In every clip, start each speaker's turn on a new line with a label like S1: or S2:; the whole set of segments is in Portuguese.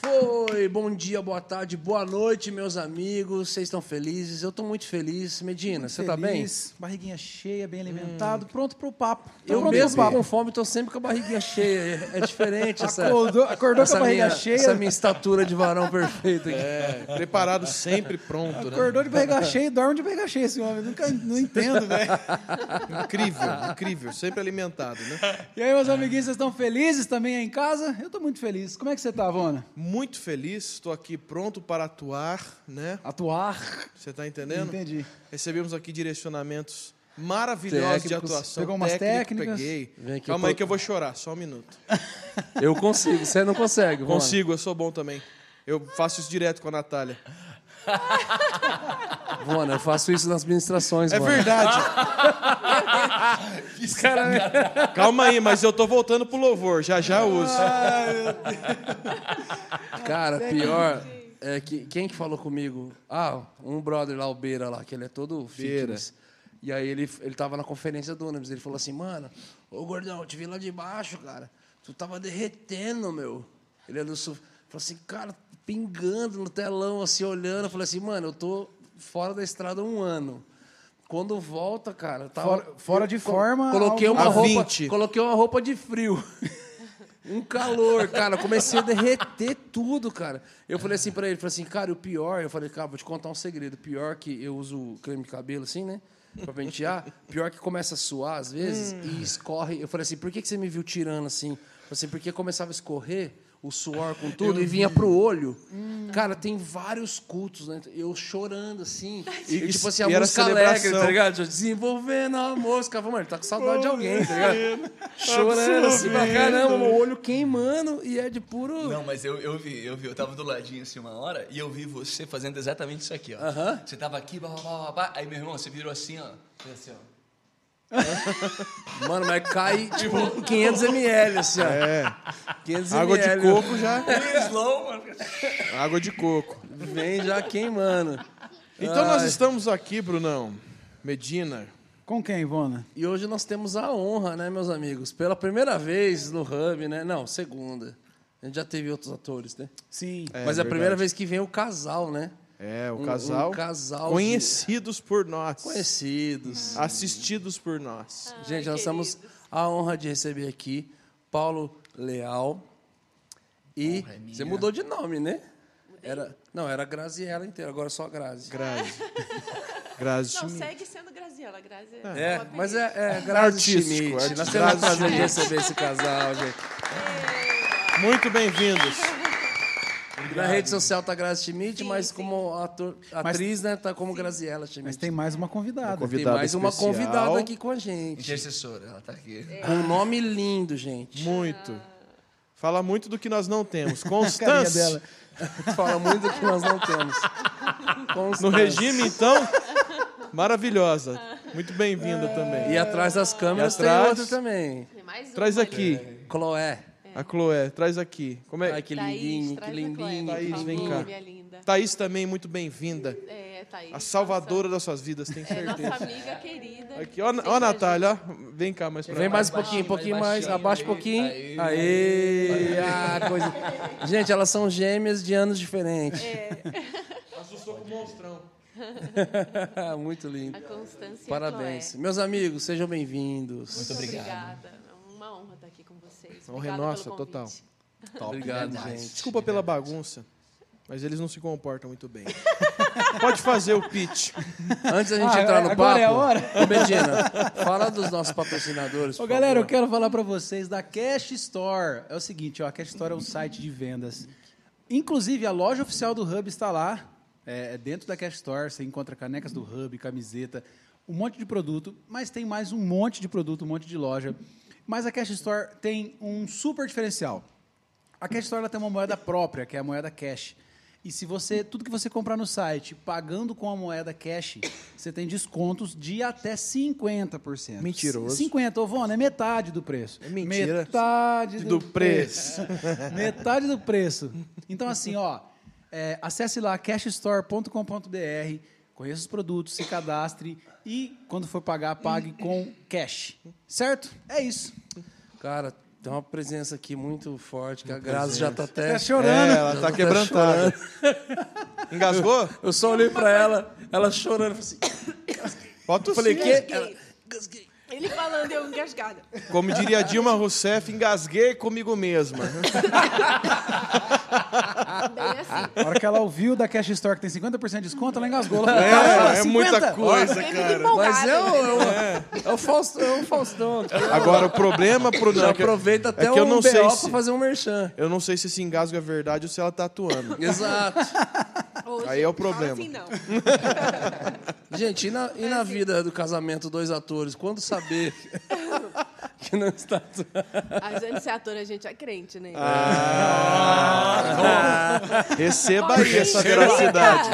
S1: foi? Bom dia, boa tarde, boa noite, meus amigos. Vocês estão felizes? Eu estou muito feliz. Medina, você está bem? Hum.
S2: Feliz, barriguinha cheia, bem alimentado, pronto pro papo. Tá
S1: Eu
S2: pronto
S1: mesmo
S2: pro papo.
S1: com fome estou sempre com a barriguinha cheia. É diferente essa.
S2: Acordou- acordou com
S1: essa
S2: a barriga
S1: minha-
S2: cheia?
S1: Essa minha estatura de varão perfeito aqui.
S3: É, preparado sempre, pronto, né?
S2: Acordou de barriga cheia e dorme de barriga cheia esse homem. Nunca, não entendo, velho.
S3: Incrível, incrível, sempre alimentado, né?
S2: E aí, meus amiguinhos, vocês estão felizes também aí em casa? Eu tô muito feliz. Como é que você tá, Vona?
S3: Muito feliz, estou aqui pronto para atuar, né?
S2: Atuar.
S3: Você tá entendendo?
S2: Entendi.
S3: Recebemos aqui direcionamentos maravilhosos de
S1: Técnicos.
S3: atuação.
S2: Pegou umas
S3: Técnico,
S2: técnicas.
S3: Peguei.
S1: Vem aqui,
S3: Calma
S1: eu tô-
S3: aí que eu vou chorar, só um minuto.
S1: Eu consigo, você não consegue. Vona.
S3: Consigo, eu sou bom também. Eu faço isso direto com a Natália.
S1: Vona, eu faço isso nas administrações,
S3: É
S1: Vona.
S3: verdade. Calma aí, mas eu tô voltando pro louvor, já já eu uso.
S1: Cara, pior é que quem que falou comigo? Ah, um brother lá, o Beira lá, que ele é todo fitness. E aí ele, ele tava na conferência do ônibus, ele falou assim, mano, ô gordão, eu te vi lá de baixo, cara. Tu tava derretendo, meu. Ele é do sul. Falou assim, cara, pingando no telão, assim, olhando. Eu falei assim, mano, eu tô fora da estrada há um ano. Quando volta, cara, tá eu tava.
S2: Fora- fora de
S1: Col-
S2: forma,
S1: Coloquei uma
S3: a
S1: roupa.
S3: 20.
S1: Coloquei uma roupa de frio. Um calor, cara. Eu Comecei a derreter tudo, cara. Eu falei assim pra ele, falei assim, cara, o pior, eu falei, cara, vou te contar um segredo. O pior é que eu uso creme de cabelo, assim, né? Pra pentear, pior é que começa a suar às vezes
S3: Hum.
S1: e escorre. Eu falei assim, por que, que você me viu tirando assim? Eu falei assim, porque começava a escorrer o suor com tudo e vinha pro olho.
S3: Hum.
S1: Cara, tem vários cultos, né? Eu chorando assim. E,
S3: E-
S1: tipo assim,
S3: e
S1: a
S3: era
S1: música
S3: celebração.
S1: alegre, tá ligado? Eu Desenvolvendo a música. Eu falei, Mano, ele tá com saudade de alguém, tá ligado? Chorando assim pra caramba, o olho queimando e é de puro.
S4: Não, mas eu, eu vi, eu vi. Eu tava do ladinho assim uma hora e eu vi você fazendo exatamente isso aqui, ó.
S1: Aham.
S4: Você tava aqui, blá, blá, blá, blá, blá. Aí, meu irmão, você virou assim, ó. Fez assim, ó.
S1: Mano, mas cai tipo 500ml assim, ó.
S3: É,
S1: 500
S3: água de
S1: ml.
S3: coco já.
S4: Slow, mano.
S3: Água de coco.
S1: Vem já queimando.
S3: Então nós
S1: Ai.
S3: estamos aqui, Brunão. Medina,
S2: Com quem, Vona?
S1: E hoje nós temos a honra, né, meus amigos? Pela primeira vez no Hub, né? Não, segunda. A gente já teve outros atores, né?
S2: Sim.
S1: mas é
S3: É,
S1: a
S3: verdade.
S1: primeira vez que vem o casal, né?
S3: É, o
S1: Um- um
S3: casal.
S1: casal de-
S3: Conhecidos por nós.
S1: Conhecidos.
S3: Assistidos por nós.
S4: Ah,
S5: Ah.
S1: Gente, nós temos a honra de receber aqui Paulo Leal. E
S4: é minha.
S1: você mudou de nome, né? Era, não, era Graziela inteira, agora é só Grazi.
S3: Grazi. Grazi
S5: Não,
S3: Schmidt.
S5: segue sendo Graziela. Grazi é,
S1: É,
S5: um apelido.
S1: mas é, é Grazi
S3: Artístico,
S1: Schmidt.
S3: artístico.
S1: Nós temos o
S3: Grazi
S1: prazer de
S3: Schmidt.
S1: receber esse casal, gente.
S3: Muito bem-vindos.
S1: Na rede social tá Grazi Schmidt, mas como ator, atriz, né, tá como Graziela Schmidt.
S2: Mas tem mais uma convidada.
S3: Uma
S1: Tem
S3: convidada
S1: mais uma
S3: especial.
S1: convidada aqui com a gente.
S4: Intercessora, ela tá aqui.
S1: Com um nome lindo, gente.
S3: Muito. Fala muito do que nós não temos.
S2: Carinha
S3: Constância.
S2: dela.
S1: Fala muito que nós não temos.
S3: No
S1: Constância.
S3: regime, então, maravilhosa. Muito bem-vinda
S5: Ah.
S3: também.
S1: E atrás das câmeras
S3: E atrás-
S1: tem outra também.
S5: Tem mais uma
S3: é, Traz
S5: ali.
S3: aqui.
S1: Chloé.
S3: A Chloé, traz aqui. Como é?
S1: Ai, que
S5: Thaís,
S1: lindinho, que
S5: traz a
S1: lindinho.
S5: Chloe, por
S3: Thaís, vem
S5: favor,
S3: cá.
S5: Minha linda.
S3: Thaís também, muito bem-vinda.
S5: É, Thaís.
S3: A salvadora das suas vidas, tem
S5: É
S3: certeza.
S5: nossa né, amiga querida.
S3: Aqui, ó,
S5: Sempre
S3: ó a Natália, ó. Vem cá mais pra
S1: Vem
S3: cá.
S1: mais um pouquinho, um pouquinho mais.
S4: baixinho,
S1: Abaixa um
S4: aí,
S1: pouquinho.
S4: aí.
S1: Aê! Ah, coisa. Gente, elas são gêmeas de anos diferentes.
S3: Assustou com o monstrão.
S1: Muito
S5: A
S1: lindo.
S5: Constância
S1: Parabéns.
S5: E a Chloé.
S1: Meus amigos, sejam bem-vindos.
S5: Muito
S4: obrigado.
S5: obrigada. É uma honra estar aqui com vocês.
S3: Honra é
S5: Obrigada
S3: nossa,
S5: pelo
S3: total.
S5: convite.
S4: Top,
S1: Obrigado,
S4: demais.
S1: gente.
S3: Desculpa pela bagunça, mas eles não se comportam muito bem. Pode fazer o pitch.
S1: Antes da gente
S2: Ah,
S1: entrar no
S2: agora
S1: papo,
S2: é a hora?
S1: ô, Medina, fala dos nossos patrocinadores.
S2: Ô,
S1: por
S2: galera, eu
S1: favor.
S2: quero falar pra vocês da Cash Store. É o seguinte, ó, a Cash Store é um site de vendas. Inclusive, a loja oficial do Hub está lá. É, é dentro da Cash Store, você encontra canecas do Hub, camiseta, um monte de produto, mas tem mais um monte de produto, um monte de loja. Mas a Cash Store tem um super diferencial. A Cash Store ela tem uma moeda própria, que é a moeda cash. E se você, tudo que você comprar no site, pagando com a moeda cash, você tem descontos de até 50%.
S3: Mentiroso.
S2: 50, ô Vona, é metade do preço.
S3: É mentira.
S2: Metade do,
S3: Do preço.
S2: metade do preço. Então, assim, ó, é, acesse lá cashstore.com.br, conheça os produtos, se cadastre e, quando for pagar, pague com cash. Certo? É isso.
S1: Cara, Tem uma presença aqui muito forte, que a Grazi já tá até.
S2: Tá chorando.
S3: É, ela tá quebrantada. Engasgou?
S1: Eu só olhei pra ela, ela chorando. eu Falei assim,
S3: Bota o
S1: falei,
S3: sim.
S1: quê? Ela,
S5: Engasguei. Ele falando, eu engasgada.
S3: Como diria Dilma Rousseff, engasguei comigo mesma.
S5: Bem
S3: Ah,
S5: assim.
S2: A hora que ela ouviu da Cash Store que tem 50% de desconto, ela engasgou. Ela
S3: É,
S2: falou, "Ah,
S3: é muita
S2: 50?"
S3: coisa,
S5: Ele fica
S3: cara.
S5: empolgado.
S1: Mas é
S5: né?
S1: o, é o, é o Faustão. É o Faustão.
S3: Agora, o problema,
S1: Já
S3: Bruno, é que eu,
S1: aproveita até
S3: é que eu
S1: um
S3: não
S1: BO
S3: sei
S1: pra
S3: se-
S1: fazer um merchan.
S3: eu não sei se esse engasgo é verdade ou se ela tá atuando.
S1: Exato.
S5: Hoje,
S3: Aí é o
S5: não,
S3: problema.
S5: Assim, não.
S1: Gente, e na, e na vida do casamento, dois atores, quando saber que não está.
S5: A gente ser ator, a gente é crente, né?
S3: Ah. Receba aí essa veracidade.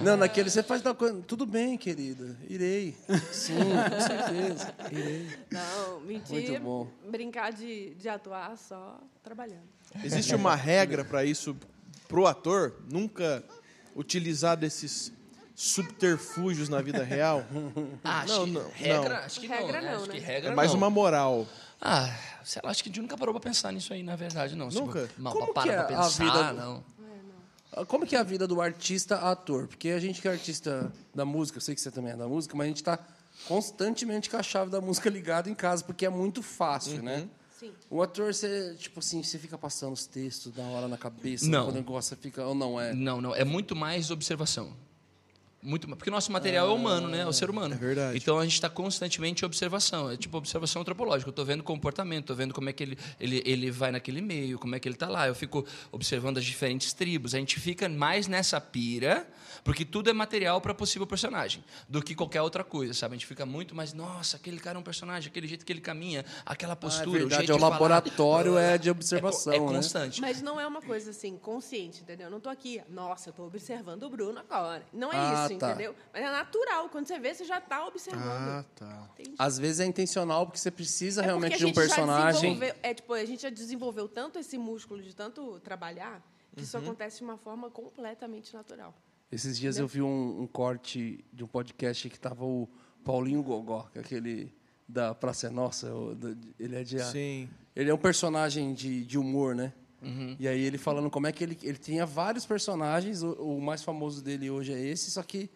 S1: Não, naquele você faz tal coisa. Tudo bem, querida. Irei. Sim, com certeza. Irei.
S5: Não, mentira.
S1: Muito bom.
S5: Brincar de, de atuar só trabalhando.
S3: Existe uma regra pra isso pro ator nunca utilizar desses subterfúgios na vida real?
S4: Ah,
S3: Não,
S4: Acho que
S3: não,
S4: regra,
S3: não.
S4: acho que
S5: Regra
S4: não, né?
S5: não,
S4: acho
S5: né?
S4: que regra
S3: É mais
S4: não.
S3: uma moral.
S4: Ah, sei lá, acho que o Dio nunca parou pra pensar nisso aí, na verdade, não.
S3: Nunca?
S4: Tipo, mal,
S1: Como
S4: para
S1: que é
S4: pra
S1: a
S4: pensar,
S1: vida do-
S4: não.
S1: Ah, Como que é a vida do artista-ator? Porque a gente que é artista da música, eu sei que você também é da música, mas a gente está constantemente com a chave da música ligada em casa, porque é muito fácil,
S4: Uhum.
S1: né?
S5: Sim.
S1: O ator, você, tipo assim, você fica passando os textos da hora na cabeça,
S4: Não.
S1: quando gosta, fica. Ou não é.
S4: Não, não. É muito mais observação. Muito mais. Porque nosso material é humano, né? É o ser humano. É
S3: verdade.
S4: Então a gente está constantemente em observação. É tipo observação antropológica. Eu estou vendo comportamento, estou vendo como é que ele, ele, ele vai naquele meio, como é que ele está lá. Eu fico observando as diferentes tribos. A gente fica mais nessa pira, porque tudo é material para possível personagem, do que qualquer outra coisa, sabe? A gente fica muito mais, nossa, aquele cara é um personagem, aquele jeito que ele caminha,
S1: Ah,
S4: aquela
S1: é
S4: postura, o
S1: verdade,
S4: jeito
S1: é o
S4: de falar.
S1: laboratório é de
S4: É, co-
S1: observação,
S4: é
S1: né?
S4: constante.
S5: Mas não é uma coisa assim, consciente, entendeu? Eu não tô aqui, nossa, eu tô observando o Bruno agora. Não é
S1: Ah,
S5: isso,
S1: tá.
S5: entendeu? Mas é natural. Quando você vê, você já tá observando.
S3: tá.
S5: Entende?
S1: Às vezes é intencional, porque você precisa
S5: É
S1: realmente
S5: porque
S1: de
S5: a
S1: um
S5: gente já
S1: personagem.
S5: desenvolveu- É, tipo, a gente já desenvolveu tanto esse músculo de tanto trabalhar que
S1: Uhum.
S5: isso acontece de uma forma completamente natural.
S1: Esses dias
S5: Né?
S1: eu vi um, um corte de um podcast que tava o Paulinho Gogó, que é aquele da Praça é Nossa. o- do- Ele é de.
S3: Sim.
S1: Ele é um personagem de, de humor, né? E aí ele falando como é que ele. Ele tinha vários personagens, o, o mais famoso dele hoje é esse, só que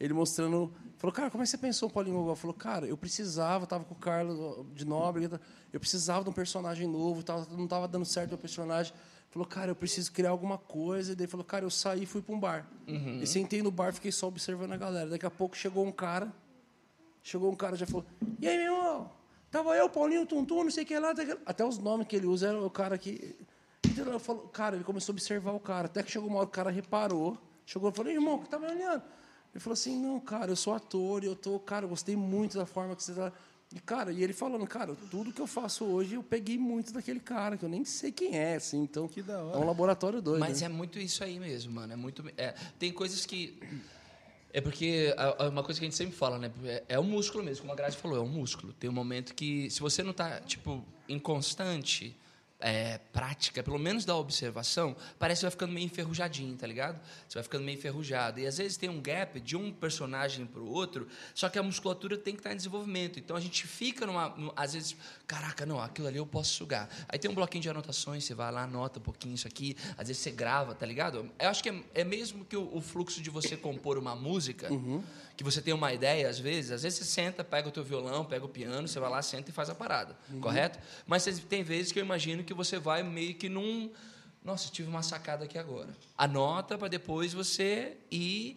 S1: ele mostrando. Falou, cara, como é que você pensou o Paulinho Gogó? Falou, cara, eu precisava, tava com o Carlos de Nobre, eu precisava de um personagem novo, tava, não tava dando certo o personagem. Falou, cara, eu preciso criar alguma coisa. E daí falou, cara, eu saí e fui pra um bar. E sentei no bar, fiquei só observando a galera. Daqui a pouco chegou um cara, Chegou um cara e já falou: E aí, meu irmão? Tava eu, Paulinho, Tuntum, não sei o que lá. tá que lá." Até os nomes que ele usa era o cara que. Então, eu falo, cara, ele começou a observar o cara. Até que chegou uma hora, o cara reparou. Chegou e falou: "Ei, irmão, o que tá me olhando? Ele falou assim: Não, cara, eu sou ator e eu tô. Cara, eu gostei muito da forma que você tá. E, cara, e ele falando, cara, tudo que eu faço hoje eu peguei muito daquele cara, que eu nem sei quem é, assim. Então, que
S2: da hora.
S1: é um laboratório doido.
S4: Mas
S1: né?
S4: é muito isso aí mesmo, mano. É muito. é, tem coisas que. É porque é uma coisa que a gente sempre fala, né? É, é um músculo mesmo, como a Grazi falou, é um músculo. Tem um momento que, se você não tá, tipo, em constante é, prática, pelo menos da observação, parece que vai ficando meio enferrujadinho, tá ligado? Você vai ficando meio enferrujado. E às vezes tem um gap de um personagem pro outro, só que a musculatura tem que estar em desenvolvimento. Então a gente fica numa. num- às vezes, caraca, não, aquilo ali eu posso sugar. Aí tem um bloquinho de anotações, você vai lá, anota um pouquinho isso aqui, às vezes você grava, tá ligado? Eu acho que é, é mesmo que o, o fluxo de você compor uma música,
S1: Uhum.
S4: que você tem uma ideia, às vezes, às vezes você senta, pega o teu violão, pega o piano, você vai lá, senta e faz a parada,
S1: Uhum.
S4: correto? Mas cês- tem vezes que eu imagino que você vai meio que num. Nossa, tive uma sacada aqui agora. Anota para depois você ir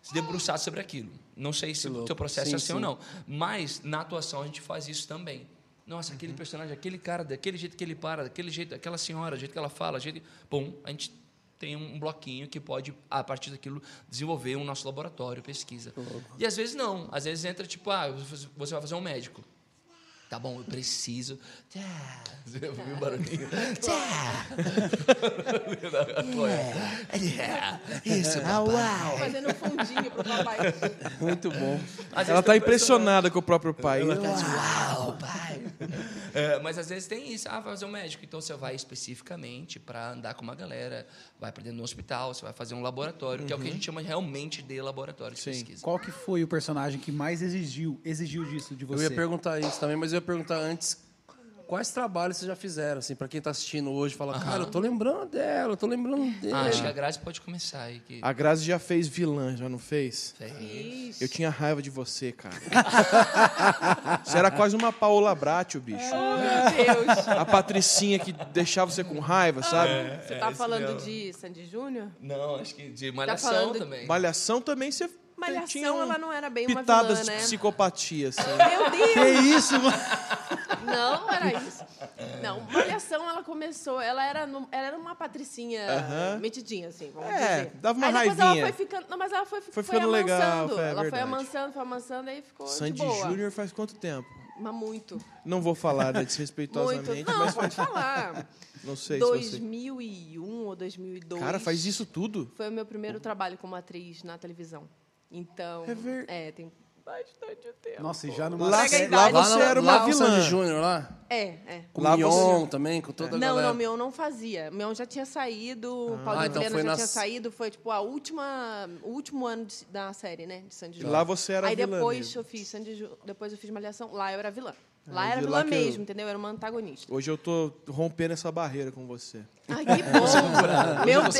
S4: se debruçar sobre aquilo. Não sei se o
S1: louco.
S4: teu processo
S1: Sim,
S4: é assim ou
S1: sim.
S4: não. Mas na atuação a gente faz isso também. Nossa, aquele personagem, aquele cara, daquele jeito que ele para, daquele jeito, aquela senhora, do jeito que ela fala, do jeito. Bom, a gente tem um bloquinho que pode, a partir daquilo, desenvolver um nosso laboratório, pesquisa. E às vezes não. Às vezes entra tipo, ah, você vai fazer um médico. Tá bom, eu preciso. Tá. Você ouviu o barulhinho? Tá. Yeah. Yeah. Isso, papai.
S5: Fazendo um fundinho pro papai.
S1: muito bom.
S4: Às vezes
S3: Ela tá
S4: tem um personagem-
S3: impressionada com o próprio pai.
S4: Ela tá assim, uau, pai. É, mas às vezes tem isso, ah, vai fazer um médico. Então você vai especificamente para andar com uma galera, vai para dentro do hospital, você vai fazer um laboratório, que é o
S3: Uhum.
S4: que a gente chama realmente de laboratório de pesquisa.
S2: Qual que foi o personagem que mais exigiu, exigiu disso de
S1: Eu
S2: você?
S1: ia perguntar isso também, mas eu ia perguntar antes quais trabalhos vocês já fizeram, assim, pra quem tá assistindo hoje, fala, cara, eu tô lembrando dela, eu tô lembrando dele.
S4: Ah, acho que a Grazi pode começar aí. Que...
S3: A Grazi já fez vilã, já não fez?
S5: Fiz.
S3: Eu tinha raiva de você, cara. você era quase uma Paola Bratio, bicho.
S5: Oh, meu Deus.
S3: A Patricinha que deixava você com raiva, sabe?
S5: Você tá
S4: isso
S5: falando
S4: mesmo.
S5: de Sandy Júnior?
S4: Não, acho que de
S5: Tá falando
S4: malhação
S5: de-
S4: também.
S3: Malhação também você
S5: Malhação,
S3: tinha um
S5: ela não era bem uma
S3: pitadas de
S5: vilã, né?
S3: psicopatia, assim.
S5: Meu Deus!
S2: Que isso, mano?
S5: Não, era isso. Não, Malhação, ela começou, ela era, no- ela era uma patricinha metidinha, assim, vamos
S3: É,
S5: dizer.
S3: dava uma
S5: aí depois
S3: raivinha.
S5: ela foi ficando, não, mas ela foi,
S3: Foi ficando legal,
S5: amansando.
S3: foi, é
S5: ela foi
S3: verdade.
S5: amansando, foi amansando, aí ficou de
S3: Sandy
S5: boa.
S3: Júnior faz quanto tempo?
S5: Mas muito,
S3: Não vou falar, né,
S5: muito.
S3: desrespeitosamente,
S5: Não,
S3: mas
S5: pode falar.
S3: não sei se você...
S5: 2001 ou 2002.
S3: Cara, faz isso tudo?
S5: Foi o meu primeiro trabalho como atriz na televisão. Então,
S3: É ver-
S5: é tem bastante tempo.
S2: Nossa, e já numa
S3: Lá,
S5: Pega a
S3: lá
S5: idade.
S3: você
S1: na-
S3: era
S1: lá
S3: uma
S1: com o
S3: vilã.
S1: Sandy Júnior lá?
S5: É, é.
S1: Com
S3: Lá
S1: o Mion também, com toda a
S5: Não,
S1: galera.
S5: não, Mion não fazia. Mion já tinha saído, o Paulo
S1: Ah,
S5: ah,
S1: então foi
S5: já
S1: na-
S5: tinha saído, foi tipo a última, o último ano de- da série, né, de Sandy
S3: E
S5: Júnior.
S3: lá você era
S5: Aí
S3: vilã
S5: depois
S3: mesmo.
S5: eu fiz Sandy Ju... depois eu fiz Malhação, lá eu era vilã. Lá
S3: Aí
S5: era
S3: de
S5: vilã
S3: lá que eu-
S5: mesmo, entendeu? Eu era uma antagonista.
S3: Hoje eu tô rompendo essa barreira com você.
S5: Ai, que bom! Meu Deus,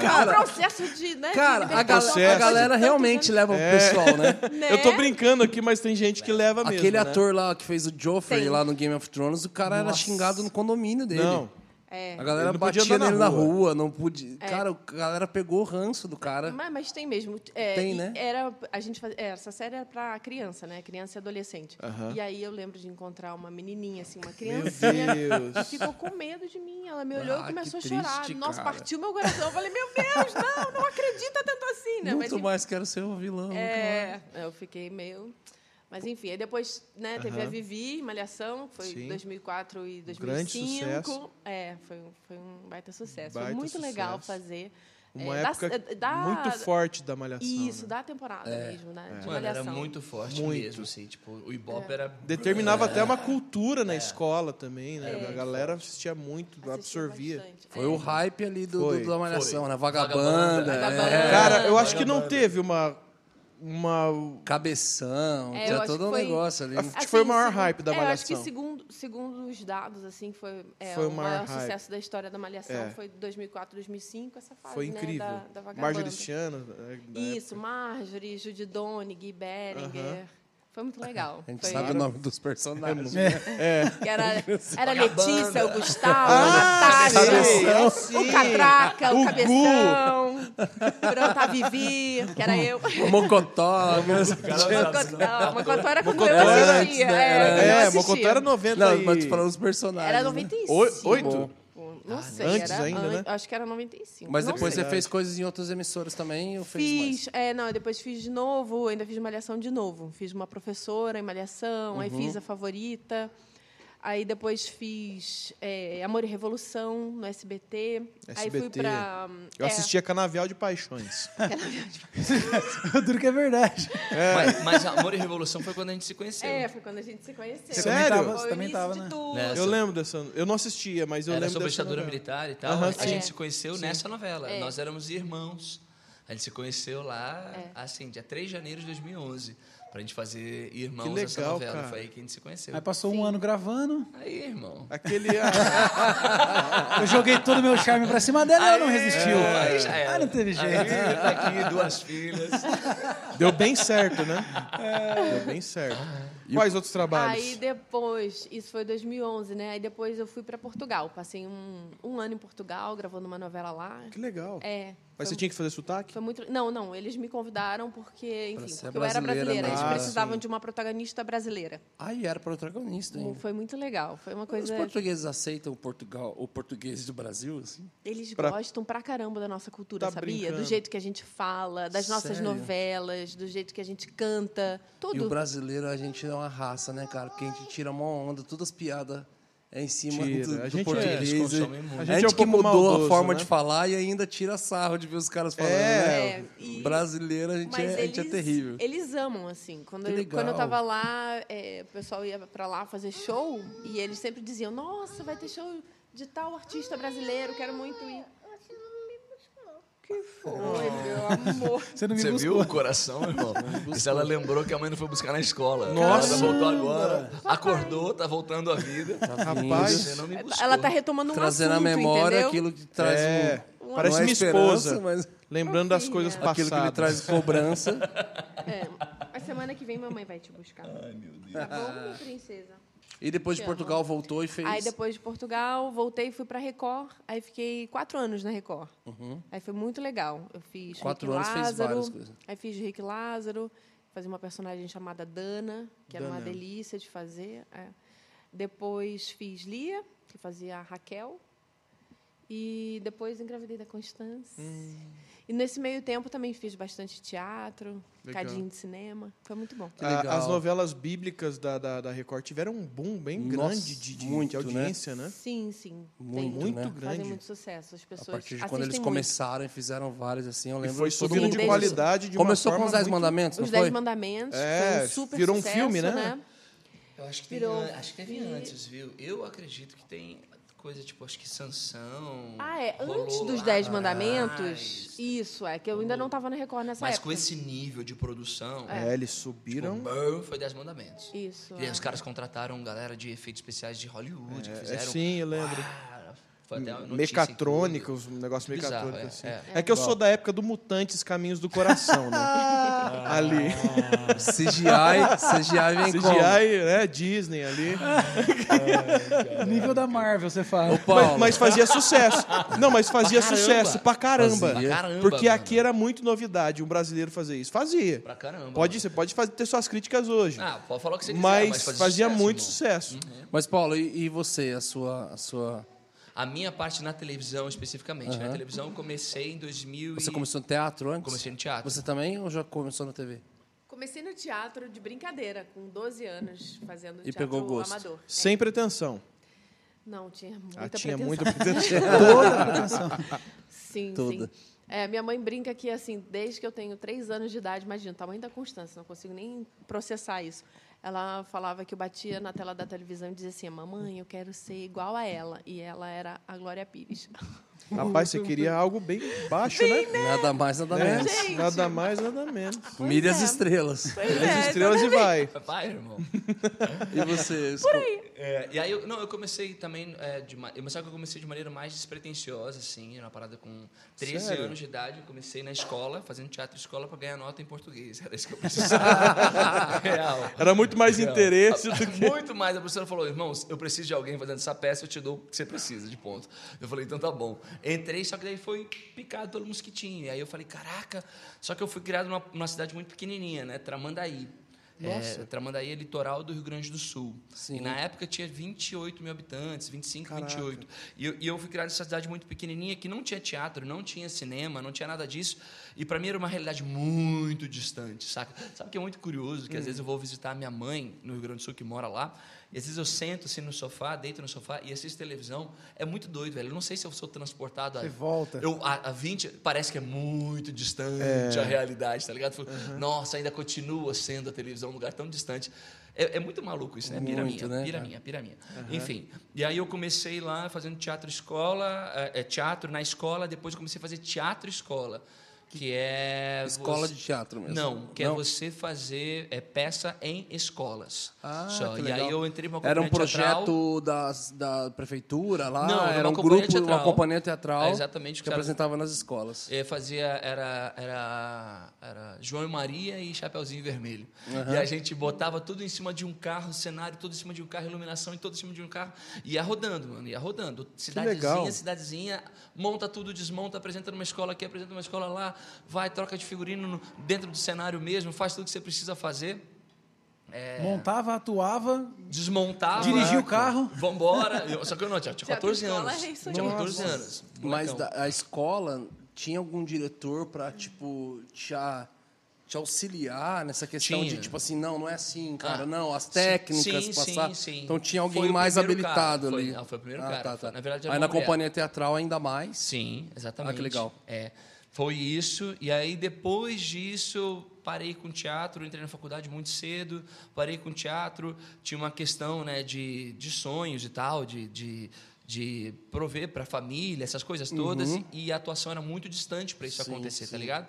S1: Cara-
S5: é um processo de, né, de
S1: Cara, a,
S5: libertação,
S1: gal- a
S5: uma coisa de
S1: galera
S5: tantos
S1: realmente
S5: anos.
S1: leva
S3: É.
S1: pro pessoal, né?
S5: Né?
S3: Eu tô brincando aqui, mas tem gente que leva mesmo,
S1: Aquele
S3: né?
S1: ator lá que fez o Joffrey
S5: Tem.
S1: lá no Game of Thrones, o cara era xingado no condomínio dele.
S3: Não.
S5: É.
S1: A galera
S3: Ele não podia
S1: batia
S3: andar na
S1: nele na
S3: rua.
S1: rua, não podia. Cara, o- a galera pegou o ranço do cara.
S5: Mas, mas tem mesmo. É,
S1: Tem,
S5: e
S1: né?
S5: Era, a gente faz- é, essa série era para criança, né? Criança e adolescente. E aí eu lembro de encontrar uma menininha, assim, uma criancinha.
S3: Deus.
S5: Ficou com medo de mim. Ela me olhou
S1: Ah,
S5: e começou a
S1: que
S5: chorar.
S1: triste,
S5: Nossa,
S1: cara.
S5: partiu meu coração. Eu falei, meu Deus, não, não acredita tanto assim, né?
S1: Muito
S5: mas,
S1: mais quero ser o vilão.
S5: É, eu fiquei meio... Mas, enfim, aí depois né, teve a Vivi, Malhação, que foi
S3: Sim.
S5: em 2004 e
S3: grande
S5: 2005.
S3: sucesso.
S5: É, foi, um- foi um baita sucesso.
S3: Baita
S5: foi muito legal
S3: sucesso.
S5: fazer.
S3: Uma
S5: É, da-
S3: época
S5: da-
S3: muito forte da Malhação.
S5: Isso,
S3: né?
S5: da temporada mesmo, né? De
S4: Mano, era
S5: Malhação. É.
S4: muito forte mesmo, assim. Tipo, o Ibope era...
S1: É.
S3: Determinava até uma cultura na escola também, né? A galera assistia muito,
S5: É. Assistia
S3: absorvia.
S5: bastante.
S1: Foi
S5: É.
S1: o hype ali do,
S3: Foi,
S1: do- da malhação,
S4: foi.
S1: né? Vagabanda,
S5: Vagabanda.
S1: é,
S3: Cara, eu acho que não teve uma. uma
S1: cabeção,
S5: É, eu
S1: tinha
S5: acho
S1: todo
S5: que
S1: um
S5: foi-
S1: negócio ali.
S3: Acho que foi o maior
S5: segundo-
S3: hype da
S5: Assim, é, eu acho que
S3: Malhação.
S5: segundo, segundo os dados, assim, foi, é,
S3: Foi o
S5: o
S3: maior
S5: maior
S3: hype.
S5: sucesso da história da Malhação.
S3: É.
S5: Foi 2004, 2005, essa fase
S3: foi
S5: né,
S3: incrível.
S5: da, da vagabanda.
S3: Marjorie Stiano. né, da
S5: Isso, Marjorie, Judidone, Guy Beringer. Foi muito legal.
S1: A gente
S5: Foi-
S1: sabe o nome dos personagens.
S3: É.
S5: que Era, era a
S4: Vagabanda.
S5: Letícia, o Gustavo, a
S3: época.
S5: Natália,
S3: Ah, assim? Sim,
S5: o
S3: sim.
S5: Catraca, o,
S3: O Gu.
S5: Cabeção, Pronto, a Vivi, que era eu.
S1: Mocotó.
S5: Mocotó, Mocotó era quando
S1: Mocotó
S5: eu
S1: era
S5: assistia.
S1: antes, né?
S5: é, quando eu
S3: É,
S5: assistia.
S3: Mocotó era 90
S1: Não,
S3: e...
S1: mas falando os personagens.
S5: Era
S1: né?
S5: 95.
S3: Oi- oito?
S5: Não sei,
S3: antes
S5: era
S3: ainda, né?
S5: Acho que era 95.
S1: Mas
S5: não
S1: depois
S5: sei.
S1: você fez coisas em outras emissoras também ou fez mais?
S5: Fiz, é, não, depois fiz de novo, ainda fiz Malhação de novo. Fiz uma professora em Malhação, aí fiz a favorita. Aí depois fiz é, Amor e Revolução no SBT. Aí fui
S3: SBT.
S5: pra.
S3: Eu
S5: é,
S3: assistia Canavial de Paixões.
S2: Duro que é verdade.
S4: Mas, mas Amor e Revolução foi quando a gente se conheceu.
S5: É, foi quando a gente se conheceu.
S3: Você também tava-
S5: Foi
S2: você
S5: o
S2: também
S5: início
S2: tava,
S5: de
S2: né?
S5: tudo.
S1: Tá
S4: Né?
S3: Eu lembro dessa. Eu não assistia, mas eu
S4: era
S1: é
S3: lembro
S4: sobre a
S3: dessa
S4: ditadura
S3: novela.
S4: militar e tal.
S3: Aham,
S4: a
S3: sim.
S4: gente
S5: É.
S4: se conheceu nessa novela.
S5: É.
S4: Nós éramos irmãos. A gente se conheceu lá, assim, dia 3 de janeiro de 2011. Pra gente fazer Irmãos
S3: Que
S4: essa
S3: legal,
S4: novela.
S3: cara.
S4: Foi aí que a gente se conheceu.
S2: Aí passou um ano gravando.
S4: Aí, irmão.
S3: Aquele... ah,
S2: Eu joguei todo o meu charme pra cima dela, ela não resistiu.
S4: É. Aí já era.
S2: Ah, não teve jeito.
S4: Aí, tá aqui, duas filhas.
S3: deu bem certo, né? Deu bem certo. Quais outros trabalhos?
S5: Aí depois, isso foi 2011, né? Aí depois eu fui pra Portugal. Passei um, um ano em Portugal, gravando uma novela lá.
S3: Que legal.
S5: É.
S3: Mas
S5: foi
S3: você tinha que fazer sotaque?
S5: Foi muito. Não, não. Eles me convidaram porque,
S1: Pra
S5: enfim,
S1: ser
S5: porque eu era
S1: brasileira
S5: brasileira. Eles
S1: mesmo.
S3: Ah,
S5: precisavam
S3: sim.
S5: de uma protagonista brasileira.
S1: Ai, era protagonista, hein?
S5: Foi muito legal. Foi uma
S1: Os
S5: coisa.
S1: portugueses aceitam o, Portugal, o português do Brasil, assim?
S5: Eles
S3: Pra-
S5: gostam pra caramba da nossa cultura,
S3: Tá
S5: sabia?
S3: brincando.
S5: Do jeito que a gente fala, das nossas
S1: Sério?
S5: novelas, do jeito que a gente canta,
S1: E o
S5: tudo.
S1: brasileiro, a gente é uma raça, né, cara? Porque a gente tira uma onda, todas as piadas é em cima
S3: Tira.
S1: do,
S3: A
S1: do
S3: gente é-
S1: português.
S4: eles
S1: e-
S4: consomem muito.
S1: A
S3: A
S1: gente,
S3: gente é um
S1: que
S3: pouco
S1: mudou a
S3: maldoso,
S1: forma
S3: né?
S1: de falar e ainda tira sarro de ver os caras falando, né?
S3: É,
S5: e-
S1: Brasileiro, a gente,
S5: Mas
S1: é, a gente é
S5: eles-
S1: terrível.
S5: Eles amam, assim. Quando,
S1: Que
S5: ele-
S1: legal.
S5: quando eu tava lá, é, o pessoal ia pra lá fazer show e eles sempre diziam: Nossa, vai ter show de tal artista brasileiro, quero muito ir.
S6: Você não me buscou.
S5: Que foi, meu amor.
S2: Você não me
S4: Você viu
S2: buscou.
S4: o coração, irmão? Isso ela lembrou que a mãe não foi buscar na escola.
S3: Nossa!
S4: Ela voltou agora, acordou, tá voltando à vida.
S3: Tá
S4: Você
S3: rapaz.
S4: não me buscou.
S5: Ela tá retomando um
S1: Trazendo
S5: assunto,
S1: a memória
S5: entendeu?
S1: aquilo que traz.
S3: É,
S1: o-
S3: parece
S1: não é
S3: minha
S1: esperança,
S3: esposa.
S1: Mas
S3: Lembrando das coisas
S1: aquilo que me
S3: passadas.
S1: traz cobrança.
S5: É. A semana que vem mamãe vai te buscar. Ai, meu Deus. Tá bom, minha princesa?
S1: E depois de
S5: Te amo.
S1: Portugal voltou e fez.
S5: Aí depois de Portugal, voltei e fui pra Record. Aí fiquei quatro anos na Record. Aí foi muito legal. Eu fiz
S1: Uhum. Quatro
S5: Rick
S1: anos, fez
S5: Lázaro,
S1: várias coisas.
S5: Aí fiz Rick Lázaro, fazia uma personagem chamada Dana, que era uma delícia de fazer. é. Depois fiz Lia, que fazia a Raquel. E depois engravidei da Constância.
S1: Hum.
S5: E nesse meio tempo também fiz bastante teatro,
S3: Legal.
S5: cadinho de cinema. Foi muito bom.
S1: Que legal.
S3: as novelas bíblicas da, da, da Record tiveram um boom bem
S1: Nossa,
S3: grande de, de,
S1: muito,
S3: de audiência, né?
S5: Sim, sim. tem.
S1: Muito,
S3: Muito
S1: né?
S5: Fazem
S3: grande.
S5: muito sucesso. As
S1: A
S5: pessoas
S1: partir de quando eles
S5: assistem muito.
S1: começaram e fizeram vários assim, eu
S3: E
S1: lembro
S3: foi
S1: que todo
S3: subindo
S1: mundo
S3: de
S5: desde-
S3: qualidade de uma
S1: Começou com
S3: forma
S1: os 10
S3: muito-
S1: mandamentos, não
S5: Os Dez
S1: foi?
S5: Mandamentos.
S3: É,
S5: foi um super
S3: virou um
S5: sucesso,
S3: filme, né?
S4: Eu acho que
S5: teve Virou.
S4: acho que teve antes, viu? Eu acredito que tem coisa tipo, acho que Sansão.
S5: Ah, é. Antes dos Dez Mandamentos, isso, é, que eu ainda não estava no Record nessa
S4: Mas
S5: época.
S4: com esse nível de produção,
S3: É, eles subiram.
S4: Burr foi Dez Mandamentos.
S5: Isso.
S4: E aí
S5: é.
S4: os caras contrataram galera de efeitos especiais de Hollywood, que
S3: É,
S4: fizeram.
S3: sim, eu lembro.
S4: Ah, foi até uma notícia em tudo.
S3: Mecatrônica, os negócios
S4: Bizarro,
S3: mecatrônicos, um assim.
S4: é,
S3: É, que eu sou da época do Mutantes Caminhos do Coração, né? ali.
S4: Ah.
S1: CGI, CGI vem como?
S3: CGI, né? Disney ali.
S4: Ah.
S2: O É. nível da Marvel, você fala.
S1: Ô, Paulo,
S3: Mas fazia sucesso. Não, mas fazia
S4: Pra caramba.
S3: sucesso pra caramba.
S4: Fazia. Pra caramba,
S3: Porque
S4: mano.
S3: aqui é era muito novidade um brasileiro fazer isso. Fazia.
S4: Pra caramba.
S3: Pode, você pode fazer, ter suas críticas hoje.
S4: Ah, pode falar o que você quiser,
S3: mas,
S4: mas
S3: fazia,
S4: fazia sucesso, Uhum.
S3: muito
S4: irmão.
S3: sucesso. É.
S1: mas, Paulo, e, e você, a sua, a sua.
S4: A minha parte na televisão, especificamente. Na televisão, eu comecei em 2000
S1: Você
S4: e-
S1: começou no teatro antes?
S4: Comecei no teatro.
S1: Você também ou já começou na TV?
S5: Comecei no teatro de brincadeira, com 12 anos, fazendo
S1: E
S5: teatro
S1: pegou gosto.
S5: amador.
S3: Sem pretensão.
S5: Não, tinha muita
S3: Ah, tinha
S5: pretensão.
S3: muita pretensão.
S5: Sim,
S1: Toda.
S5: sim. É, minha mãe brinca que, assim, desde que eu tenho três anos de idade, imagina, o tamanho da constância, não consigo nem processar isso. Ela falava que eu batia na tela da televisão e dizia assim, mamãe, eu quero ser igual a ela. E ela era a Glória Pires.
S3: Rapaz, você queria algo bem baixo, né?
S1: Nada mais, nada
S4: É.
S3: Né?
S1: menos.
S5: Gente.
S3: Nada mais, nada menos.
S1: Mire as
S5: é.
S1: estrelas.
S3: As estrelas e vai.
S4: Vai, irmão.
S1: E você?
S4: É, e aí, eu, não, eu comecei também é, de ma- eu- Mas sabe que eu comecei de maneira mais despretensiosa, assim, era uma parada com 13
S3: Sério?
S4: anos de idade. Eu comecei na escola, fazendo teatro de escola pra ganhar nota em português. Era isso que eu precisava. Real.
S3: Era muito mais interesse do que.
S4: Muito mais. A professora falou, irmãos, eu preciso de alguém fazendo essa peça, eu te dou o que você precisa, de ponto. Eu falei, então tá bom. Entrei, só que daí foi picado pelo mosquitinho. E aí eu falei, caraca, só que eu fui criado numa, numa cidade muito pequenininha, né? Tramandaí. Nossa. Tramandaí é litoral do Rio Grande do Sul.
S1: Sim.
S4: E na época tinha 28 mil habitantes, 25, 28. E eu, e eu fui criado nessa cidade muito pequenininha que não tinha teatro, não tinha cinema, não tinha nada disso. E para mim era uma realidade muito distante, saca? Sabe que é muito curioso
S2: Hum.
S4: que às vezes eu vou visitar a minha mãe no Rio Grande do Sul, que mora lá, e às vezes eu sento assim no sofá, deito no sofá e assisto televisão. É muito doido, velho. Eu não sei se eu sou transportado a.
S2: Você volta. É.
S4: Eu, a, a 20 parece que é muito distante a realidade, tá ligado? Falo, Nossa, ainda continua sendo a televisão um lugar tão distante. É, é muito maluco isso, né? Pira
S1: Muito,
S4: minha,
S1: né,
S4: pira
S1: cara?
S4: minha, pira minha. Enfim, e aí eu comecei lá fazendo teatro escola, é, é, teatro na escola, depois eu comecei a fazer teatro escola, que é...
S1: Escola
S4: você-
S1: de teatro mesmo.
S4: Não, que é você fazer é, peça em escolas.
S1: Ah,
S4: só.
S1: que
S4: E aí
S1: legal.
S4: eu entrei numa
S1: Era um
S4: companhia teatral.
S1: projeto das- da prefeitura lá?
S4: Não, era
S1: era
S4: uma
S1: um
S4: companhia
S1: grupo,
S4: teatral.
S1: uma companhia teatral
S4: É, exatamente,
S1: que
S4: os caras-
S1: apresentava nas escolas.
S4: Eu É, fazia, era, era, era João e Maria e Chapeuzinho Vermelho. E a gente botava tudo em cima de um carro, cenário tudo em cima de um carro, iluminação e tudo em cima de um carro. Ia rodando, mano, ia rodando. Cidadezinha,
S3: legal.
S4: cidadezinha, monta tudo, desmonta, apresenta numa escola aqui, apresenta numa escola lá, vai, troca de figurino no- dentro do cenário mesmo, faz tudo que você precisa fazer. É.
S2: Montava, atuava,
S4: Desmontava.
S2: dirigia o carro.
S4: Vambora. Eu- Só que eu não, tinha, tinha
S5: Teatro
S4: 14
S5: escola
S4: anos.
S5: é isso aí.
S4: tinha 14 anos.
S1: Mas
S4: molecão.
S1: da- a escola tinha algum diretor pra, tipo, te, a- te te auxiliar nessa questão
S4: Tinha.
S1: de, tipo assim, não, não é assim, cara,
S4: Ah,
S1: não, as
S4: sim,
S1: técnicas
S4: sim,
S1: passar.
S4: sim, sim.
S1: Então tinha alguém
S4: Foi o
S1: mais
S4: primeiro cara,
S1: habilitado
S4: foi-
S1: ali.
S4: não, foi o primeiro cara,
S1: Tá, tá.
S4: foi- na verdade, era
S1: Aí
S4: uma
S1: na
S4: mulher.
S1: companhia teatral ainda mais.
S4: Sim, exatamente.
S1: Ah, que legal.
S4: É, foi isso. E aí, depois disso, eu parei com o teatro, entrei na faculdade muito cedo, parei com o teatro. Tinha uma questão né, de, de sonhos e tal, de, de, de prover para a família, essas coisas todas.
S1: Uhum.
S4: E a atuação era muito distante para isso acontecer, tá ligado?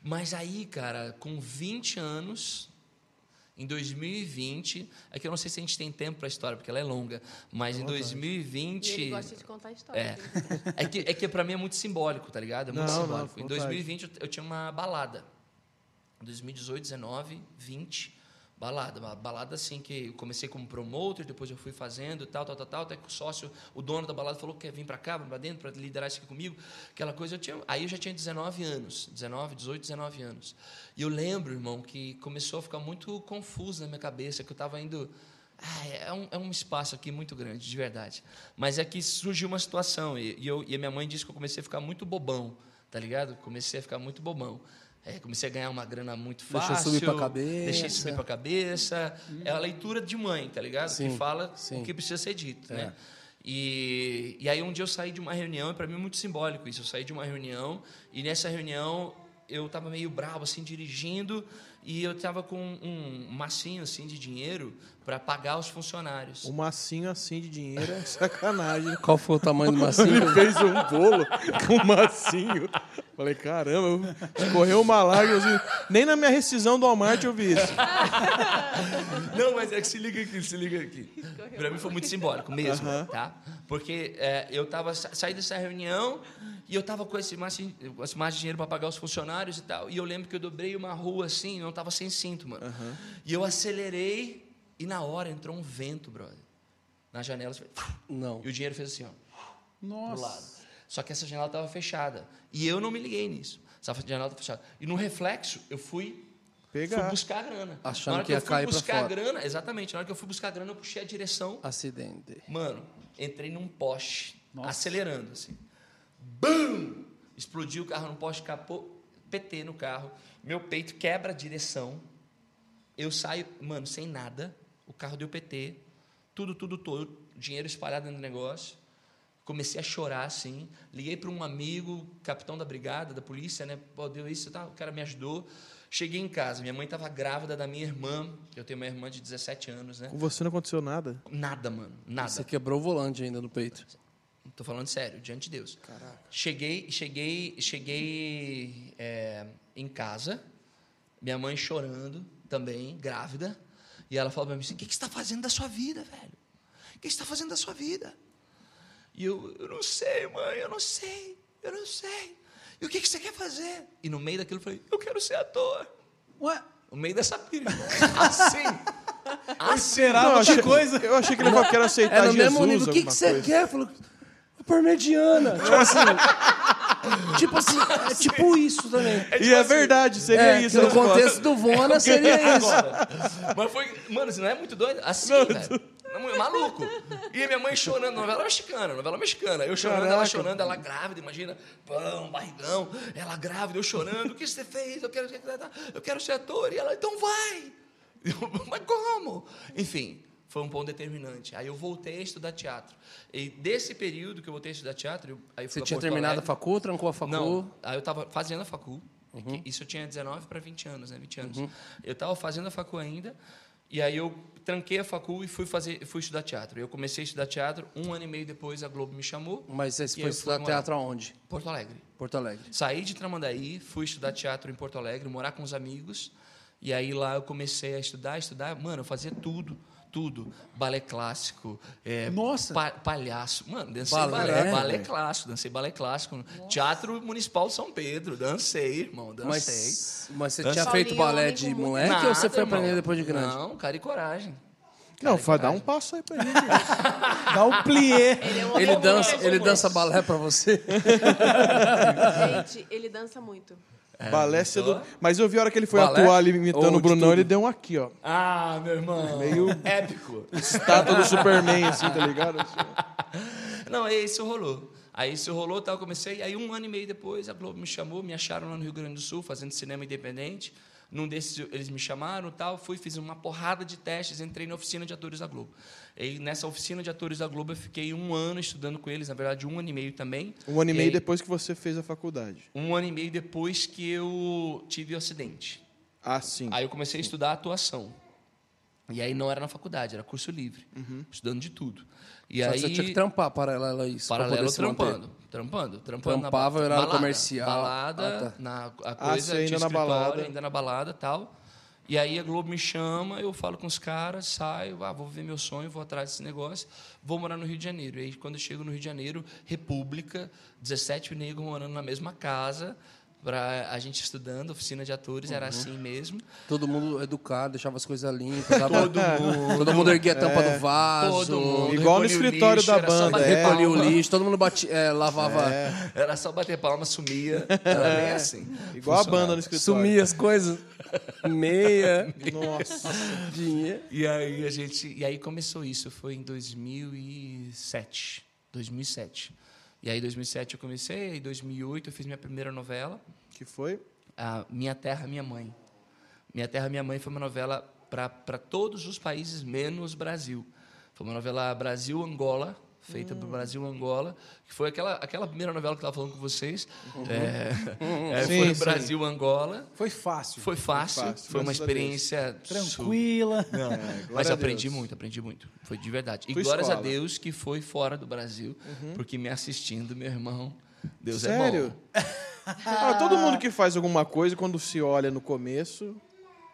S4: Mas aí, cara, com 20 anos, em 2020, é que eu não sei se a gente tem tempo para a história, porque ela é longa, mas em 2020.
S5: E ele gosta de contar história.
S4: É.
S5: gente.
S4: É que, é que pra mim é muito simbólico, tá ligado? É muito
S3: Não, não,
S4: simbólico.
S3: fica à
S4: em
S3: vontade.
S4: 2020 eu, eu tinha uma balada. Em 2018, 19, 20, balada. Uma balada assim que eu comecei como promotor, depois eu fui fazendo tal, tal, tal, tal. Até que o sócio, o dono da balada falou que quer vir pra cá, pra dentro, pra liderar isso aqui comigo. Aquela coisa. Eu tinha, aí eu já tinha 19 anos. 19, 18, 19 anos. E eu lembro, irmão, que começou a ficar muito confuso na minha cabeça, que eu tava indo... Ah, é, um, é um espaço aqui muito grande, de verdade. Mas é que surgiu uma situação, e, e eu, e a minha mãe disse que eu comecei a ficar muito bobão, tá ligado? Comecei a ficar muito bobão. É, comecei a ganhar uma grana muito
S1: Deixou
S4: fácil.
S1: subir pra cabeça.
S4: Deixei subir pra cabeça. É a leitura de mãe, tá ligado?
S1: Sim,
S4: que fala
S1: sim. É.
S4: o que precisa ser dito, né? E, e aí um dia eu saí de uma reunião, e para mim é muito simbólico isso, eu saí de uma reunião, e nessa reunião eu tava meio bravo, assim, dirigindo, e eu tava com um massinho, assim, de dinheiro para pagar os funcionários.
S3: O massinho assim de dinheiro é sacanagem.
S1: Qual foi o tamanho assim? do massinho?
S3: fez um bolo com um massinho. Falei, caramba, escorreu uma lágrima. assim. Nem na minha rescisão do Walmart eu vi isso.
S4: Não, mas é que se liga aqui, se liga aqui. Pra mim foi muito simbólico mesmo, tá? Porque é, eu tava sa- saí dessa reunião e eu tava com esse margem, com esse margem de dinheiro para pagar os funcionários e tal. E eu lembro que eu dobrei uma rua assim, não tava sem cinto, mano. E eu acelerei e na hora entrou um vento, brother. Na janela, assim,
S1: Não.
S4: e o dinheiro fez assim, ó pro lado.
S2: Nossa.
S4: Só que essa janela estava fechada. E eu não me liguei nisso. Essa janela estava fechada. E no reflexo, eu fui,
S3: Pegar.
S4: fui buscar a grana.
S1: Achando
S4: Na hora
S1: que ia
S4: eu fui
S1: cair pra
S4: buscar
S1: fora.
S4: a grana, exatamente. Na hora que eu fui buscar a grana, eu puxei a direção.
S1: Acidente.
S4: Mano, entrei num poste,
S2: Nossa.
S4: acelerando assim. Bum! Explodiu o carro no poste, capô, PT no carro. Meu peito quebra a direção. Eu saio, mano, sem nada. O carro deu PT. Tudo, tudo todo. Dinheiro espalhado no negócio. Comecei a chorar, assim. Liguei para um amigo, capitão da brigada, da polícia, né? Pô, deu isso e tal. O cara me ajudou. Cheguei em casa. Minha mãe estava grávida da minha irmã. Eu tenho uma irmã de 17 anos, né?
S3: Com você não aconteceu nada.
S4: Nada, mano. Nada.
S1: Você quebrou o volante ainda no peito.
S3: Tá
S4: Tô falando sério, diante de Deus. Caraca. Cheguei, cheguei, cheguei é, em casa, minha mãe chorando também, grávida. E ela falou pra mim assim: o que, que você tá fazendo da sua vida, velho? O que você tá fazendo da sua vida? E eu, eu não sei, mãe, eu não sei, eu não sei. E o que, que você quer fazer? E no meio daquilo eu falei: eu quero ser ator.
S2: Ué,
S4: No meio dessa pira. assim. assim.
S2: esperava
S3: eu achei,
S2: outra coisa.
S3: eu achei que ele falou que era aceitar
S1: É no
S3: Jesus.
S1: mesmo nível. O que, que
S3: alguma
S1: você
S3: coisa.
S1: quer? Falou, parmediana. Tipo assim. tipo assim, é tipo isso também.
S3: E é verdade, seria
S1: É,
S3: isso.
S1: que no
S3: a resposta.
S1: contexto do
S4: É
S1: Vona seria isso.
S4: Agora. Mas foi. Mano, você não é muito doido? Assim, velho. Não, é maluco. E a minha mãe chorando, novela mexicana, novela mexicana. Eu chorando, ela
S3: Caraca.
S4: chorando, ela grávida, imagina, pão, barrigão, ela grávida, eu chorando, o que você fez? Eu quero, eu quero ser ator. E ela, então vai! Eu, Mas como? Enfim, foi um ponto determinante. Aí eu voltei a estudar teatro. E desse período que eu voltei a estudar teatro, eu- aí eu fui
S1: Você
S4: pra
S1: tinha
S4: Porto
S1: terminado a
S4: Alegre.
S1: facul, trancou a facul.
S4: Não, aí eu tava fazendo a facul. que Isso eu tinha 19 para 20 anos, né? 20 anos. Eu tava fazendo a facul ainda. E aí eu tranquei a facul e fui fazer, fui estudar teatro. Eu comecei a estudar teatro. Um ano e meio depois a Globo me chamou.
S1: Mas você
S4: E
S1: foi
S4: eu fui
S1: estudar
S4: morar-
S1: teatro aonde?
S4: Porto Alegre.
S1: Porto Alegre.
S4: Saí de Tramandaí, fui estudar teatro em Porto Alegre, morar com os amigos. E aí lá eu comecei a estudar, estudar. Mano, eu fazia tudo, tudo. Balé clássico, é,
S2: Nossa!
S4: pa- palhaço. Mano, dancei
S1: Balé, né,
S4: balé, balé,
S1: velho.
S4: clássico, dancei balé clássico. Teatro Municipal São Pedro, dancei, irmão, dancei.
S1: Mas, mas você
S4: Dancei.
S1: tinha feito
S5: Paulinho,
S1: balé
S5: homem
S1: de
S5: com muito-
S1: moleque
S4: Nada,
S1: ou você foi
S4: irmão.
S1: aprender depois de grande?
S4: Não, cara e coragem.
S3: Não, vai dar um passo aí pra gente.
S2: dá o plié.
S5: Ele é um
S1: Ele
S5: homem
S1: dança,
S5: muito
S1: ele
S5: bom.
S1: dança balé pra você?
S4: É.
S5: Gente, ele dança muito.
S3: Balé cedo. Mas eu vi a hora que ele foi
S1: Balé?
S3: atuar ali imitando
S1: É, Ou
S3: o
S1: de
S3: Brunão,
S1: tudo?
S3: ele deu um aqui, ó.
S4: Ah, meu irmão. Meio épico.
S3: Estátua do Superman, assim, tá ligado?
S4: Não, aí isso rolou. Aí isso rolou, tal, eu comecei. Aí um ano e meio depois, a Globo me chamou, me acharam lá no Rio Grande do Sul, fazendo cinema independente. Num desses, eles me chamaram tal, fui, fiz uma porrada de testes, entrei na oficina de atores da Globo. E nessa oficina de atores da Globo, eu fiquei um ano estudando com eles, na verdade, um ano e meio também.
S3: Um ano e meio
S4: aí-
S3: depois que você fez a faculdade.
S4: Um ano e meio depois que eu tive o acidente.
S3: Ah, sim.
S4: Aí eu comecei a estudar atuação. E aí não era na faculdade, era curso livre,
S3: Uhum.
S4: estudando de tudo. E
S1: Só que
S4: aí
S1: você tinha que trampar paralelo a isso. pra
S4: paralelo
S1: poder se manter.
S4: trampando, trampando, trampando. na
S1: Trampava,
S4: ba-
S1: horário
S4: balada,
S1: comercial.
S4: Balada,
S1: Ah, tá.
S4: na, a
S3: Ah,
S4: coisa,
S3: você ainda
S4: tinha
S3: na
S4: escritório,
S3: balada.
S4: ainda na balada tal. E aí a Globo me chama, eu falo com os caras, saio, ah, vou viver meu sonho, vou atrás desse negócio, vou morar no Rio de Janeiro. E aí quando eu chego no Rio de Janeiro, República, 17 negros morando na mesma casa, pra, a gente estudando, oficina de atores,
S1: Uhum.
S4: era assim mesmo.
S1: Todo mundo educado, deixava as coisas limpas. dava-
S4: Todo mundo. É.
S1: Todo mundo erguia a tampa do vaso.
S4: Todo mundo.
S3: Igual no
S4: recolhia o
S3: escritório
S4: lixo,
S3: da
S4: era só
S3: banda,
S4: bater
S3: é.
S1: Recolhia o
S4: palma.
S1: lixo, todo mundo bati- é, lavava.
S4: Era só bater palma, sumia. Era bem assim.
S3: Igual a banda no
S4: Funcionava.
S3: escritório.
S1: Sumia as coisas. Meia. Nossa. Dinheiro.
S4: E aí a gente, e aí começou isso, foi em 2007, 2007. E aí em 2007 eu comecei, em 2008 eu fiz minha primeira novela,
S3: Que foi?
S4: a Minha Terra, Minha Mãe. Minha Terra, Minha Mãe foi uma novela para todos os países menos Brasil. Foi uma novela Brasil-Angola, feita
S3: Hum.
S4: do Brasil-Angola, que foi aquela, aquela primeira novela que eu estava falando com vocês. É, é,
S3: Uhum. Sim,
S4: foi
S3: sim.
S4: Brasil-Angola.
S2: Foi fácil.
S4: Foi fácil,
S3: fácil,
S4: foi, uma
S3: graças a Deus.
S4: experiência su-
S2: Tranquila.
S4: mas
S3: a
S4: aprendi
S3: Deus.
S4: muito, aprendi muito. Foi de verdade. E
S3: Tua
S4: glórias a
S3: escola. Uhum.
S4: Deus que foi fora do Brasil, porque me assistindo, meu irmão, Deus é
S3: Sério?
S4: bom.
S3: Ah, todo mundo que faz alguma coisa, quando se olha no começo,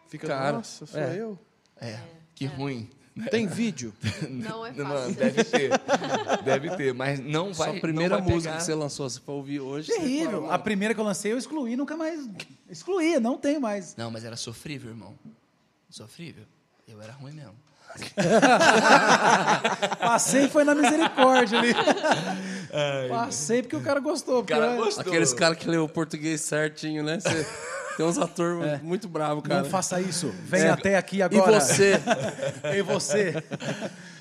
S3: fica,
S1: Cara,
S3: nossa, sou
S1: é.
S3: eu.
S4: É, que ruim.
S3: Tem vídeo?
S5: Não é
S4: Não,
S5: fácil.
S4: deve ter. deve ter, mas não vai
S1: Sua primeira
S4: não vai
S1: música
S4: pegar.
S1: que você lançou, se for ouvir hoje. você fala,
S2: Terrível.
S1: mano,
S2: A primeira que eu lancei eu excluí, nunca mais. Excluí, não tenho mais.
S4: Não, mas era sofrível, irmão. Sofrível. Eu era ruim mesmo.
S2: Passei foi na misericórdia ali. Passei porque o cara gostou.
S4: O cara
S2: porque-
S4: gostou.
S1: Aqueles caras que lê o português certinho, né? Você- tem uns atores muito bravos, cara.
S2: Não faça isso. Vem
S1: É.
S2: até aqui
S1: E
S2: agora.
S1: você?
S2: E você?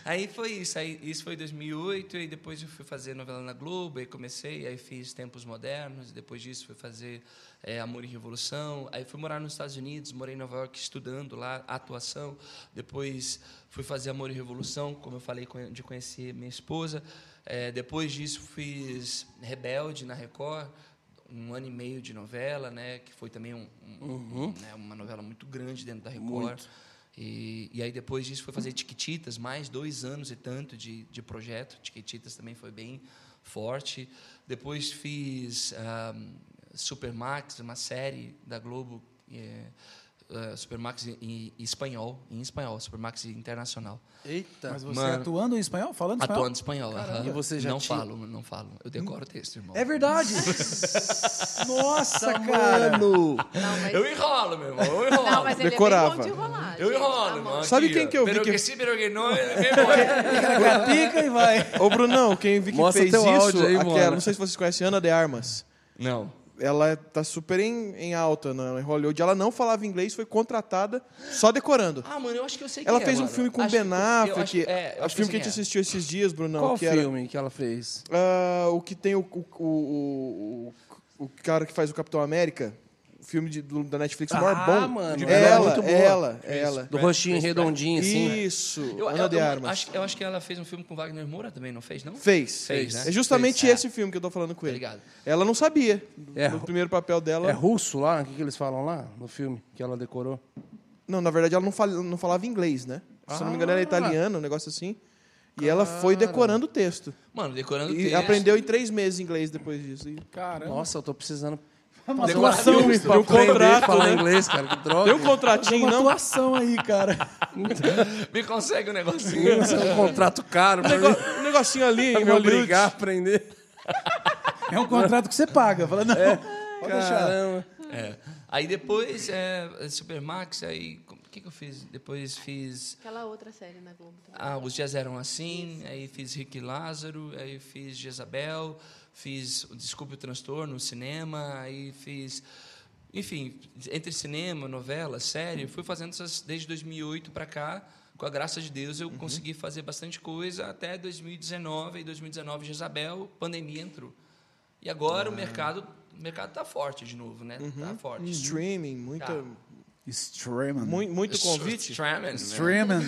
S4: Aí foi isso, aí isso foi em 2008, e depois eu fui fazer novela na Globo, aí comecei, aí fiz Tempos Modernos, e depois disso fui fazer eh, Amor e Revolução, aí fui morar nos Estados Unidos, morei em Nova York estudando lá atuação, depois fui fazer Amor e Revolução, como eu falei, conhe- de conhecer minha esposa, Eh, depois disso fiz Rebelde na Record, um ano e meio de novela, né? Que foi também um, um-
S1: Uhum.
S4: um, né, uma novela muito grande dentro da Record. E, e aí depois disso foi fazer Tiquititas, mais dois anos e tanto de, de projeto. Tiquititas também foi bem forte. Depois fiz ah, Supermax, uma série da Globo. eh, ah, Supermax em, em espanhol, em espanhol, Supermax internacional.
S1: Eita.
S2: Mas você
S4: Mano.
S2: atuando em espanhol? Falando em espanhol?
S4: Atuando espanhol. aham.
S1: Ah, E você já
S4: não
S1: tinha-
S4: falo, não falo. Eu decoro o texto, irmão.
S2: É verdade. Nossa, cara.
S5: Não, mas,
S4: Eu enrolo, meu irmão. Eu enrolo.
S5: não, mas ele
S3: Decorava.
S5: é bem bom de enrolar.
S4: Eu
S5: gente,
S4: enrolo,
S5: na mão.
S4: mano.
S3: Sabe quem que eu vi que-
S4: Perogueci, peroguenô, ele vem embora.
S2: Pega a pica e vai.
S3: Ô, Brunão, quem vi que
S1: Mostra
S3: fez
S1: teu
S3: isso,
S1: áudio aí,
S3: aquela,
S1: mano.
S3: não sei se vocês conhecem, Ana de Armas.
S4: Não.
S3: Ela tá super em, em alta na em Hollywood. Ela não falava inglês, foi contratada só decorando.
S4: Ah, mano, eu acho que eu sei
S3: Ela
S4: quem é,
S3: fez um
S4: mano.
S3: filme com o
S4: Acho-
S3: Ben Affleck.
S4: eu acho- é,
S3: o
S4: eu acho eu
S3: filme
S4: sei
S3: que a gente
S4: quem é.
S3: assistiu esses dias, Brunão.
S1: Qual
S3: que era
S1: filme que ela fez?
S3: Ah, o que tem o, o, o, o, o cara que faz o Capitão América, o filme de- do- da Netflix maior
S1: Ah,
S3: bom.
S1: mano.
S3: de
S1: É
S3: verdade,
S1: muito
S3: ela,
S1: boa.
S3: ela, é ela.
S1: Do rostinho redondinho, assim. né?
S3: Isso,
S4: Eu,
S3: Ana
S4: eu-
S3: de
S4: eu-
S3: Armas.
S4: Acho, eu acho que ela fez um filme com Wagner Moura também, não fez, não?
S3: Fez.
S4: Fez, né?
S3: É justamente
S4: Fez, é.
S3: esse filme que eu tô falando com
S4: Tá
S3: ele.
S4: ligado?
S3: Ela não sabia.
S1: É,
S3: No primeiro papel dela.
S1: É russo lá? O que, que eles falam lá no filme que ela decorou?
S3: Não, na verdade ela não, fala- não falava inglês, né? Se eu não me engano, ela é italiana, um negócio assim. E ela foi decorando o texto.
S4: Mano, decorando o
S3: E
S4: texto.
S3: aprendeu em três meses inglês depois disso. E...
S2: Caramba.
S1: Nossa, eu tô precisando
S2: É Uma
S1: decorar
S2: atuação, É
S1: filme pra
S3: deu
S1: aprender a
S3: contrato,
S1: falar
S3: né?
S1: inglês, cara. Que droga.
S3: Deu um contratinho,
S2: uma
S3: não?
S2: atuação aí, cara.
S4: Me consegue um negocinho.
S1: Isso é um contrato caro pra mim.
S3: Nego- Um negocinho ali em
S1: Pra me
S3: Hollywood.
S1: obrigar a aprender.
S2: É um contrato que você paga. Fala, não, pode deixar.
S1: Caramba.
S4: É. Aí depois, é, Supermax, aí... O que que eu fiz? Depois fiz...
S5: Aquela outra série na Globo também.
S4: Ah, os dias eram assim, aí fiz Rick e Lázaro, aí fiz Jezabel, fiz o Desculpe o Transtorno, o cinema, aí fiz. Enfim, entre cinema, novela, série, fui fazendo essas desde 2008 para cá. Com a graça de Deus, eu consegui fazer bastante coisa até 2019. E 2019, Jezabel, pandemia entrou. E agora o mercado o mercado tá forte de novo, né? Tá forte.
S3: Streaming, muita.
S4: Tá.
S2: Streaming.
S3: Mui- Muito convite.
S4: Stramen, né?
S2: Streaming.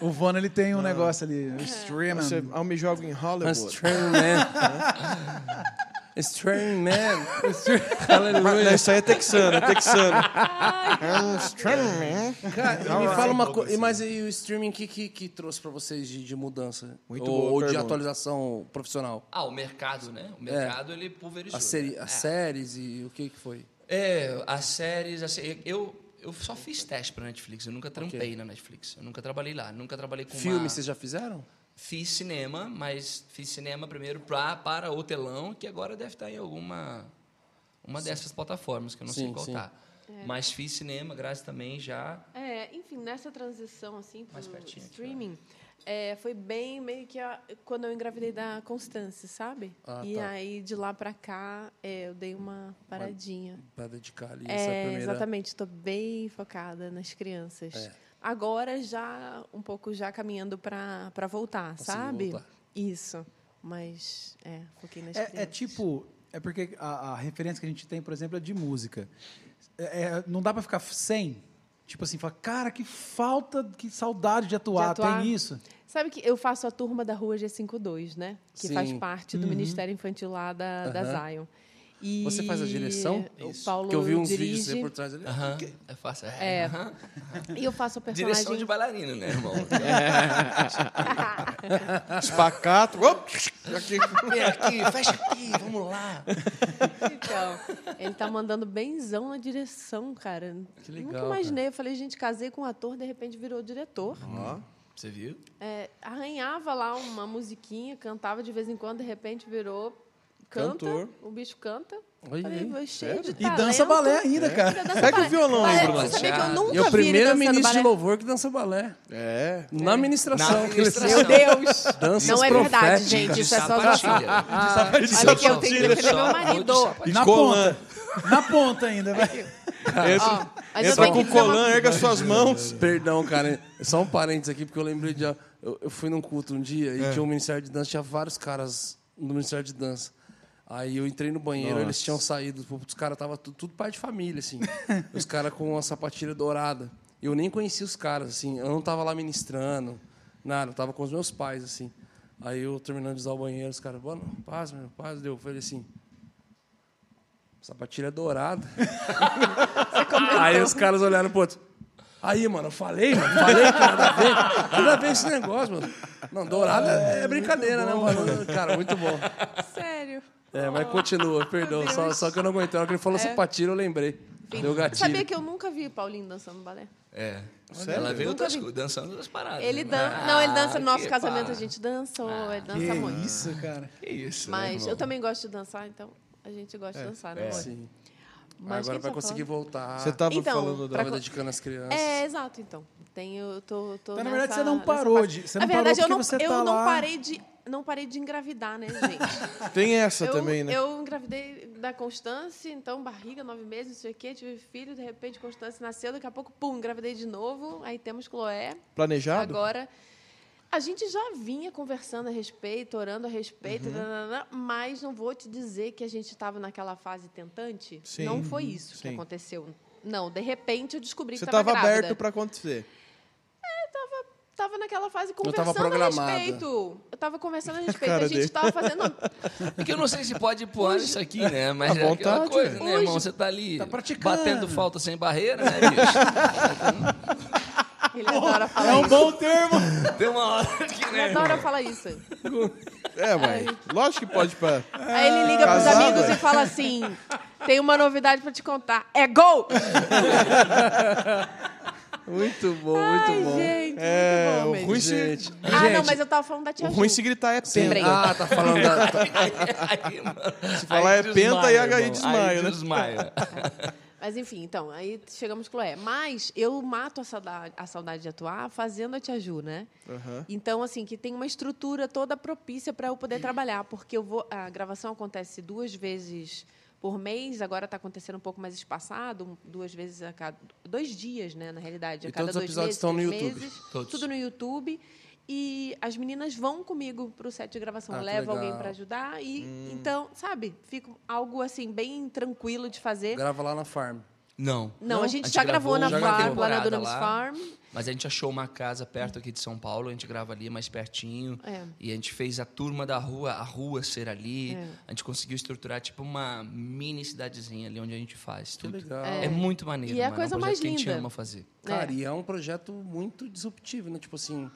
S2: O Vono, ele tem um negócio ali. o Streaming.
S3: Você me joga em
S1: Tá
S3: Hollywood.
S2: tipo,
S1: Strange Man. Strange Man.
S3: Não,
S1: Aleluia.
S3: isso aí é texano, é texano.
S1: Cara, e me fala uma coisa. Mas e o streaming, o que, que, que trouxe pra vocês de, de mudança?
S3: Muito
S1: ou
S3: boa
S1: ou de
S3: pergunta.
S1: atualização profissional?
S4: Ah, o mercado, né? O mercado, ele pulverizou.
S1: As, séri-
S4: né?
S1: as
S4: É.
S1: séries e o que, que foi?
S4: É, as séries, assim, eu, eu só fiz teste pra Netflix, eu nunca trampei na Netflix, eu nunca trabalhei lá, nunca trabalhei com
S1: Filme,
S4: uma-
S1: vocês já fizeram?
S4: Fiz cinema, mas fiz cinema primeiro pra, para o telão, que agora deve estar em alguma uma dessas plataformas, que eu não
S1: Sim,
S4: sei qual
S1: sim.
S4: tá. Mas fiz cinema, graças também já.
S5: É, enfim, nessa transição assim pro
S4: Mais pertinho aqui,
S5: streaming, é, foi bem meio que a- quando eu engravidei da Constance, sabe?
S1: Ah,
S5: e
S1: tá.
S5: aí de lá pra cá é, eu dei uma paradinha.
S1: Pra dedicar ali essa
S5: É,
S1: primeira...
S5: exatamente, estou bem focada nas crianças.
S1: É.
S5: Agora já um pouco já caminhando pra pra voltar,
S1: Conseguiu
S5: sabe?
S1: voltar.
S5: Isso. Mas é, foquei nas crianças.
S2: É, é tipo. É porque a, a referência que a gente tem, por exemplo, é de música. É- é, não dá pra ficar sem. Tipo assim, falar, cara, que falta, que saudade de atuar.
S5: atuar.
S2: Tem isso?
S5: Sabe que eu faço a turma da Rua G52, né? Que
S1: Sim.
S5: faz parte
S2: Uhum.
S5: do Ministério Infantil lá da, da
S1: Aham.
S5: Zion. E
S1: Você faz a direção?
S5: O Paulo
S1: que eu vi uns
S5: dirige.
S1: vídeos aí por trás ali.
S4: Aham, é fácil. É.
S5: É.
S4: aham.
S5: E eu faço o personagem.
S4: Direção de bailarina, né, irmão?
S3: Espacato. Op! Aqui.
S4: Vem aqui, fecha aqui, vamos lá.
S5: Então, ele tá mandando benzão na direção, cara.
S1: Que legal,
S5: Nunca imaginei. Eu falei, gente, casei com um ator, de repente virou diretor.
S3: Ó,
S4: Você viu?
S5: É, arranhava lá uma musiquinha, cantava de vez em quando, de repente virou. Canta,
S3: Cantor.
S5: o bicho canta.
S1: Olha aí,
S5: Falei, "Vai cheio de
S2: E
S5: talento.
S2: dança balé ainda,
S5: É.
S2: cara.
S5: Dança
S3: Pega o
S5: balé.
S3: violão aí,
S5: Balé,
S3: Bruno.
S5: Você sabia que eu
S4: Chato.
S5: nunca
S1: E é o
S5: vi ele
S1: primeiro
S5: dançando
S1: ministro de
S5: balé?
S1: louvor que dança balé.
S3: É.
S1: Na administração.
S4: Na
S1: que eles-
S4: administração.
S5: Meu Deus!
S1: Danças
S5: não é verdade,
S1: proféticas.
S5: gente. Isso é só
S4: Sapatilha.
S5: Ah, Olha que eu tenho que defender meu marido.
S2: E na
S3: Colan.
S2: ponta. Na ponta ainda, vai.
S5: Ó,
S3: Entra,
S5: mas eu
S3: entra
S5: tenho que é
S3: com
S5: dizer uma-
S3: colã, erga suas mãos.
S1: Perdão, cara. Só um parênteses aqui, porque eu lembrei de. Eu, eu fui num culto um dia e tinha um ministério de dança, tinha vários caras no ministério de dança. Aí eu entrei no banheiro, eles tinham saído, os caras tava tudo, tudo pai de família, assim. os caras com uma sapatilha dourada. Eu nem conhecia os caras, assim, eu não tava lá ministrando, nada, eu tava com os meus pais, assim. Aí eu terminando de usar o banheiro, os caras, mano, paz, meu, paz, deu. Eu falei assim. Sapatilha dourada. Aí os caras olharam pro outro. Aí, mano, eu falei, mano, falei que nada a ver. Nada a ver esse negócio, mano. Não, dourado é, é brincadeira, né, mano? Cara, muito bom.
S5: Sério.
S1: É, mas continua, perdão. Só,
S5: Deus.
S1: só que eu não aguentei. Na hora que ele falou sapatilha, eu lembrei. Deu gatilho.
S5: Sabia que É. eu nunca vi Paulinho dançando balé?
S4: É. Ela veio
S5: Nunca
S4: outras
S5: vi.
S4: coisas, dançando outras paradas.
S5: Ele
S4: né?
S5: dança. não, ele dança no
S4: Ah,
S5: nosso
S4: que
S5: casamento,
S4: pá.
S5: a gente dançou, ele dança muito.
S2: Que isso, cara.
S4: Que isso, né,
S5: Mas
S4: irmão?
S5: eu também gosto de dançar, então a gente gosta de dançar, né? amor?
S1: Sim.
S5: Mas
S1: É. Agora
S5: quem
S1: vai
S5: tá
S1: conseguir
S5: falando?
S1: voltar.
S3: Você tava
S5: Então,
S3: falando da.
S5: pra-
S1: Tava dedicando as crianças.
S5: É, exato, então. Tem, eu tô, tô
S2: Mas, na verdade,
S5: nessa-
S2: você não
S5: nessa
S2: parou
S5: fase.
S2: de- você
S5: na
S2: não parou
S5: verdade, eu
S2: porque
S5: não,
S2: você
S5: eu
S2: tá
S5: não
S2: lá.
S5: parei de. Não parei de engravidar, né, gente?
S3: Tem essa
S5: eu,
S3: também, né?
S5: eu engravidei da Constância, então barriga, nove meses, não sei o quê, tive filho, de repente Constância nasceu, daqui a pouco, pum, engravidei de novo, aí temos Cloé.
S3: Planejado?
S5: Agora, a gente já vinha conversando a respeito, orando a respeito,
S3: Uhum.
S5: nananã, mas não vou te dizer que a gente estava naquela fase tentante.
S3: Sim.
S5: Não foi isso que
S3: Sim.
S5: aconteceu. Não, de repente eu descobri
S3: Você
S5: que estava
S3: tava
S5: grávida.
S3: aberto pra acontecer.
S5: Tava naquela fase
S1: tava
S5: conversando a
S1: programada.
S5: respeito. Eu tava conversando a respeito.
S3: cara
S5: a gente
S3: dele.
S5: estava fazendo... não,
S4: É que eu não sei se pode ir pro ano isso aqui, né? Mas
S3: À
S4: é aquela
S3: vontade,
S4: coisa,
S5: velho.
S4: né, irmão?
S5: Hoje-
S4: Você tá ali
S2: Tá praticando.
S4: batendo falta sem barreira, né, bicho?
S5: Ele adora
S2: É
S5: falar
S2: um
S5: isso.
S2: bom termo.
S4: Tem uma hora que,
S5: Ele
S4: né?
S5: adora falar isso.
S3: É, ué. Lógico que pode pra.
S5: Aí ele liga pros
S3: Casado,
S5: amigos
S3: é?
S5: e fala assim... Tem uma novidade pra te contar. É gol!
S1: Muito bom,
S5: Ai,
S1: muito bom.
S5: gente,
S3: É,
S5: muito bom
S3: o
S5: mesmo.
S3: ruim se-
S1: Gente,
S5: Ah, não, mas eu tava falando da
S3: O
S5: tia
S3: ruim
S5: Ju.
S3: se gritar é
S1: Sim.
S3: pena.
S1: Ah, tá falando da. tá-
S4: Aí, mano, se
S3: falar é penta, aí a- aí desmaia, né?
S4: desmaia.
S5: Mas enfim, então, aí chegamos com Cloé. Mas eu mato a saudade, a saudade de atuar fazendo a Tia Ju, né?
S3: Aham.
S5: Então, assim, que tem uma estrutura toda propícia para eu poder trabalhar, porque eu vou, a gravação acontece duas vezes por mês, agora está acontecendo um pouco mais espaçado, um- duas vezes a cada. dois dias, né, na realidade. A
S1: E
S5: cada
S1: todos os episódios
S5: dois meses,
S1: estão no
S5: três
S1: YouTube?
S5: meses,
S4: Todos.
S5: Tudo no YouTube. E as meninas vão comigo para o set de gravação,
S1: Ah, que
S5: levam alguém
S1: legal. Hum.
S5: para ajudar. E então, sabe, fico algo assim, bem tranquilo de fazer.
S1: Grava lá na farm.
S4: Não.
S5: Não, a gente já gravou na
S4: uma
S5: Farm, lá na
S4: temporada
S5: Dunamis
S4: lá,
S5: Farm.
S4: Mas a gente achou uma casa perto aqui de São Paulo, a gente grava ali mais pertinho.
S5: É.
S4: E a gente fez a turma da rua, a rua ser ali.
S5: É.
S4: A gente conseguiu estruturar tipo uma mini cidadezinha ali onde a gente faz tudo.
S1: legal.
S4: É muito maneiro,
S5: E é a
S4: mano.
S5: coisa
S4: um projeto
S5: mais
S4: que a gente
S5: linda.
S4: ama fazer.
S1: Cara, e é um projeto muito disruptivo, né? Tipo assim,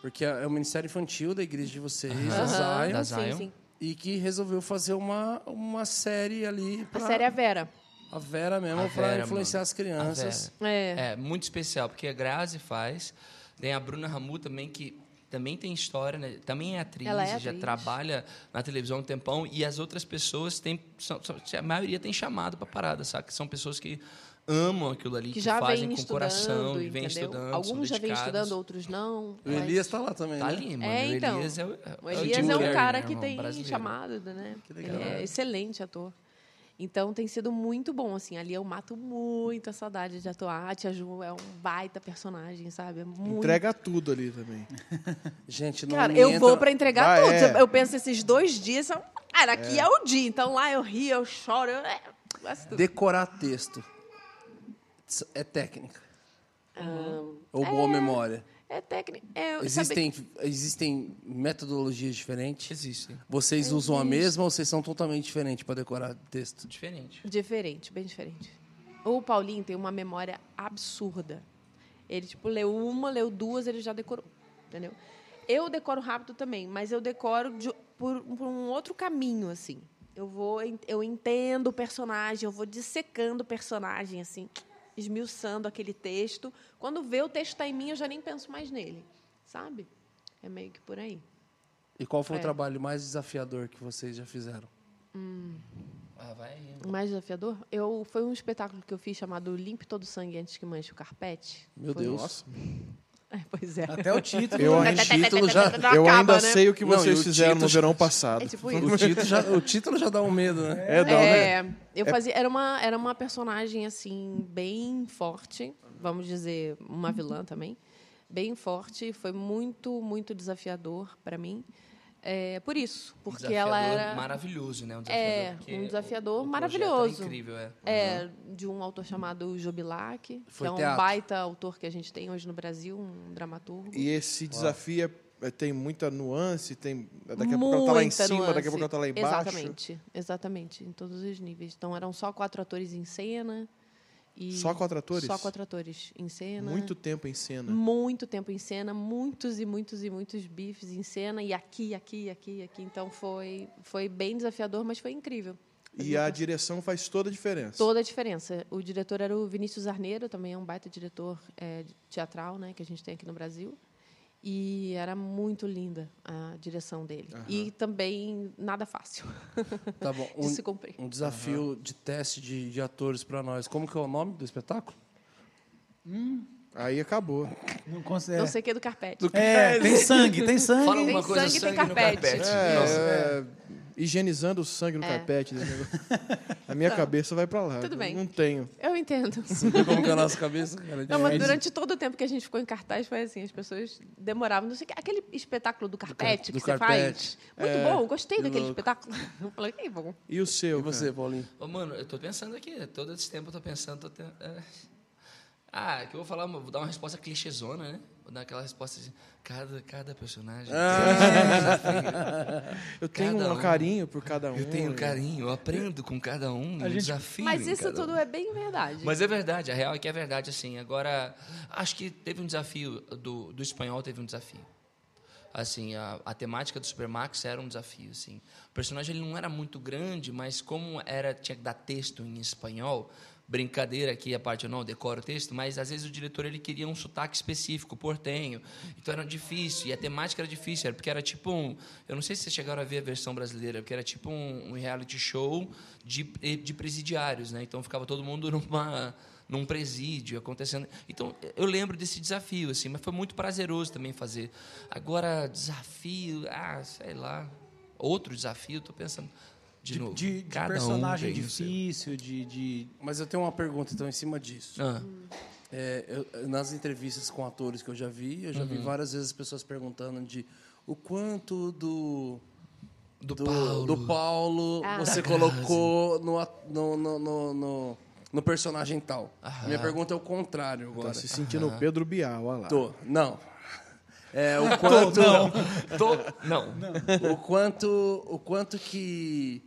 S1: porque é o Ministério Infantil da igreja de vocês, da
S5: Aham,
S1: Zion,
S4: Da
S5: Sim,
S4: Zion.
S5: sim.
S1: e que resolveu fazer uma, uma série ali
S5: A
S1: pra
S5: série é a Vera.
S1: a Vera mesmo,
S4: A
S1: pra
S4: Vera,
S1: influenciar
S4: mano.
S1: as crianças.
S4: A Vera.
S5: É.
S4: É. muito especial, porque a Grazi faz, tem a Bruna Ramu também, que também tem história, né? também é atriz,
S5: Ela é
S4: já
S5: atriz.
S4: trabalha na televisão há um tempão, e as outras pessoas têm, são- são- a maioria tem chamado pra parada, saca? São pessoas que amam aquilo ali,
S5: Que,
S4: que,
S5: já
S4: fazem
S5: vem
S4: com
S5: estudando,
S4: coração, e
S5: entendeu?
S4: vêm estudando, são
S5: Alguns já vêm
S4: dedicados.
S5: estudando, outros não.
S1: O
S5: mas-
S1: Elias tá lá também,
S4: Tá
S1: né?
S4: ali, mano.
S5: É, então.
S4: O Elias é, o- é
S5: O
S4: o
S5: Elias
S4: Jim
S5: é um
S4: Carrey,
S5: cara
S4: né,
S5: que
S4: irmão?
S5: tem
S4: Brasileiro.
S5: chamado, né?
S1: legal.
S5: Ele é excelente ator. Então tem sido muito bom, assim. Ali eu mato muito a saudade de atuar. A Tia Ju é um baita personagem, sabe? É muito.
S3: Entrega tudo ali também.
S1: Gente, não
S5: Cara,
S1: me
S5: eu
S1: entra-
S5: vou pra entregar
S3: Vai,
S5: todos.
S3: é.
S5: Eu penso esses dois dias. são- Cara, aqui é. o dia. Então lá eu rio, eu choro. Eu... é, faço tudo.
S1: Decorar texto. Tss, É técnica. Ou boa memória.
S5: É técnica. É, sabe-
S1: Existem, existem metodologias diferentes?
S4: Existe.
S1: Vocês usam a mesma ou vocês são totalmente diferentes para decorar texto?
S4: Diferente.
S5: Diferente, bem diferente. O Paulinho tem uma memória absurda. Ele, tipo, leu uma, leu duas, ele já decorou. Entendeu? Eu decoro rápido também, mas eu decoro de- por, por um outro caminho, assim. Eu vou, en- eu entendo o personagem, eu vou dissecando o personagem, assim, esmiuçando aquele texto. Quando vê o texto tá em mim, eu já nem penso mais nele, sabe? É meio que por aí.
S1: E qual foi o
S5: É.
S1: trabalho mais desafiador que vocês já fizeram?
S4: Ah, vai aí.
S5: Mais desafiador? Eu, foi um espetáculo que eu fiz chamado Limpe Todo o Sangue Antes que Manche o Carpete.
S1: Meu
S5: Foi
S1: Deus.
S5: É, pois é.
S2: Até o título.
S3: Eu,
S1: O
S3: ainda-
S1: título já,
S3: eu ainda
S5: acaba, né?
S3: sei o que
S1: Não,
S3: vocês
S1: e o
S3: fizeram no
S1: Tito-
S3: verão passado.
S5: É tipo
S1: o,
S5: isso.
S1: título já, o título já dá um medo, né?
S3: É, não, né?
S5: É, eu fazia, era uma era uma personagem assim bem forte, vamos dizer, uma vilã também, bem forte, foi muito muito desafiador para mim. É, por isso, porque
S4: um
S5: ela
S4: Desafiador
S5: era
S4: maravilhoso, né? Um
S5: É,
S4: desafiador, porque
S5: um
S4: o- o
S5: desafiador
S4: projeto é
S5: maravilhoso.
S4: incrível, é.
S5: É, de um autor chamado Jobilac, que
S1: Foi
S5: é um
S1: teatro.
S5: baita autor que a gente tem hoje no Brasil, um dramaturgo.
S3: E esse desafio é- é- tem muita nuance, tem daqui a pouco ela tá lá em
S5: Muita
S3: cima, daqui
S5: nuance.
S3: a pouco ela tá lá embaixo.
S5: Exatamente, exatamente, em todos os níveis. Então eram só quatro atores em cena. E
S3: Só quatro atores?
S5: Só quatro né? atores em cena.
S3: Muito né? tempo em cena.
S5: Muito tempo em cena, muitos e muitos e muitos bifes em cena, e aqui, aqui, aqui, aqui. Então foi, foi bem desafiador, mas foi incrível.
S3: E a direção faz toda a diferença.
S5: Toda a diferença. O diretor era o Vinícius Arneiro, também é um baita diretor eh, teatral, né, que a gente tem aqui no Brasil. E era muito linda a direção dele. E também nada fácil
S3: É.
S1: Tá bom.
S5: de se
S1: Um,
S5: cumprir.
S1: um desafio de teste de, de atores para nós. Como que é o nome do espetáculo?
S3: Aí acabou.
S2: Não
S1: É.
S2: consegue.
S5: Não sei o que é do carpete.
S2: É, tem sangue, tem sangue.
S4: Fala
S5: Tem
S4: alguma coisa,
S5: sangue,
S4: sangue,
S5: tem
S4: no
S5: carpete.
S4: carpete.
S3: É,
S4: Nossa.
S3: é, higienizando o sangue no carpete. desse negócio. A minha cabeça vai pra lá.
S5: É. Tudo
S3: Eu
S5: bem.
S3: Não tenho.
S5: Eu entendo.
S1: Como que é a nossa cabeça? cara? é
S5: Não, mas durante todo o tempo que a gente ficou em cartaz, foi assim, as pessoas demoravam. Não sei o que. Aquele espetáculo do carpete
S1: do
S5: que você
S1: carpete.
S5: faz. Muito bom, gostei
S1: que
S5: daquele
S1: louco.
S5: espetáculo. Eu falei, que bom.
S3: E o seu?
S1: E você,
S3: cara?
S1: Paulinho?
S4: Ô, mano, eu tô pensando aqui, todo esse tempo eu tô pensando, tô ten- é. Ah, que eu vou falar, uma- vou dar uma resposta clichêzona, né? Vou dar aquela resposta assim, cada, cada personagem.
S3: Eu tenho
S4: Cada
S3: um
S4: um.
S3: carinho por cada um.
S4: Eu tenho carinho, eu aprendo com cada um, um desafio.
S5: Mas
S4: em
S5: isso
S4: cada
S5: tudo
S4: um.
S5: é bem verdade.
S4: Mas é verdade, a real é que é verdade, assim. Agora, acho que teve um desafio, do, do espanhol teve um desafio. Assim, a, a temática do Supermax era um desafio, assim. O personagem ele não era muito grande, mas como era tinha que dar texto em espanhol, brincadeira aqui a parte eu não decoro o texto, mas às vezes o diretor ele queria um sotaque específico, portenho. Então era difícil, e a temática era difícil, era porque era tipo um, eu não sei se vocês chegaram a ver a versão brasileira, porque era tipo um, um reality show de, de presidiários, né? Então ficava todo mundo numa num presídio acontecendo. Então, eu lembro desse desafio, assim, mas foi muito prazeroso também fazer. Agora, desafio, ah, sei lá. Outro desafio, tô pensando. De, novo.
S2: de, de
S4: Cada um
S2: personagem
S4: tem o seu.
S2: difícil, de, de-
S1: Mas eu tenho uma pergunta, então, em cima disso.
S4: Ah,
S1: É, eu- nas entrevistas com atores que eu já vi, eu já
S3: Uhum.
S1: vi várias vezes as pessoas perguntando de o quanto do
S4: do,
S1: do,
S4: Paulo.
S1: do Paulo você colocou no, a- no, no, no, no- no personagem tal.
S4: Aham. Então
S1: Minha pergunta é o contrário agora.
S3: Tá se sentindo o Pedro Bial, olha lá.
S1: Tô. Não. É, o quanto,
S4: Tô... Não.
S1: o quanto o quanto que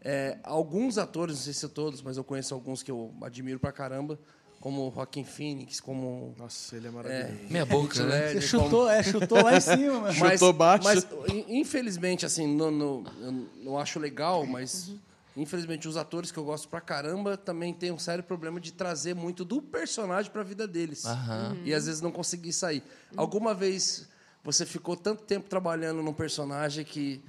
S1: é, alguns atores, não sei se todos, mas eu conheço alguns que eu admiro pra caramba, como o Joaquin Phoenix, como
S3: Nossa, ele é maravilhoso.
S4: Meia boca,
S1: Heath
S4: né?
S1: Ledger,
S2: Você
S1: como-
S2: chutou, é, chutou lá em cima, mano.
S1: Mas-
S3: Chutou baixo.
S1: Mas, in- infelizmente, assim, não, não, eu não acho legal, mas infelizmente os atores que eu gosto pra caramba também têm um sério problema de trazer muito do personagem pra vida deles. Uhum.
S4: Aham.
S1: E às vezes não conseguir sair. Alguma vez você ficou tanto tempo trabalhando num personagem que.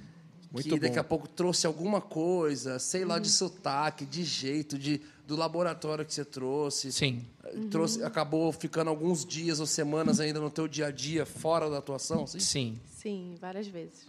S3: Muito
S1: que daqui
S3: bom.
S1: a pouco trouxe alguma coisa, sei lá, de sotaque, de jeito, de, do laboratório que você trouxe
S4: Sim.
S1: trouxe, acabou ficando alguns dias ou semanas ainda no teu dia a dia fora da atuação? assim?
S4: Sim.
S5: Sim, várias vezes.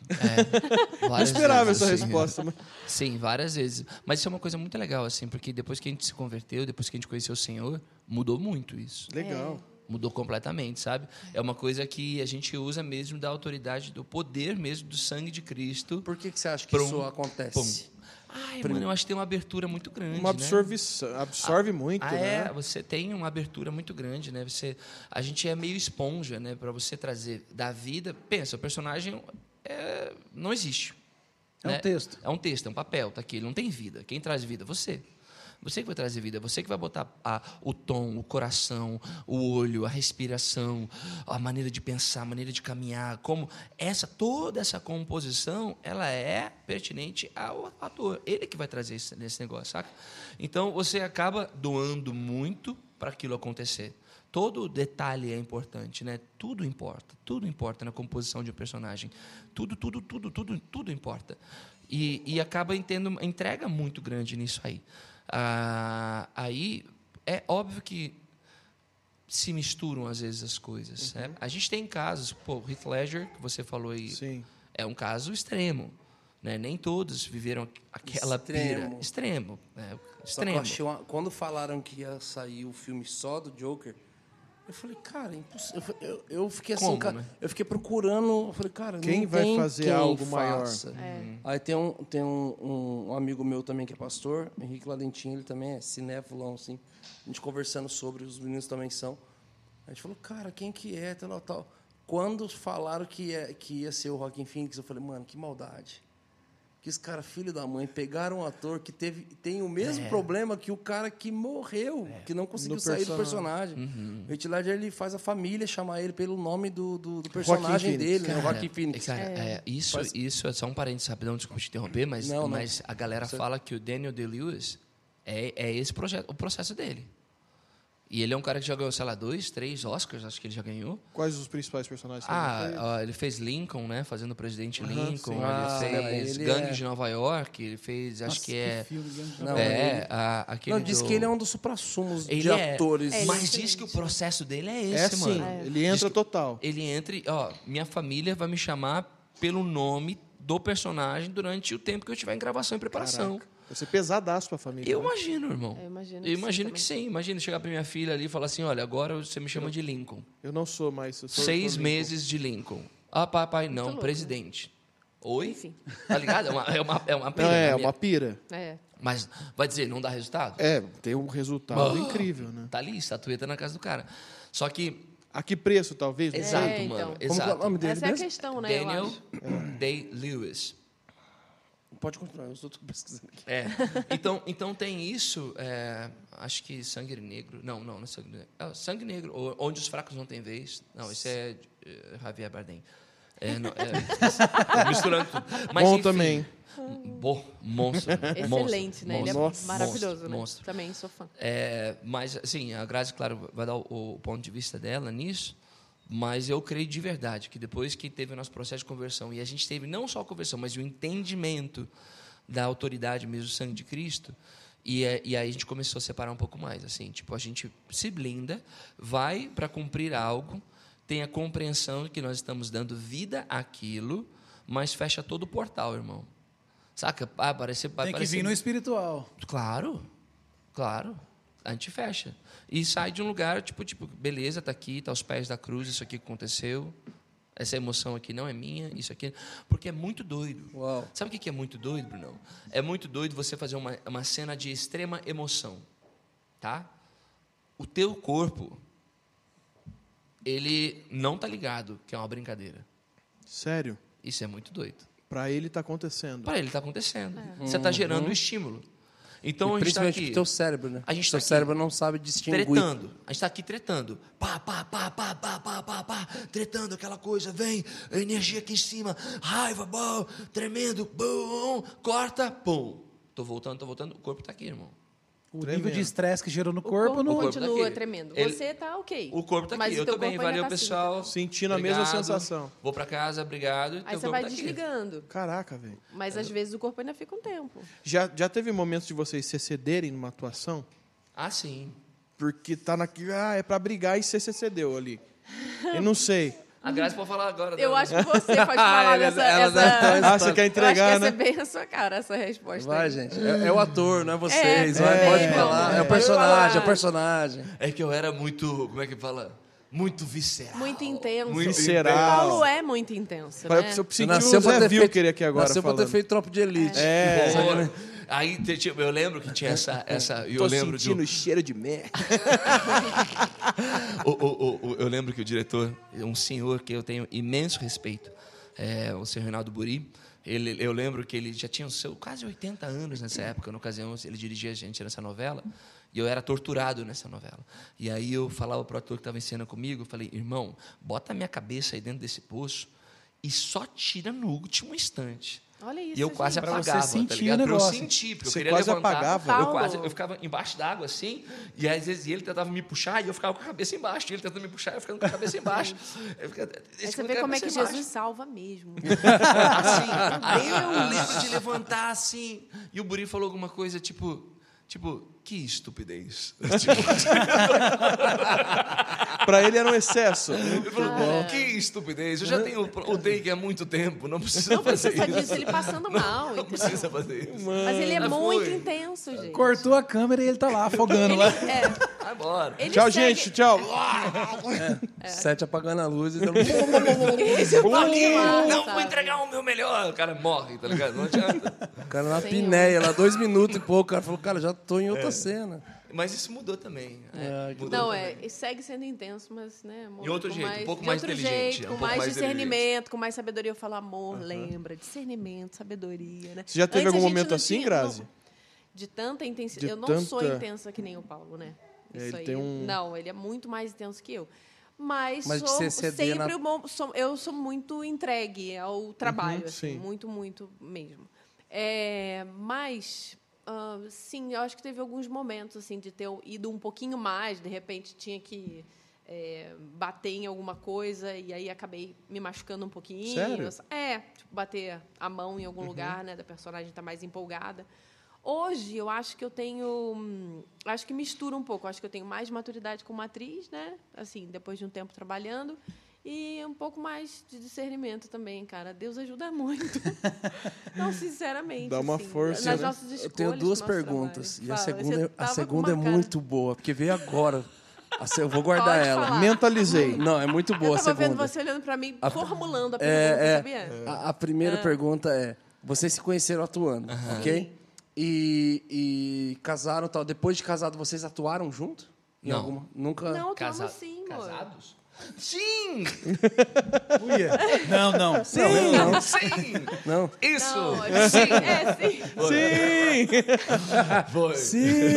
S3: Não
S4: Várias
S3: esperava
S4: vezes,
S3: essa
S4: sim.
S3: resposta, mas
S5: É.
S4: Sim, várias vezes. Mas isso é uma coisa muito legal, assim, porque depois que a gente se converteu, depois que a gente conheceu o Senhor, mudou muito isso.
S3: legal.
S4: Mudou completamente, sabe? É uma coisa que a gente usa mesmo da autoridade, do poder mesmo do sangue de Cristo.
S1: Por que, que você acha que
S4: Prum,
S1: isso acontece?
S4: pum. Ai, mano, eu acho que tem uma abertura muito grande.
S3: Uma
S4: né?
S3: absorvição, absorve muito,
S4: Ah,
S3: Um né?
S4: é, você tem uma abertura muito grande, né? Você, a gente é meio esponja, né? Para você trazer da vida, pensa, o personagem é, não existe.
S2: É um
S4: né?
S2: texto.
S4: É um texto, é um papel, tá aqui, ele não tem vida. Quem traz vida? Você. Você que vai trazer vida, você que vai botar a- o tom, o coração, o olho, a respiração, a maneira de pensar, a maneira de caminhar, como essa toda essa composição, ela é pertinente ao ator. Ele que vai trazer esse, esse negócio, saca? Então você acaba doando muito para aquilo acontecer. Todo detalhe é importante, né? Tudo importa, tudo importa na composição de um personagem. Tudo, tudo, tudo, tudo, tudo importa. E, e acaba tendo uma entrega muito grande nisso aí. Ah, aí é óbvio que se misturam às vezes as coisas.
S1: Uhum.
S4: né? A gente tem casos, pô, o Heath Ledger, que você falou aí,
S3: Sim.
S4: é um caso extremo. Né? Nem todos viveram aquela pira.
S1: Extremo.
S4: Extremo. né?
S1: Só que eu
S4: Extremo.
S1: achei uma- quando falaram que ia sair o filme só do Joker, eu falei, cara, é impossível. Eu, eu- eu fiquei assim,
S4: Como,
S1: cara,
S4: né?
S1: eu fiquei procurando, eu falei, cara,
S3: Quem
S1: não
S3: vai
S1: tem
S3: fazer
S1: quem
S3: algo maior?
S1: faça.
S4: Uhum.
S1: Aí tem, um, tem um, um amigo meu também que é pastor, Henrique Ladentinho, ele também é cinéfilão, assim. A gente conversando sobre, os meninos também são. A gente falou, cara, quem que é, tal, tal, tal. Quando falaram que ia, que ia ser o Rockin' Phoenix, eu falei, mano, que maldade. Que esse cara, filho da mãe, pegaram um ator que teve, tem o mesmo
S4: É.
S1: problema que o cara que morreu, que não conseguiu
S3: No
S1: sair
S3: personagem.
S1: do personagem.
S4: Uhum.
S1: O Heath Ledger, ele faz a família chamar ele pelo nome do, do, do personagem
S3: Phoenix.
S1: dele, né? O
S4: Cara,
S1: Rockin' Phoenix.
S4: Cara, é, isso, isso é só um parênteses rapidão, desculpa te interromper, mas,
S1: Não, não.
S4: mas a galera fala que o Daniel Day-Lewis é, é esse projeto, o processo dele. E ele é um cara que já ganhou, sei lá, dois, três Oscars, acho que ele já ganhou.
S3: Quais os principais personagens? que ele fez?
S4: Ah, ó, ele fez Lincoln, né? Fazendo o presidente Lincoln.
S1: sim.
S4: Ele
S1: Ah,
S4: fez
S1: ele
S4: Gangue
S1: é-
S4: de Nova York. Ele fez, acho que é.
S1: Não,
S4: é,
S1: ele-
S4: a- aquele.
S1: Não, diz
S4: do-
S1: que ele é um dos suprassumos
S4: Ele
S1: de
S4: é,
S1: atores.
S5: É, ele
S4: Mas
S5: excelente.
S4: diz que o processo dele é
S3: é
S4: esse,
S3: sim,
S4: mano.
S3: ele entra total.
S4: Ele entra e, ó, minha família vai me chamar pelo nome do personagem durante o tempo que eu tiver em gravação e preparação.
S3: Vai ser é pesadaço pra família.
S4: Eu
S3: né?
S4: imagino, irmão.
S5: Eu imagino
S4: Eu
S5: que sim
S4: imagino que
S5: também.
S4: sim. Imagina chegar pra minha filha ali e falar assim: olha, agora você me chama de Lincoln.
S3: Eu não sou mais. eu sou-
S4: Seis
S3: sou-
S4: meses de Lincoln. Ah, papai, não,
S5: louco, né?
S4: presidente. Oi?
S5: Enfim.
S4: Tá ligado? É uma, é uma, é uma
S3: Não,
S4: pira,
S3: é,
S4: né?
S3: uma pira.
S5: É.
S4: Mas vai dizer, não dá resultado?
S3: É, tem um resultado
S4: Ah.
S3: incrível, né?
S4: Tá ali, estatueta na casa do cara. Só que.
S3: A que preço, talvez? Não sei.
S4: Exato,
S5: então.
S4: mano.
S5: Como que é
S1: Como que é o
S4: Exato.
S1: nome dele
S5: Essa é a
S1: mesmo?
S5: questão, né? eu
S4: Daniel
S5: acho.
S4: Day Lewis.
S1: Pode continuar, eu estou pesquisando aqui.
S4: É. Então, então tem isso. é, acho que Sangue Negro. Não, não, não é Sangue Negro. É o Sangue Negro, o- Onde os Fracos Não Têm Vez. Não, isso é eh, Javier Bardem. É, não, é, misturando tudo. Mas,
S3: Bom
S4: enfim.
S3: também.
S4: Bom, monstro.
S5: Excelente,
S4: monstro,
S5: né? Ele é
S4: monstro,
S5: maravilhoso,
S4: monstro,
S5: né?
S4: Monstro.
S5: Também sou fã.
S4: É, mas, assim, a Grazi, claro, vai dar o, o ponto de vista dela nisso, mas eu creio de verdade que depois que teve o nosso processo de conversão, e a gente teve não só a conversão, mas o entendimento da autoridade mesmo, do sangue de Cristo, e, é- e aí a gente começou a separar um pouco mais, assim, tipo, a gente se blinda, vai para cumprir algo, tem a compreensão de que nós estamos dando vida àquilo, mas fecha todo o portal, irmão. Saca? Ah, parece,
S2: Tem que vir no espiritual.
S4: Claro, claro. A gente fecha. E sai de um lugar, tipo, tipo, beleza, tá aqui, tá aos pés da cruz, isso aqui aconteceu. Essa emoção aqui não é minha, isso aqui. Porque é muito doido.
S1: Uau.
S4: Sabe o que que é muito doido, Brunão? É muito doido você fazer uma, uma cena de extrema emoção. tá? O teu corpo, ele não tá ligado que é uma brincadeira.
S3: Sério,
S4: Isso é muito doido.
S3: pra ele tá acontecendo.
S4: Para ele tá acontecendo. Você tá gerando um estímulo. Então a gente tá
S1: principalmente
S4: aqui
S1: pro teu cérebro, né?
S4: A gente tá
S1: teu
S4: aqui
S1: cérebro não sabe
S3: um
S1: distinguir.
S4: tretando. A gente tá aqui tretando. Pá, pá, pá, pá, pá, pá, pá, pá. Tretando aquela coisa, vem, energia aqui em cima, raiva, bom, tremendo, bom, corta, pum. Tô voltando, tô voltando, o corpo tá aqui, irmão.
S2: O
S3: Tremendo.
S2: nível de estresse que gerou no
S5: O é
S2: corpo, não.
S4: corpo
S5: continua
S4: daquele.
S5: tremendo.
S4: Ele-
S5: Você tá ok.
S4: O corpo tá
S5: Mas
S4: aqui,
S5: o
S4: eu
S5: teu
S4: também.
S5: corpo ainda
S4: Valeu,
S5: tá assim,
S4: pessoal.
S3: Sentindo a mesma
S4: Obrigado.
S3: sensação.
S4: Vou pra casa, obrigado.
S5: Aí
S4: teu
S5: você
S4: corpo
S5: vai
S4: tá aqui.
S5: desligando.
S3: Caraca, velho.
S5: Mas às vezes o corpo ainda fica um tempo.
S3: Já, já teve momentos de vocês se excederem numa atuação?
S4: Ah, sim.
S3: Porque tá na. Ah, é pra brigar e você se excedeu ali. Eu não sei.
S4: A Grazi pode falar agora.
S5: Eu
S4: dela. né?
S5: acho que você pode falar
S1: Ela-
S5: dessa.
S1: ela
S5: essa...
S1: deve
S3: Ah, você quer
S5: eu
S3: entregar,
S5: acho que
S3: né?
S5: essa é bem a sua cara, essa resposta.
S1: Vai,
S5: aí.
S1: gente. É, é o ator, não é vocês.
S5: É,
S1: vai,
S5: é,
S1: pode
S5: é,
S1: falar. É o
S5: é.
S1: personagem, é o
S5: Falar.
S1: personagem.
S4: É que eu era muito, como é que fala? Muito visceral.
S5: Muito intenso.
S4: Muito
S5: O Paulo
S3: Visceral.
S5: é muito intenso,
S3: Pra-
S5: né?
S3: Eu
S1: Você
S3: senti o Zé Vilker aqui agora
S1: um nasceu pra
S3: falando.
S1: ter feito tropa de elite.
S3: É.
S4: Horror. Aí te- tipo, eu lembro que tinha essa. essa eu
S3: Tô
S4: lembro de um-
S3: sentindo o cheiro de merda.
S4: o- o- o- o- eu lembro que o diretor, um senhor que eu tenho imenso respeito, é, o senhor Reinaldo Buri, ele, eu lembro que ele já tinha os seus quase 80 anos nessa época, na ocasião ele dirigia a gente nessa novela, e eu era torturado nessa novela. E aí eu falava pro ator que estava em cena comigo, eu falei, irmão, bota a minha cabeça aí dentro desse poço e só tira no último instante.
S5: Olha isso.
S4: E eu quase
S5: gente.
S2: Pra você
S4: apagava, tá
S2: sentir
S4: ligado?
S2: o
S4: Pra eu
S2: negócio.
S4: sentir, porque
S3: Você
S4: eu queria
S3: quase
S4: levantar.
S3: apagava?
S4: Eu
S5: Paulo.
S4: quase, eu ficava embaixo d'água assim, e às vezes ele tentava me puxar e eu ficava com a cabeça embaixo, e ele tentando me puxar e eu ficando com a cabeça embaixo. Eu ficava-
S5: Aí
S4: esse
S5: você
S4: cara
S5: vê
S4: com a
S5: como é que
S4: cabeça
S5: Jesus salva mesmo.
S4: assim, aí eu lembro de levantar assim, e o Buri falou alguma coisa tipo, tipo, que estupidez. Tipo,
S3: Pra ele era um excesso.
S4: Ele falou, que estupidez, eu já tenho o take há muito tempo, não precisa
S5: Não
S4: fazer
S5: precisa
S4: isso.
S5: disso, ele passando mal.
S4: Não
S5: entendeu?
S4: precisa fazer isso.
S5: Mas ele é
S4: Já
S5: muito
S4: foi.
S5: intenso, gente.
S2: Cortou a câmera e ele tá lá afogando lá.
S5: É,
S4: Vai embora.
S5: ele
S3: tchau,
S5: segue-
S3: gente. Tchau.
S5: É.
S1: Sete apagando a luz e um
S5: Esse é o Paulo
S4: Aqui,
S5: Mar,
S4: não
S5: sabe?
S4: vou entregar o meu melhor. O cara morre, tá ligado? Não adianta.
S1: o cara na
S5: Senhor.
S1: pinéia, lá dois minutos e pouco. O cara falou, cara, já tô em outra
S3: É.
S1: cena.
S4: Mas isso mudou também. É, mudou
S5: Não,
S4: também.
S5: é, e segue sendo intenso, mas, né, amor,
S4: De outro
S5: com
S4: jeito, um pouco
S5: de
S4: mais
S5: outro
S4: inteligente,
S5: jeito,
S4: é um
S5: com
S4: pouco
S5: mais,
S4: mais
S5: discernimento, com mais sabedoria. Eu falo amor, lembra, discernimento, sabedoria, né?
S3: Você já teve
S5: Antes a
S3: algum
S5: gente
S3: momento
S5: não
S3: assim,
S5: tinha-
S3: Grazi?
S5: não, de tanta intensidade.
S3: De
S5: Eu não sou
S3: tanta-
S5: intensa que nem o Paulo, né?
S3: É, ele tem um-
S5: Não, ele é muito mais intenso que eu. Mas,
S1: Mas de
S5: sou
S1: você ceder na-
S5: sempre uma- sou- eu sou muito entregue ao trabalho,
S3: Uhum,
S5: assim,
S3: sim.
S5: muito, muito mesmo. É, mas, ah, sim, eu acho que teve alguns momentos assim de ter ido um pouquinho mais, de repente tinha que é, bater em alguma coisa e aí acabei me machucando um pouquinho.
S3: Sério?
S5: É, tipo, bater a mão em
S1: Uhum.
S5: algum lugar, né? Da personagem tá mais empolgada. Hoje eu acho que eu tenho. hum, Acho que mistura um pouco. Acho que eu tenho mais maturidade como atriz, né? Assim, depois de um tempo trabalhando. E um pouco mais de discernimento também, cara. Deus ajuda muito. Não, sinceramente.
S3: Dá uma
S5: assim,
S3: força,
S5: Nas
S3: né?
S5: nossas escolhas.
S1: Eu tenho
S5: do
S1: duas
S5: nosso
S1: perguntas. E
S5: trabalho.
S1: a
S5: Fala,
S1: segunda,
S5: você
S1: é- a
S5: tava com
S1: segunda é
S5: uma cara-
S1: muito boa, porque veio agora. A se- Eu vou guardar
S5: Pode
S1: ela.
S5: falar.
S3: Mentalizei.
S1: Não, é muito boa
S5: Eu
S1: a
S5: tava
S1: segunda.
S5: vendo você olhando pra mim, formulando a pergunta,
S1: É,
S5: sabia?
S1: é, a, a primeira pergunta é: vocês se conheceram atuando, ok? E, e casaram tal. Depois de casado, vocês atuaram junto? Em
S4: Não.
S1: alguma? Nunca.
S5: Não,
S4: Casa-
S5: tamo sim, amor.
S4: Casados? Sim!
S2: Uia. Não, não.
S1: Não, não.
S4: Sim!
S1: Não.
S4: Isso!
S5: Não, é sim, é sim.
S3: Sim!
S4: Foi.
S1: Sim!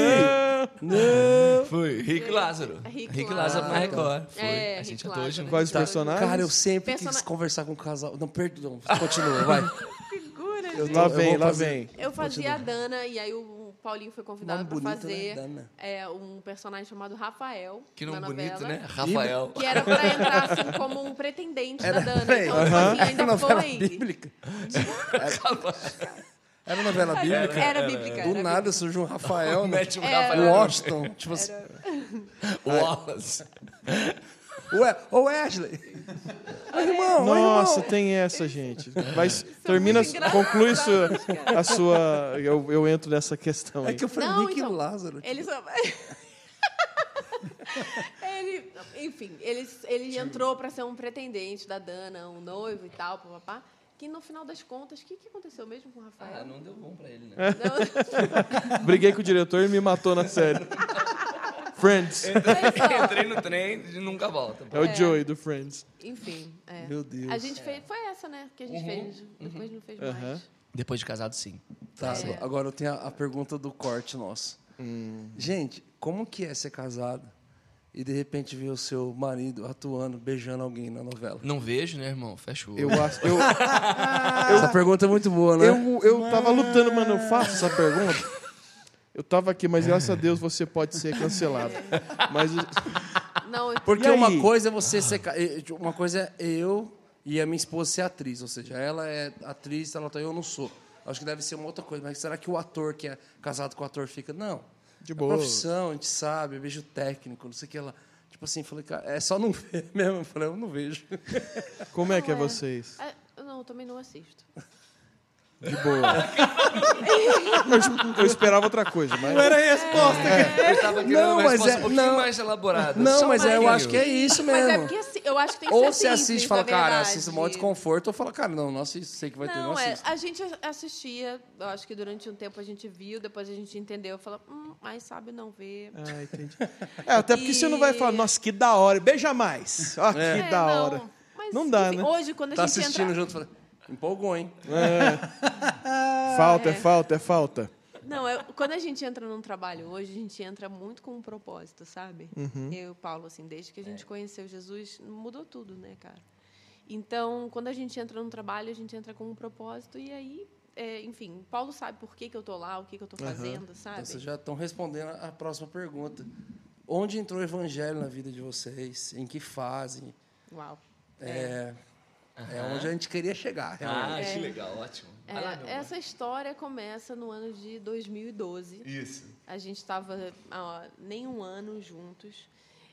S1: Não!
S4: Foi. Rick Lázaro.
S5: É Rick
S4: Rick
S5: Lázaro.
S4: Lázaro na Record. Foi.
S5: É,
S4: a gente
S5: Rick
S4: atuou
S5: Lázaro.
S4: junto.
S3: Quais os
S5: Tá.
S3: personagens?
S1: Cara, eu sempre
S5: Persona-
S1: quis conversar com um casal. Não, perdão, continua, vai.
S5: Figura, gente.
S3: Lá
S1: eu vou
S3: vem, lá
S1: fazer.
S3: vem.
S5: Eu fazia a Dana e aí o Paulinho foi convidado
S1: Nome
S5: para
S1: bonito,
S5: fazer
S1: né? Dana.
S5: é, um personagem chamado Rafael
S4: Que
S5: na
S4: nome
S5: novela.
S4: bonito, né? Rafael.
S5: Que era pra entrar assim, como um pretendente da Dana.
S1: Peraí,
S5: Então, assim,
S1: era
S5: ainda
S1: novela
S5: foi.
S1: bíblica? Era, era novela bíblica?
S5: Era bíblica.
S1: Do
S5: era
S1: nada surge um Rafael, né?
S4: Mete um
S1: Um
S4: Rafael.
S1: Washington. Tipo assim,
S4: Wallace.
S1: ué, ô Wesley! Ô irmão, ô irmão!
S3: Nossa, tá tem essa, gente. Mas termina,
S5: muito engraçados,
S3: conclui sua, a sua. Eu, eu entro nessa questão
S1: É
S3: aí.
S1: que eu falei
S5: Não,
S1: Rick
S5: então,
S1: Lázaro.
S5: Ele só. ele, enfim, ele, ele entrou para ser um pretendente da Dana, um noivo e tal, papá. Que no final das contas, o que, que aconteceu mesmo com o Rafael?
S4: Ah, não deu bom pra ele, né?
S5: Não-
S3: Briguei com o diretor e me matou na série. Friends.
S4: Entrei no trem e nunca volta.
S3: É o
S5: É.
S3: Joey do Friends.
S5: Enfim, é.
S3: Meu Deus.
S5: A gente fez. Foi essa, né? Que a gente
S1: Uhum.
S5: fez. Depois não fez
S3: Aham.
S5: mais.
S4: Depois de casado, sim.
S1: Tá,
S5: É.
S1: agora eu tenho a, a pergunta do corte nosso.
S3: Hum.
S1: Gente, como que é ser casado e de repente ver o seu marido atuando, beijando alguém na novela?
S4: Não vejo, né, irmão? Fecha o olho.
S3: Eu acho. Eu,
S1: Essa pergunta é muito boa, né?
S3: eu, eu tava lutando, mano. Eu faço essa pergunta. Eu tava aqui, mas graças a Deus você pode ser cancelado. Mas.
S1: Ah,
S5: Não,
S1: Porque
S3: E aí?
S1: uma coisa é você ser. ca- eh, Uma coisa é eu e a minha esposa ser atriz. Ou seja, ela é atriz, ela tá, eu não sou. Acho que deve ser uma outra coisa. Mas será que o ator que é casado com o ator fica. Não.
S3: De
S1: é
S3: boa.
S1: profissão, a gente sabe, é beijo técnico, não sei o que ela. Tipo assim, falei, cara, é só não ver mesmo. Eu falei, eu não vejo.
S3: Como é que é
S5: Ué.
S3: vocês?
S5: Ah, eu não, eu também não assisto.
S3: De boa. Eu, es- eu esperava outra coisa, mas.
S2: Era
S5: É,
S2: a resposta.
S4: Eu tava querendo
S1: Não,
S4: uma
S1: mas
S4: resposta
S1: é-
S4: um pouquinho
S1: não.
S4: mais elaborada.
S1: Não,
S4: Só
S1: mas
S4: um
S1: eu acho
S4: pouquinho.
S1: que é isso mesmo.
S5: Mas é porque assim, eu acho que tem que
S1: ou
S5: ser
S1: você assiste um e
S5: simples,
S1: fala,
S5: na
S1: cara,
S5: verdade.
S1: assisto mó desconforto, ou fala, cara, não, não assisto, sei que vai ter, não
S5: Não, é,
S1: assisto. Tá
S5: a gente assistia, eu acho que durante um tempo a gente viu, depois a gente entendeu, falou, hum, mas sabe não ver.
S3: Ah, entendi. É, até porque você não vai falar,
S5: E-
S3: nossa, que da hora. Beija mais. Ó, que
S5: É,
S3: da
S5: não,
S3: hora.
S5: mas,
S3: Não dá,
S5: enfim,
S3: né?
S5: Hoje, quando a
S1: Tá
S5: gente
S1: assistindo
S5: entra...
S1: junto, fala, empolgou, hein?
S3: Falta, é
S5: É.
S3: falta, é falta.
S5: Não, é, quando a gente entra num trabalho hoje, a gente entra muito com um propósito, sabe? Eu e o Paulo, assim, desde que a gente conheceu Jesus, mudou tudo, né, cara? Então, quando a gente entra num trabalho, a gente entra com um propósito e aí, é, enfim, o Paulo sabe por que, que eu tô lá, o que, que eu tô fazendo,
S1: Então,
S5: sabe?
S1: vocês já estão respondendo a próxima pergunta. Onde entrou o evangelho na vida de vocês? Em que fase?
S5: Uau.
S1: É, é onde a gente queria chegar, realmente.
S4: Ah, que legal, ótimo.
S5: É,
S4: Vai lá, meu
S5: essa história começa no ano de 2012.
S4: Isso.
S5: A gente estava nem um ano juntos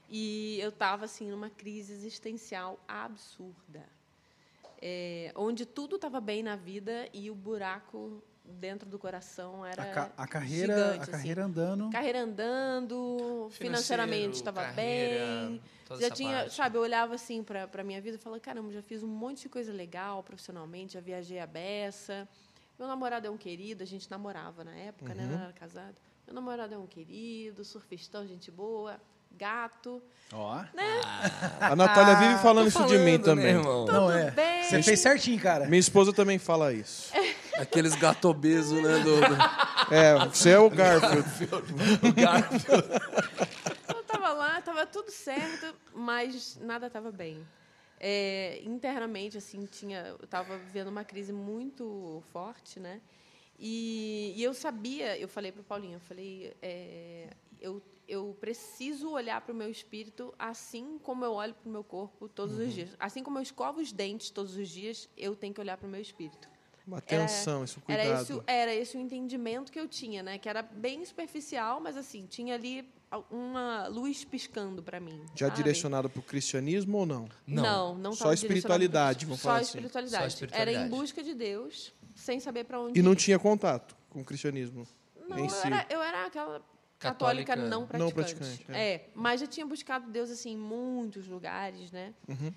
S5: e eu estava assim numa crise existencial absurda, É, onde tudo estava bem na vida e o buraco dentro do coração era
S2: A, ca- a carreira,
S5: é gigante,
S2: a
S5: assim.
S2: carreira andando.
S5: Carreira andando, financeiramente estava
S4: carreira,
S5: bem.
S4: toda
S5: Já
S4: essa
S5: tinha,
S4: parte.
S5: sabe, eu olhava assim para a minha vida e falava, caramba, já fiz um monte de coisa legal profissionalmente, já viajei a beça. Meu namorado é um querido, a gente namorava na época, né?
S4: Uhum.
S5: Não era casado. Meu namorado é um querido, surfistão, gente boa, gato.
S2: Ó.
S3: A Natália vive falando isso de mim também.
S4: irmão?
S2: Não é.
S5: bem.
S2: Você fez certinho, cara.
S3: Minha esposa também fala isso.
S1: Aqueles gatobesos, né? Do, do-
S3: É, você é o Garfield.
S5: Eu tava lá, tava tudo certo, mas nada tava bem. É, internamente, assim, tinha, eu tava vivendo uma crise muito forte, né? E, e eu sabia, eu falei para o Paulinho, eu falei, é, eu, eu preciso olhar para o meu espírito assim como eu olho para o meu corpo todos os dias. Assim como eu escovo os dentes todos os dias, eu tenho que olhar para o meu espírito.
S3: Uma atenção, isso,
S5: É, Era esse,
S3: cuidado.
S5: o- era esse o entendimento que eu tinha, né? Que era bem superficial, mas assim, tinha ali al- uma luz piscando para mim.
S3: Já
S5: sabe?
S3: direcionado pro cristianismo ou não?
S4: Não.
S5: Não, não
S3: Só
S5: tava
S3: espiritualidade,
S5: direcionado pra-
S3: vamos
S5: só
S3: falar assim.
S5: espiritualidade.
S4: Só espiritualidade.
S5: Era em busca de Deus, sem saber para onde
S3: E não
S5: ir.
S3: tinha contato com o cristianismo
S5: Não,
S3: em
S5: eu,
S3: si.
S5: era, eu era aquela católica,
S4: Católica
S5: não praticante.
S3: não praticante, é.
S5: é. mas já tinha buscado Deus assim, em muitos lugares, né?
S4: Uhum.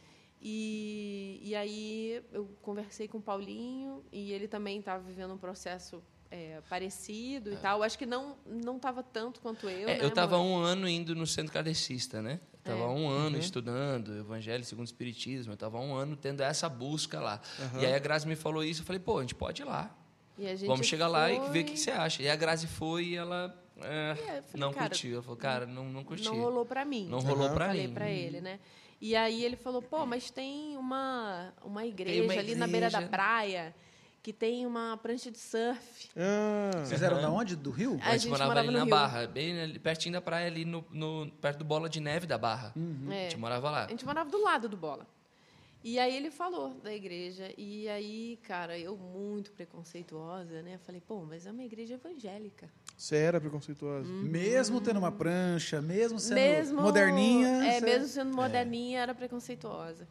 S5: E, e aí eu conversei com o Paulinho e ele também estava vivendo um processo é, parecido e tal. Acho que não não estava tanto quanto eu. É.
S4: É,
S5: né,
S4: eu estava
S5: amor?
S4: um ano indo no centro cadecista, né? Eu tava um ano estudando Evangelho segundo o Espiritismo. Eu tava um ano tendo essa busca lá. E aí a Grazi me falou isso. Eu falei, pô, a gente pode ir lá.
S5: E a gente
S4: um Vamos chegar lá e ver
S5: foi-
S4: o que, que você acha. E a Grazi foi e ela é,
S5: E aí eu falei,
S4: não
S5: cara,
S4: curtiu. Ela falou, cara, não, não curti.
S5: Não rolou para mim.
S4: Não rolou
S5: Eu
S4: pra
S5: falei
S4: mim.
S5: para ele, né? E aí ele falou, pô, mas tem uma, uma igreja, ali na beira
S4: igreja.
S5: da praia que tem uma prancha de surf.
S3: Ah,
S2: Vocês eram da onde? Do Rio?
S5: A
S4: a gente
S5: gente
S4: morava,
S5: morava
S4: ali
S5: no
S4: na
S5: Rio.
S4: Barra, bem ali, pertinho da praia, ali no, no- perto do Bola de Neve da Barra.
S5: É.
S4: A gente morava lá.
S5: A gente morava do lado do Bola. E aí ele falou da igreja. E aí, cara, eu muito preconceituosa, né? Falei, pô, mas é uma igreja evangélica.
S3: você era preconceituosa.
S2: Mesmo tendo uma prancha, mesmo sendo
S5: Uhum. mesmo,
S2: moderninha.
S5: É,
S2: você-
S5: mesmo sendo moderninha, era preconceituosa.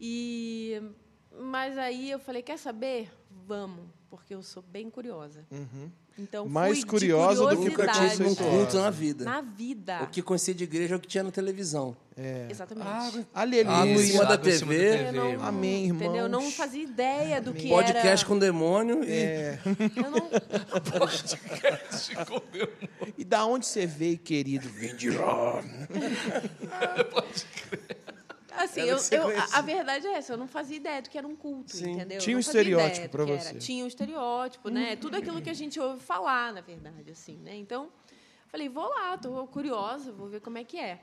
S5: E mas aí eu falei, quer saber? Vamos. porque eu sou bem curiosa. Então,
S3: Mais
S5: fui de
S3: curiosa do que
S1: Nunca
S5: curiosidade
S1: tinha ido num
S3: Curiosidade.
S1: culto na vida.
S5: na vida.
S1: O que conhecia de igreja é o que tinha na televisão.
S5: Exatamente.
S1: Água em
S3: Alienígena.
S1: cima da
S4: Água em cima da
S1: TV.
S5: Eu não-
S4: irmão.
S3: Amém, irmãos.
S5: Entendeu? Eu não fazia ideia do que
S1: Podcast
S5: era.
S1: com demônio e
S5: Eu não-
S3: E da onde você veio, querido? Vim de lá.
S5: Assim,
S1: Era
S5: eu,
S1: que você
S5: eu- a-
S1: conhecia.
S5: a verdade é essa, eu não fazia ideia do que era um culto, entendeu? Eu
S3: Tinha um
S5: não fazia ideia
S3: estereótipo
S5: do
S3: pra
S5: que era.
S3: você.
S5: Tinha um estereótipo, né? Tudo aquilo que a gente ouve falar, na verdade, assim, né? Então, falei, vou lá, tô curiosa, vou ver como é que é.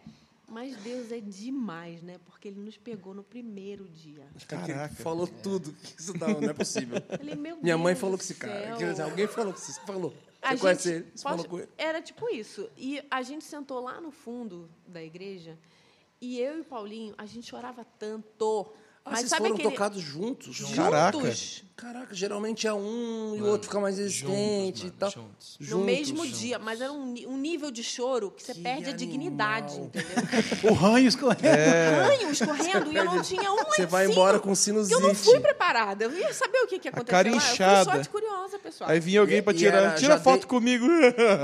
S5: Mas Deus é demais, né? Porque ele nos pegou no primeiro dia.
S1: Caraca. Falou tudo. que Isso não, não é possível.
S5: Falei, meu
S1: Minha mãe
S5: Deus
S1: falou
S5: do
S1: com esse cara.
S5: céu.
S1: Quer dizer, alguém falou com você. Você falou. Você
S5: A gente-
S1: conhece ele? Você
S5: posso-
S1: falou com ele?
S5: Era tipo isso. E a gente sentou lá no fundo da igreja e eu e o Paulinho, a gente chorava tanto.
S1: Ah,
S5: Mas
S1: vocês
S5: sabe
S1: foram
S5: aquele...
S1: tocados juntos?
S5: Juntos.
S3: Caraca.
S1: Caraca, geralmente é um e o outro fica mais resistente
S4: juntos,
S1: e tal.
S4: mano, juntos.
S5: No
S1: Juntos.
S5: mesmo dia, mas era um, ni- um nível de choro que você
S1: Que
S5: perde a dignidade,
S1: animal.
S5: entendeu?
S2: O ranho escorrendo.
S4: É.
S5: Ranhos correndo e eu não tinha um
S1: Você vai
S5: lencinho,
S1: embora com
S5: porque
S1: sinusite.
S5: eu não fui preparada. Eu ia saber o que, que aconteceu. Ah,
S3: cara
S5: Eu fui só
S3: inchada.
S5: de curiosa, pessoal.
S3: Aí vinha alguém
S1: E-
S3: pra
S1: e
S3: tirar.
S1: era- já
S3: Tira foto
S1: dei-
S3: comigo.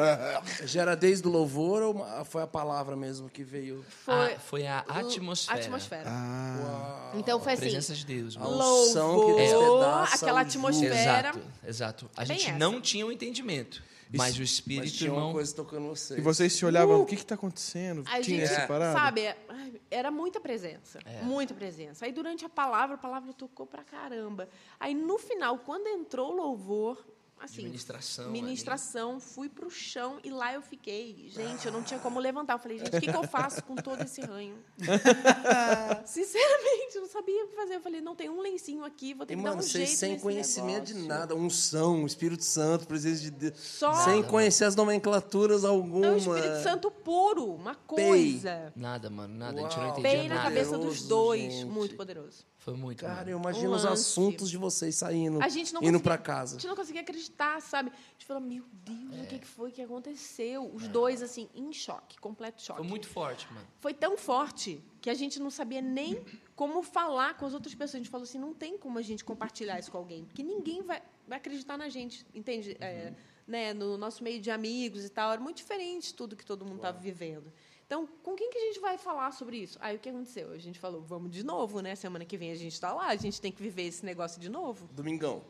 S1: Já era desde o louvor ou uma- foi a palavra mesmo que veio?
S5: Foi,
S4: Ah, foi a atmosfera.
S5: atmosfera.
S3: Ah.
S1: Uau.
S5: então foi
S4: A
S5: assim,
S4: presença de Deus.
S1: A
S4: mano.
S1: unção que
S5: louvor,
S1: despedaça
S5: aquela
S1: o jugo.
S5: atmosfera.
S4: Exato, exato. A
S5: É Bem
S4: gente
S5: essa.
S4: não tinha o entendimento, mas o Espírito,
S1: Mas tinha uma
S4: irmão...
S1: coisa tocando você.
S3: E vocês se olhavam, o que que tá acontecendo?
S5: A
S3: Tinha
S5: gente, É.
S3: essa parada?
S5: sabe, ai, era muita presença, muita presença. Aí durante a palavra, a palavra tocou pra caramba. Aí no final, quando entrou o louvor, assim,
S4: Administração.
S5: ministração, fui pro chão e lá eu fiquei. Gente, eu não tinha como levantar. Eu falei, gente, o que, que eu faço com todo esse ranho? Sinceramente, eu não sabia o que fazer. Eu falei, não tem um lencinho aqui, vou ter
S1: E,
S5: que dar
S1: mano,
S5: um
S1: vocês
S5: jeito
S1: sem
S5: nesse
S1: conhecimento de
S5: negócio.
S1: nada, unção, Espírito Santo, presença de Deus.
S5: Só
S1: Sem conhecer as nomenclaturas alguma.
S5: é o Espírito Santo puro, uma
S1: Pei.
S5: coisa.
S4: Nada, mano, nada. a gente
S1: Uau.
S4: não entendia
S5: Bem na
S4: nada.
S5: cabeça dos
S1: Poderoso,
S5: dois,
S1: gente.
S5: muito poderoso.
S4: Foi muito,
S1: Cara,
S4: mano.
S1: eu imagino
S5: Um
S1: os
S5: lance.
S1: assuntos de vocês saindo,
S5: A gente não
S1: indo
S5: conseguia-
S1: pra
S5: A
S1: casa.
S5: gente não conseguia acreditar, sabe? A gente falou, meu Deus, o
S4: É.
S5: que que foi que aconteceu? Os dois, assim, em choque, completo choque.
S4: Foi muito forte, mano.
S5: Foi tão forte que a gente não sabia nem como falar com as outras pessoas. A gente falou assim, não tem como a gente compartilhar isso com alguém, porque ninguém vai, vai acreditar na gente, entende?
S4: Uhum.
S5: É, né, no nosso meio de amigos e tal, era muito diferente tudo que todo mundo estava vivendo. Então, com quem que a gente vai falar sobre isso? Aí o que aconteceu? A gente falou, vamos de novo, né? Semana que vem a gente está lá, a gente tem que viver esse negócio de novo.
S1: Domingão.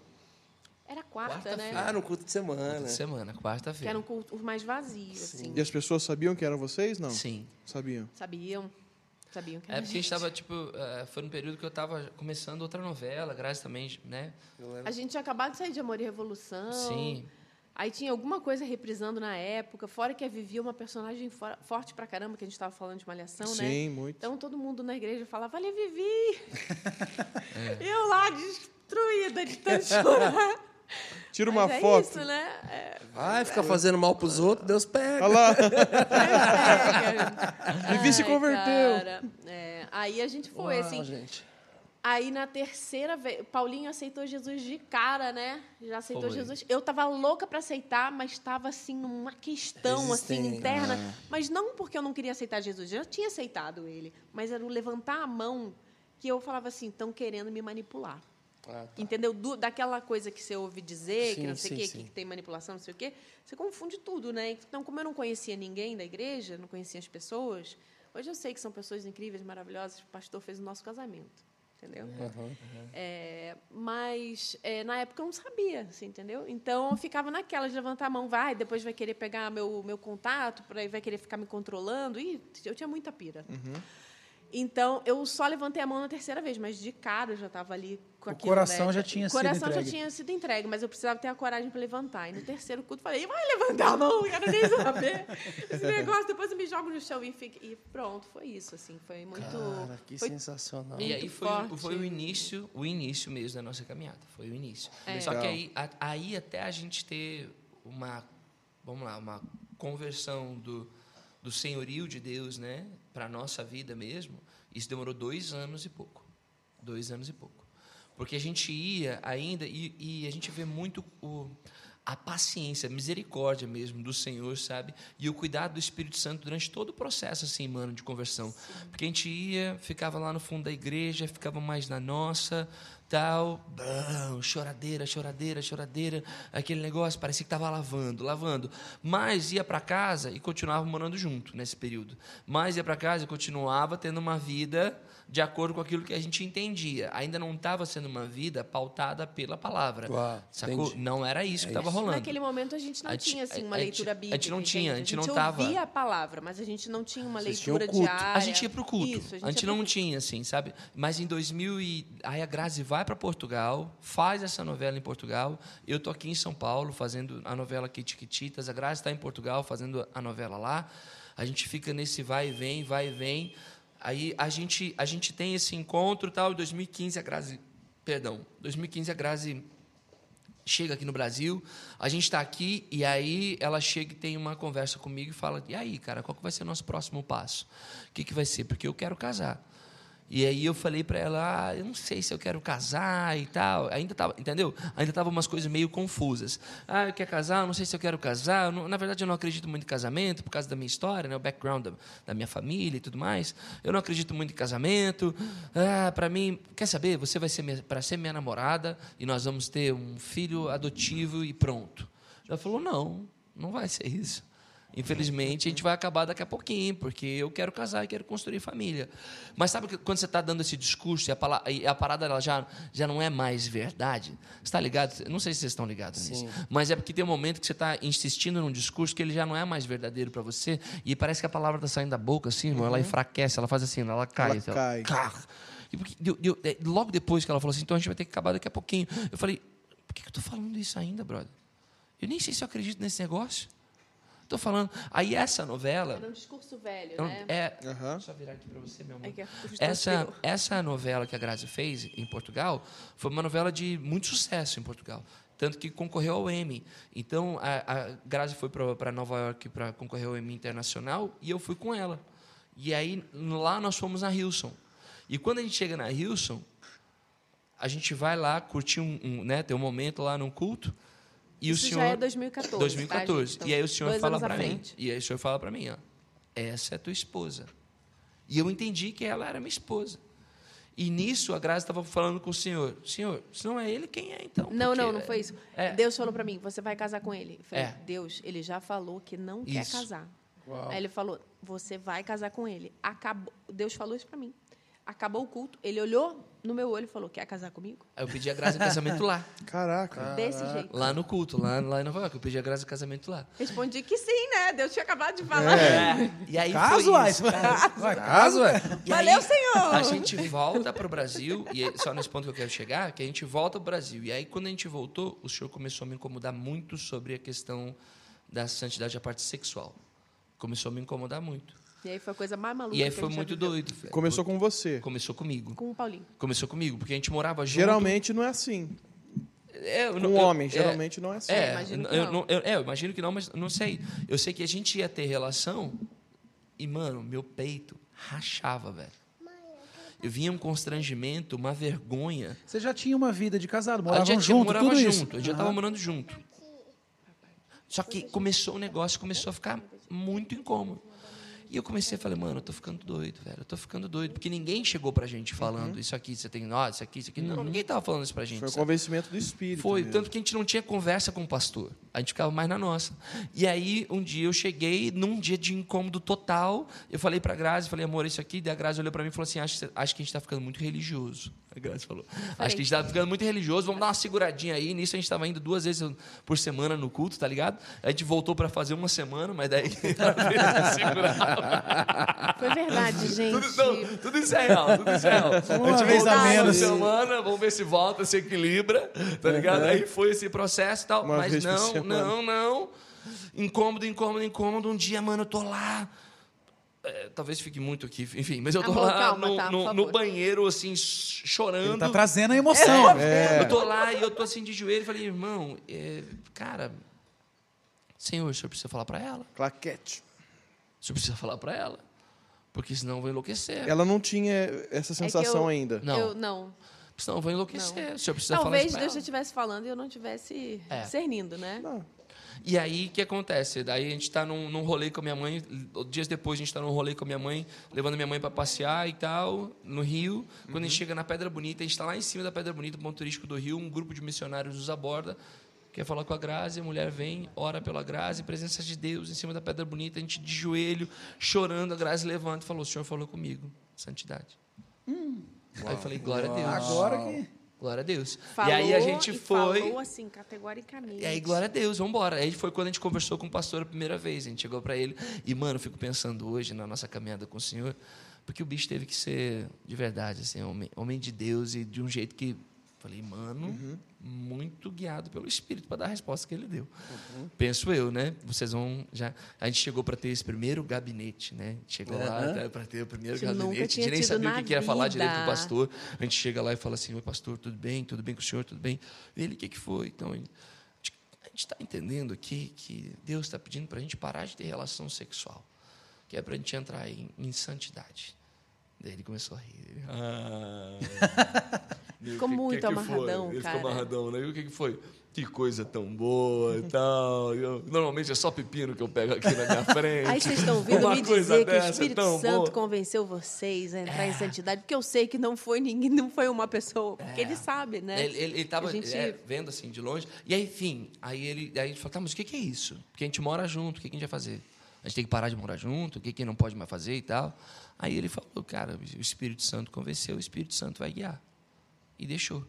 S5: Era quarta, né?
S4: Quarta-feira.
S1: Ah, no culto de semana.
S4: Semana,
S5: Que eram
S4: quarta-feira.
S5: os mais vazios, assim.
S3: E as pessoas sabiam que eram vocês?
S5: um
S3: Não?
S4: Sim.
S3: Sabiam.
S5: Sabiam? Sabiam que
S4: É
S5: era
S4: porque a gente tava, tipo, eh, foi no período que eu tava começando outra novela, Grazi também, né?
S5: A gente tinha acabado de sair de Amor e Revolução.
S4: Sim.
S5: Aí tinha alguma coisa reprisando na época, fora que a Vivi é uma personagem fora- forte pra caramba, que a gente tava falando de Malhação, né?
S3: Sim, muito.
S5: Então todo mundo na igreja falava, olha, Vivi! Eu lá, destruída de tanto chorar.
S3: Tira
S5: Mas
S3: uma
S5: é
S3: foto.
S5: isso, né? É,
S1: Ai, fica fazendo mal pros outros, Deus pega.
S3: Olha lá.
S5: pega.
S3: Vivi se
S5: Ai,
S3: converteu.
S5: cara. É, aí a gente foi,
S1: Uau,
S5: assim,
S1: Ah, gente.
S5: Aí na terceira vez, Paulinho aceitou Jesus de cara, né? Já aceitou
S4: Foi.
S5: Jesus. Eu tava louca pra aceitar, mas tava assim numa questão assim
S1: Resistente.
S5: interna, mas não porque eu não queria aceitar Jesus, eu já tinha aceitado ele, mas era o levantar a mão que eu falava assim, estão querendo me manipular.
S1: Ah, tá.
S5: Entendeu? Do- daquela coisa que você ouve dizer, que
S1: Sim,
S5: não sei o
S1: sim,
S5: quê,
S1: sim.
S5: que tem manipulação, não sei o quê, você confunde tudo, né? Então, como eu não conhecia ninguém da igreja, não conhecia as pessoas, hoje eu sei que são pessoas incríveis, maravilhosas, o pastor fez o nosso casamento, entendeu? É, mas, é, na época, eu não sabia, assim, entendeu? Então, eu ficava naquela de levantar a mão, vai, depois vai querer pegar meu, meu contato, por aí vai querer ficar me controlando. Ih, eu tinha muita pira.
S2: Uhum.
S5: Então, eu só levantei a mão na terceira vez, mas de cara eu já estava ali com
S2: O
S5: aquilo,
S2: coração
S5: né?
S2: já tinha
S5: O coração
S2: sido entregue.
S5: já tinha sido entregue, mas eu precisava ter a coragem para levantar. E no terceiro culto eu falei, vai levantar a mão, eu quero nem saber esse negócio, depois eu me jogo no chão e, fica- e pronto, foi isso, assim, foi muito...
S1: Cara, que
S5: foi
S1: sensacional.
S4: E aí
S5: Muito
S4: foi,
S5: forte.
S4: foi o início, o início mesmo da nossa caminhada. Foi o início.
S5: É.
S4: Só que aí, a- aí até a gente ter uma, vamos lá, uma conversão do, do senhorio de Deus, né, para nossa vida mesmo. Isso demorou dois anos e pouco, dois anos e pouco, porque a gente ia ainda e, e a gente vê muito o a paciência, a misericórdia mesmo do Senhor, sabe? E o cuidado do Espírito Santo durante todo o processo, assim, mano, de conversão. Porque a gente ia, ficava lá no fundo da igreja, ficava mais na nossa, tal, bam, choradeira, choradeira, choradeira, aquele negócio, parecia que tava lavando, lavando. Mas ia para casa e continuava morando junto nesse período. Mas ia para casa e continuava tendo uma vida de acordo com aquilo que a gente entendia. Ainda não estava sendo uma vida pautada pela palavra.
S1: Claro,
S4: sacou?
S1: entendi.
S4: Não era isso que estava rolando.
S5: Naquele momento a gente não
S4: A gente-
S5: tinha assim
S4: a-
S5: uma
S4: a gente-
S5: leitura
S4: a gente
S5: bíblica.
S4: não tinha, a
S5: entende?
S4: gente não tava-
S5: A gente ouvia a palavra, mas a gente não tinha uma
S1: Vocês tinham
S5: leitura
S1: culto.
S5: diária.
S4: A gente ia pro culto.
S5: Isso,
S4: a gente, não tinha, assim, sabe? Mas em 2000 e... Aí a Grazi vai para Portugal, faz essa novela em Portugal. Eu tô aqui em São Paulo fazendo a novela aqui, Tiquititas. A Grazi está em Portugal fazendo a novela lá. A gente fica nesse vai e vem, vai e vem. Aí a gente, a gente tem esse encontro e tal. Em 2015 a Grazi... Perdão. 2015 a Grazi chega aqui no Brasil, a gente está aqui e aí ela chega e tem uma conversa comigo e fala: e aí, cara, qual que vai ser o nosso próximo passo? O que, que vai ser? Porque eu quero casar. E aí eu falei para ela, ah, eu não sei se eu quero casar e tal. Ainda tava, entendeu? Ainda tava umas coisas meio confusas. Ah, eu quero casar, eu não sei se eu quero casar. Eu não- na verdade, eu não acredito muito em casamento por causa da minha história, né, o background da, da minha família e tudo mais. Eu não acredito muito em casamento. Ah, para mim, quer saber? Você vai ser para ser minha namorada e nós vamos ter um filho adotivo e pronto. Ela falou: "Não, não vai ser isso". Infelizmente, a gente vai acabar daqui a pouquinho, porque eu quero casar e quero construir família. Mas sabe que quando você está dando esse discurso e a, pala- e a parada ela já, já não é mais verdade? Você está ligado? Não sei se vocês estão ligados nisso. Mas é porque tem um momento que você está insistindo num discurso que ele já não é mais verdadeiro para você e parece que a palavra está saindo da boca, assim, ela enfraquece, ela faz assim, ela cai.
S3: Uhum. Ela cai.
S4: assim, Car- E porque deu- deu- é, logo depois que ela falou assim, então a gente vai ter que acabar daqui a pouquinho. Eu falei, por que, que eu estou falando isso ainda, brother? Eu nem sei se eu acredito nesse negócio. Tô falando. Aí essa novela.
S5: Era um discurso velho,
S4: eu não-
S5: né?
S4: É.
S3: Aham.
S4: Deixa eu virar aqui pra você, meu amor.
S5: É que é o discurso
S4: Essa,
S5: anterior.
S4: essa novela que a Grazi fez em Portugal foi uma novela de muito sucesso em Portugal. Tanto que concorreu ao Emmy. Então, a, a Grazi foi para Nova York para concorrer ao Emmy Internacional e eu fui com ela. E aí, lá nós fomos na Hilson. E quando a gente chega na Hilson, a gente vai lá curtir um, um, né, ter um momento lá num culto. E
S5: Isso
S4: o senhor
S5: já é 2014. tá, gente?
S4: 2014.
S5: Então,
S4: e aí o senhor
S5: dois
S4: fala
S5: anos à
S4: para mim.
S5: frente.
S4: E aí o senhor fala para mim, ó, essa é tua esposa. E eu entendi que ela era minha esposa. E nisso a Graça estava falando com o senhor. Senhor, se não é ele, quem é então?
S5: Não,
S4: Porque-
S5: não, não foi isso.
S4: É.
S5: Deus falou pra mim, você vai casar com ele. Eu falei,
S4: É.
S5: Deus, ele já falou que não quer
S4: Isso.
S5: casar. Aí ele falou, você vai casar com ele. Acabou. Deus falou isso pra mim. Acabou o culto, ele olhou no meu olho e falou, quer casar comigo?
S4: Aí eu pedi a Graça em casamento lá.
S3: Caraca.
S5: Desse jeito.
S4: Lá no culto, lá, lá em Nova York. Eu pedi a Graça em casamento lá.
S5: Respondi que sim, né? Deus tinha acabado de falar.
S4: E aí
S2: Caso,
S4: foi
S2: uai.
S4: isso.
S2: Uai,
S1: Caso, é?
S4: E
S5: Valeu,
S4: aí,
S5: Senhor!
S4: A gente volta pro Brasil, e é só nesse ponto que eu quero chegar, que a gente volta pro Brasil. E aí, quando a gente voltou, o senhor começou a me incomodar muito sobre a questão da santidade da parte sexual. Começou a me incomodar muito.
S5: E aí foi a coisa mais maluca.
S4: E aí
S5: que a
S4: foi
S5: gente
S4: muito
S5: já viveu.
S4: doido. Fred.
S3: Começou com você.
S4: Começou comigo.
S5: Com o Paulinho.
S4: Começou comigo, porque a gente morava junto.
S3: Geralmente não é assim.
S4: É, eu
S3: Com um
S4: não- eu-
S3: homem,
S4: é,
S3: geralmente não é assim.
S4: É,
S5: imagino que
S4: eu,
S5: não.
S4: não- eu- é, eu imagino que não, mas não sei. Eu sei que a gente ia ter relação e, mano, meu peito rachava, velho. Eu vinha um constrangimento, uma vergonha.
S2: Você já tinha uma vida de casado,
S4: a
S2: moravam
S4: gente já
S2: junto,
S4: morava
S2: tudo
S4: junto,
S2: isso.
S4: a gente já tava morando junto. Só que começou o negócio, começou a ficar muito incômodo. E eu comecei a falar, mano, eu tô ficando doido, velho, eu tô ficando doido. Porque ninguém chegou pra gente falando
S2: Uhum.
S4: isso aqui, você tem nós, isso aqui, isso aqui. Não, ninguém tava falando isso pra gente.
S3: Foi o
S4: sabe?
S3: convencimento do espírito.
S4: Foi,
S3: mesmo.
S4: tanto que a gente não tinha conversa com o pastor. A gente ficava mais na nossa. E aí, um dia eu cheguei, num dia de incômodo total, eu falei pra Grazi, falei, amor, isso aqui. Daí a Grazi olhou pra mim e falou assim: acho, que cê- acho que a gente tá ficando muito religioso. A Grazi falou: Acho que a gente tá ficando muito religioso, vamos dar uma seguradinha aí. Nisso a gente tava indo duas vezes por semana no culto, tá ligado? A gente voltou pra fazer uma semana, mas daí.
S5: Foi verdade, gente.
S4: Tudo, não, tudo isso é real, tudo isso é real. A gente
S2: vez
S4: volta
S2: a
S4: uma
S2: menos.
S4: semana, vamos ver se volta, se equilibra, tá ligado? Aí foi esse processo e tal,
S3: Uma
S4: mas
S3: vez por
S4: não,
S3: semana.
S4: não, não. Incômodo, incômodo, incômodo. Um dia, mano, eu tô lá. é, talvez fique muito aqui, enfim, mas eu tô
S5: Amor,
S4: lá
S5: calma,
S4: no,
S5: tá, por
S4: no- no
S5: favor.
S4: banheiro, assim, ch- chorando. É.
S2: Tá trazendo a emoção.
S4: Eu tô lá e eu tô assim de joelho e falei, irmão, é, cara, senhor, o senhor precisa falar pra ela.
S3: Claquete.
S4: O senhor precisa falar pra ela. Porque senão eu vou enlouquecer.
S3: Ela não tinha essa
S5: É que
S3: sensação
S5: eu-
S3: ainda.
S4: Não.
S5: Eu, não.
S4: Senão eu vou enlouquecer.
S5: Não.
S4: O senhor precisa falar
S5: Talvez
S4: isso pra
S5: Deus já
S4: ela.
S5: estivesse falando e eu não estivesse
S4: É.
S5: discernindo, né?
S4: E aí, o que acontece? Daí a gente está num, num rolê com a minha mãe, dias depois a gente está num rolê com a minha mãe, levando a minha mãe para passear e tal, no Rio. Quando a gente chega na Pedra Bonita, a gente está lá em cima da Pedra Bonita, ponto turístico do Rio, um grupo de missionários nos aborda, quer falar com a Grazi, a mulher vem, ora pela Grazi, presença de Deus em cima da Pedra Bonita, a gente de joelho, chorando, a Grazi levanta e falou, o senhor falou comigo, santidade.
S5: Hum.
S4: Aí eu falei, glória a Deus.
S2: Agora que.
S4: Glória a Deus.
S5: Falou
S4: e aí a gente
S5: e
S4: foi.
S5: Falou assim, categoricamente.
S4: E aí, glória a Deus, vamos embora. Aí foi quando a gente conversou com o pastor a primeira vez. A gente chegou para ele e, mano, eu fico pensando hoje na nossa caminhada com o Senhor, porque o bicho teve que ser de verdade, assim, homem, homem de Deus e de um jeito que. Falei, mano, muito guiado pelo Espírito para dar a resposta que ele deu. Penso eu, né? Vocês vão já. A gente chegou para ter esse primeiro gabinete, né? Chegou lá para ter o primeiro
S5: Que nunca
S4: gabinete. A
S5: tinha
S4: gente nem
S5: tido
S4: sabia o
S5: na
S4: que, que ia falar direito
S5: vida.
S4: do pastor pastor. A gente chega lá e fala assim: Oi, pastor, tudo bem? Tudo bem com o senhor? Tudo bem? Ele, o que, que foi? Então, ele, a gente está entendendo aqui que Deus está pedindo para a gente parar de ter relação sexual, que é para a gente entrar em, em santidade. Daí ele começou a rir. Ele,
S5: Ficou
S4: Ah. que- que
S5: muito
S4: que foi?
S5: amarradadão,
S4: Ele
S5: cara.
S4: ficou amarradão, né? E o que, que foi? Que coisa tão boa e tal. Eu- normalmente é só pepino que eu pego aqui na minha frente.
S5: Aí vocês estão vindo
S4: Uma
S5: me
S4: coisa
S5: dizer que o
S4: dessa é
S5: Espírito
S4: tão
S5: Santo
S4: boa. É.
S5: convenceu vocês a entrar em santidade, porque eu sei que não foi ninguém, não foi uma pessoa, porque ele sabe, né?
S4: É. Ele, ele, ele tava
S5: A gente-
S4: é, vendo assim de longe. E aí, enfim, aí ele aí a gente falou, tá, mas o que, que é isso? Porque a gente mora junto, o que, que a gente vai fazer? A gente tem que parar de morar junto, o que, que não pode mais fazer e tal. Aí ele falou, cara, o Espírito Santo convenceu, o Espírito Santo vai guiar. E deixou.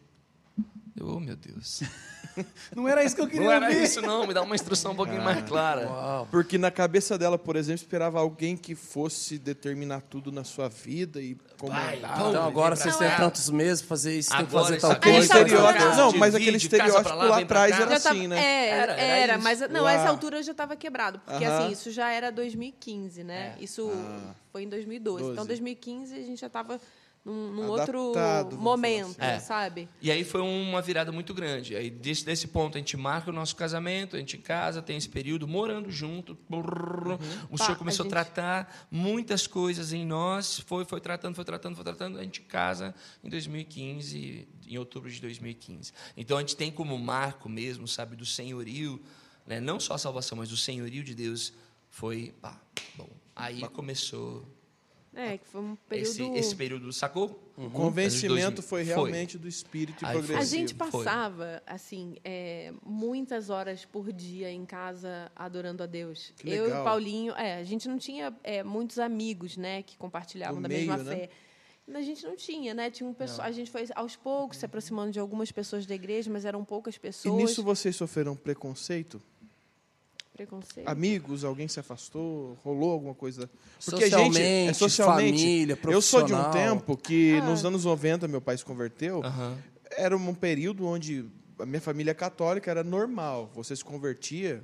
S4: Eu, oh, meu Deus.
S2: Não era isso que eu queria
S4: Não era
S2: ouvir.
S4: isso, não. Me dá uma instrução um pouquinho mais clara.
S3: Porque na cabeça dela, por exemplo, esperava alguém que fosse determinar tudo na sua vida e comandar.
S4: pô,
S1: Então agora
S4: vem pra
S1: vocês têm
S4: cá.
S1: tantos meses pra fazer isso, tem que
S4: é. Agora
S1: fazer
S4: isso
S1: tal
S4: aqui. Aí
S1: coisa.
S5: eles tavam
S1: tal coisa.
S5: trocados.
S3: Não, mas aquele
S4: Divide, casa pra
S3: estereótipo
S4: lá,
S3: lá
S4: vem pra
S3: atrás
S4: cá.
S3: era
S4: Já
S3: assim, né?
S5: É,
S4: Era,
S5: era,
S4: era isso.
S5: mas não,
S3: Uau.
S5: essa altura eu já estava quebrado, porque
S3: Aham. Ah.
S5: assim, isso já era 2015, né? Isso foi em 2012. Então,
S3: 12.
S5: 2015 a gente já estava num, num
S3: Adaptado,
S5: outro
S3: vamos
S5: momento,
S4: falar assim. É.
S5: sabe?
S4: E aí foi uma virada muito grande. Aí desse, desse ponto a gente marca o nosso casamento, a gente casa, tem esse período morando junto. brrr, O
S5: Uhum. Pá,
S4: senhor começou
S5: a
S4: a,
S5: gente-
S4: tratar muitas coisas em nós, foi foi tratando, foi tratando, foi tratando, a gente casa em 2015, em outubro de 2015. Então a gente tem como marco mesmo, sabe, do senhorio, né, não só a salvação, mas o senhorio de Deus foi, pá, bom. Aí começou
S5: É, que foi um
S4: esse,
S5: período.
S4: esse período, sacou?
S3: O convencimento
S4: Uhum. Dois mil-
S3: foi realmente do espírito e
S4: Aí foi.
S5: A
S3: progressivo.
S5: gente
S4: Foi.
S5: passava, assim, é, muitas horas por dia em casa adorando a Deus.
S3: Que
S5: Eu e
S3: legal.
S5: o Paulinho, é, a gente não tinha é, muitos amigos, né, que compartilhavam
S3: Do
S5: da mesma
S3: meio, né?
S5: fé. A gente não tinha, né? Tinha um pessoal, a gente foi aos poucos se aproximando de algumas pessoas da igreja, mas eram poucas
S3: E
S5: pessoas.
S3: nisso vocês sofreram preconceito?
S5: preconceito.
S3: Amigos, alguém se afastou? Rolou alguma coisa? é
S1: Socialmente, família,
S3: Eu sou de um
S1: profissional. Ah.
S3: tempo que nos anos 90 meu pai se converteu.
S4: Aham.
S3: Era um período onde a minha família católica era normal. Você se convertia,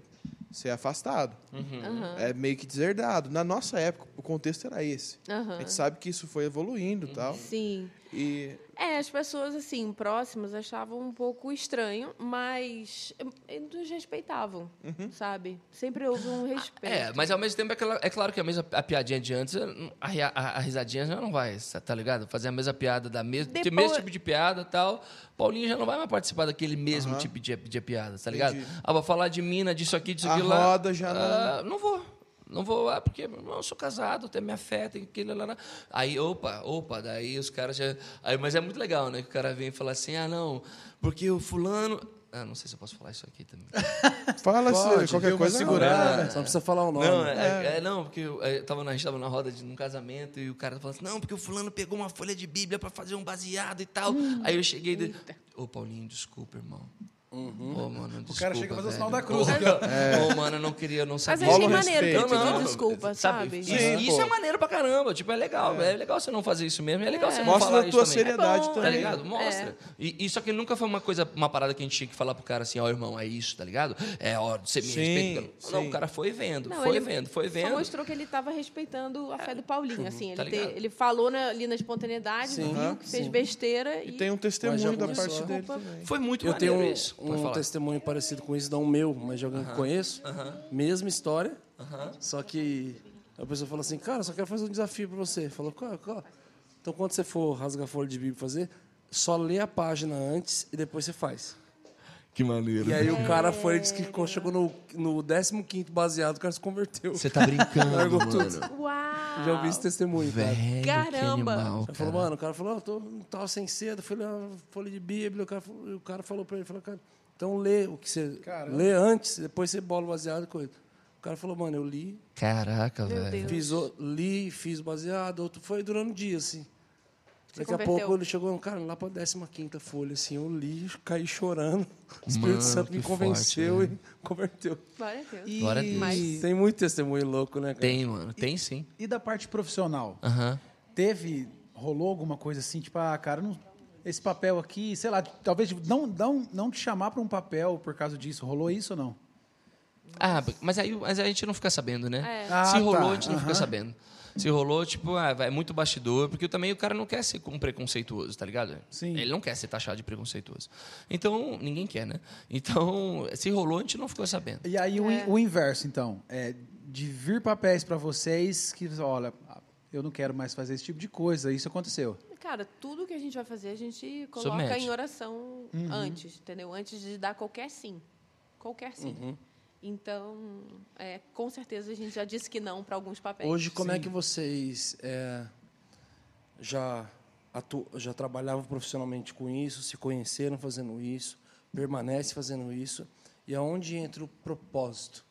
S3: você é afastado.
S5: Aham.
S1: Ah.
S3: É meio que deserdado. Na nossa época, o contexto era esse. A
S5: Aham.
S1: Ah.
S3: gente sabe que isso foi evoluindo e tal.
S1: Uhum.
S5: Sim.
S3: E
S5: É, as pessoas, assim, próximas achavam um pouco estranho, mas eh, nos respeitavam,
S3: Uhum.
S5: sabe? Sempre houve
S3: Ah,
S5: um respeito.
S4: É, mas ao mesmo tempo, é, cla- é claro que a mesma a piadinha de antes, hum, a, ria- a- a risadinha já não vai, sa- tá ligado? Fazer a mesma piada, da mes
S5: Depois-
S4: de mesmo tipo de piada e tal. Paulinho já não vai mais participar daquele mesmo tipo de, de piada, tá ligado? Ah, vou falar de mina, disso aqui, disso
S3: A
S4: aqui lá.
S3: roda já não-
S4: Ah, não vou. Não vou, ah, porque eu sou casado, tem minha fé, tem aquilo lá. lá. Aí, opa, opa, daí os caras já. Aí, mas é muito legal, né? Que o cara vem e fala assim: ah, não, porque o fulano. Ah, não sei se eu posso falar isso aqui também.
S3: fala
S1: Pode,
S3: se qualquer
S1: deu uma
S3: coisa. não, né?
S1: segurada. Só não precisa falar o nome.
S4: Não, é, é, não porque eu, é, eu tava na, a gente tava na roda de um casamento e o cara falando assim, não, porque o fulano pegou uma folha de Bíblia pra fazer um baseado e tal.
S5: Hum.
S4: Aí eu cheguei e dei- Ô, Paulinho, desculpa, irmão. Ô, mano, desculpa,
S2: cara chega a fazer Uhum. o
S4: velho.
S2: sinal da cruz
S4: Ô, é.
S2: aqui, ó.
S4: Ô, mano, eu não queria, eu não
S5: Mas
S4: sabia.
S5: achei
S3: Rola o
S5: maneiro
S3: respeito.
S5: ter
S4: Não,
S5: pedido
S4: não,
S5: desculpa, sabe?
S4: Isso,
S3: Sim,
S4: isso
S3: pô.
S4: é maneiro pra caramba. Tipo, é legal. É, legal você não fazer isso mesmo. É legal você não
S3: Mostra
S4: falar
S3: a
S4: isso
S3: tua
S4: também.
S3: seriedade
S1: É
S5: bom,
S4: Tá
S3: também.
S4: ligado?
S7: É.
S4: Mostra. E, e só que nunca foi uma coisa, uma parada que a gente tinha que falar pro cara assim, ó, irmão, é isso, tá ligado? É, ó, você me
S3: Sim,
S4: respeita. Não,
S3: sim.
S4: o cara foi vendo,
S5: Não,
S4: foi
S5: ele
S4: vendo, foi
S5: Só
S4: vendo.
S5: mostrou que ele estava respeitando a fé do Paulinho, assim.
S4: tá
S5: ele, te-
S4: ligado?
S5: ele falou na- ali na espontaneidade,
S1: Sim.
S5: viu que fez besteira e...
S3: E tem um
S1: Mas
S3: testemunho
S1: já
S3: da parte
S1: começou.
S3: dele também.
S4: Foi muito
S1: Eu tenho
S4: maneiro
S1: um,
S4: isso. Pode
S1: um
S4: falar.
S1: testemunho parecido com isso, não meu, mas de alguém que conheço. Mesma história, só que a pessoa fala assim, cara, só quero fazer um desafio pra você. Falou, qual, qual? Então, quando você for rasgar folha de Bíblia e fazer, só lê a página antes e depois você faz.
S7: Que maneiro.
S1: E aí o cara foi e disse que quando chegou no, no 15 baseado, o cara se converteu.
S7: Você tá brincando,
S1: Largou
S7: mano.
S1: tudo. né?
S5: Uau!
S1: Já ouvi esse testemunho, cara.
S7: Ah, Velho,
S5: Caramba.
S7: Que animal,
S1: Ele
S7: cara.
S1: falou, mano, o cara falou, "Ah, eu tô um tal sem cedo, fui ler uma folha de Bíblia, o cara, falou- o cara falou pra ele, falou, cara, então lê o que você lê antes, depois você bola o baseado e coisa. O cara falou, mano, eu li,
S7: Caraca, velho.
S5: Deus.
S1: fiz, o- li, fiz o baseado, outro foi durante o dia, assim. Daqui a
S5: converteu.
S1: pouco ele chegou, cara, lá pra 15 folha, assim, eu li, caí chorando. O Espírito
S7: Mano,
S1: Santo me
S7: que
S1: convenceu
S7: forte, né?
S1: e converteu.
S5: Glória a Deus.
S2: E,
S7: Glória a Deus.
S5: Mas-
S1: Tem muito testemunho louco, né, cara?
S4: Tem, mano. Tem sim.
S2: e da parte profissional?
S7: Ah.
S4: Aham.
S2: Teve, rolou alguma coisa assim, tipo, ah, cara, não- esse papel aqui, sei lá, talvez não, não, não te chamar pra um papel por causa disso. Rolou isso ou não?
S4: Ah, mas aí, mas aí a gente não fica sabendo, né?
S2: É. Ah,
S4: Se rolou,
S2: tá.
S4: a gente não fica
S2: Aham.
S4: sabendo. Se rolou, tipo, ah, vai, é muito bastidor, porque também o cara não quer ser um preconceituoso, tá ligado?
S2: Sim.
S4: Ele não quer ser taxado de preconceituoso. Então, ninguém quer, né? Então, se rolou, a gente não ficou sabendo.
S2: E aí o, in- o inverso, então, é de vir papéis pra vocês que, olha, eu não quero mais fazer esse tipo de coisa, isso aconteceu.
S5: Cara, tudo que a gente vai fazer, a gente coloca
S4: Submete.
S5: em oração antes, entendeu? Antes de dar qualquer sim. Qualquer sim.
S4: Uhum.
S5: Então, é, com certeza a gente já disse que não para alguns papéis.
S1: Hoje, como é que vocês é, já, atu- já trabalhavam profissionalmente com isso, se conheceram fazendo isso, permanece fazendo isso? E aonde entra o propósito?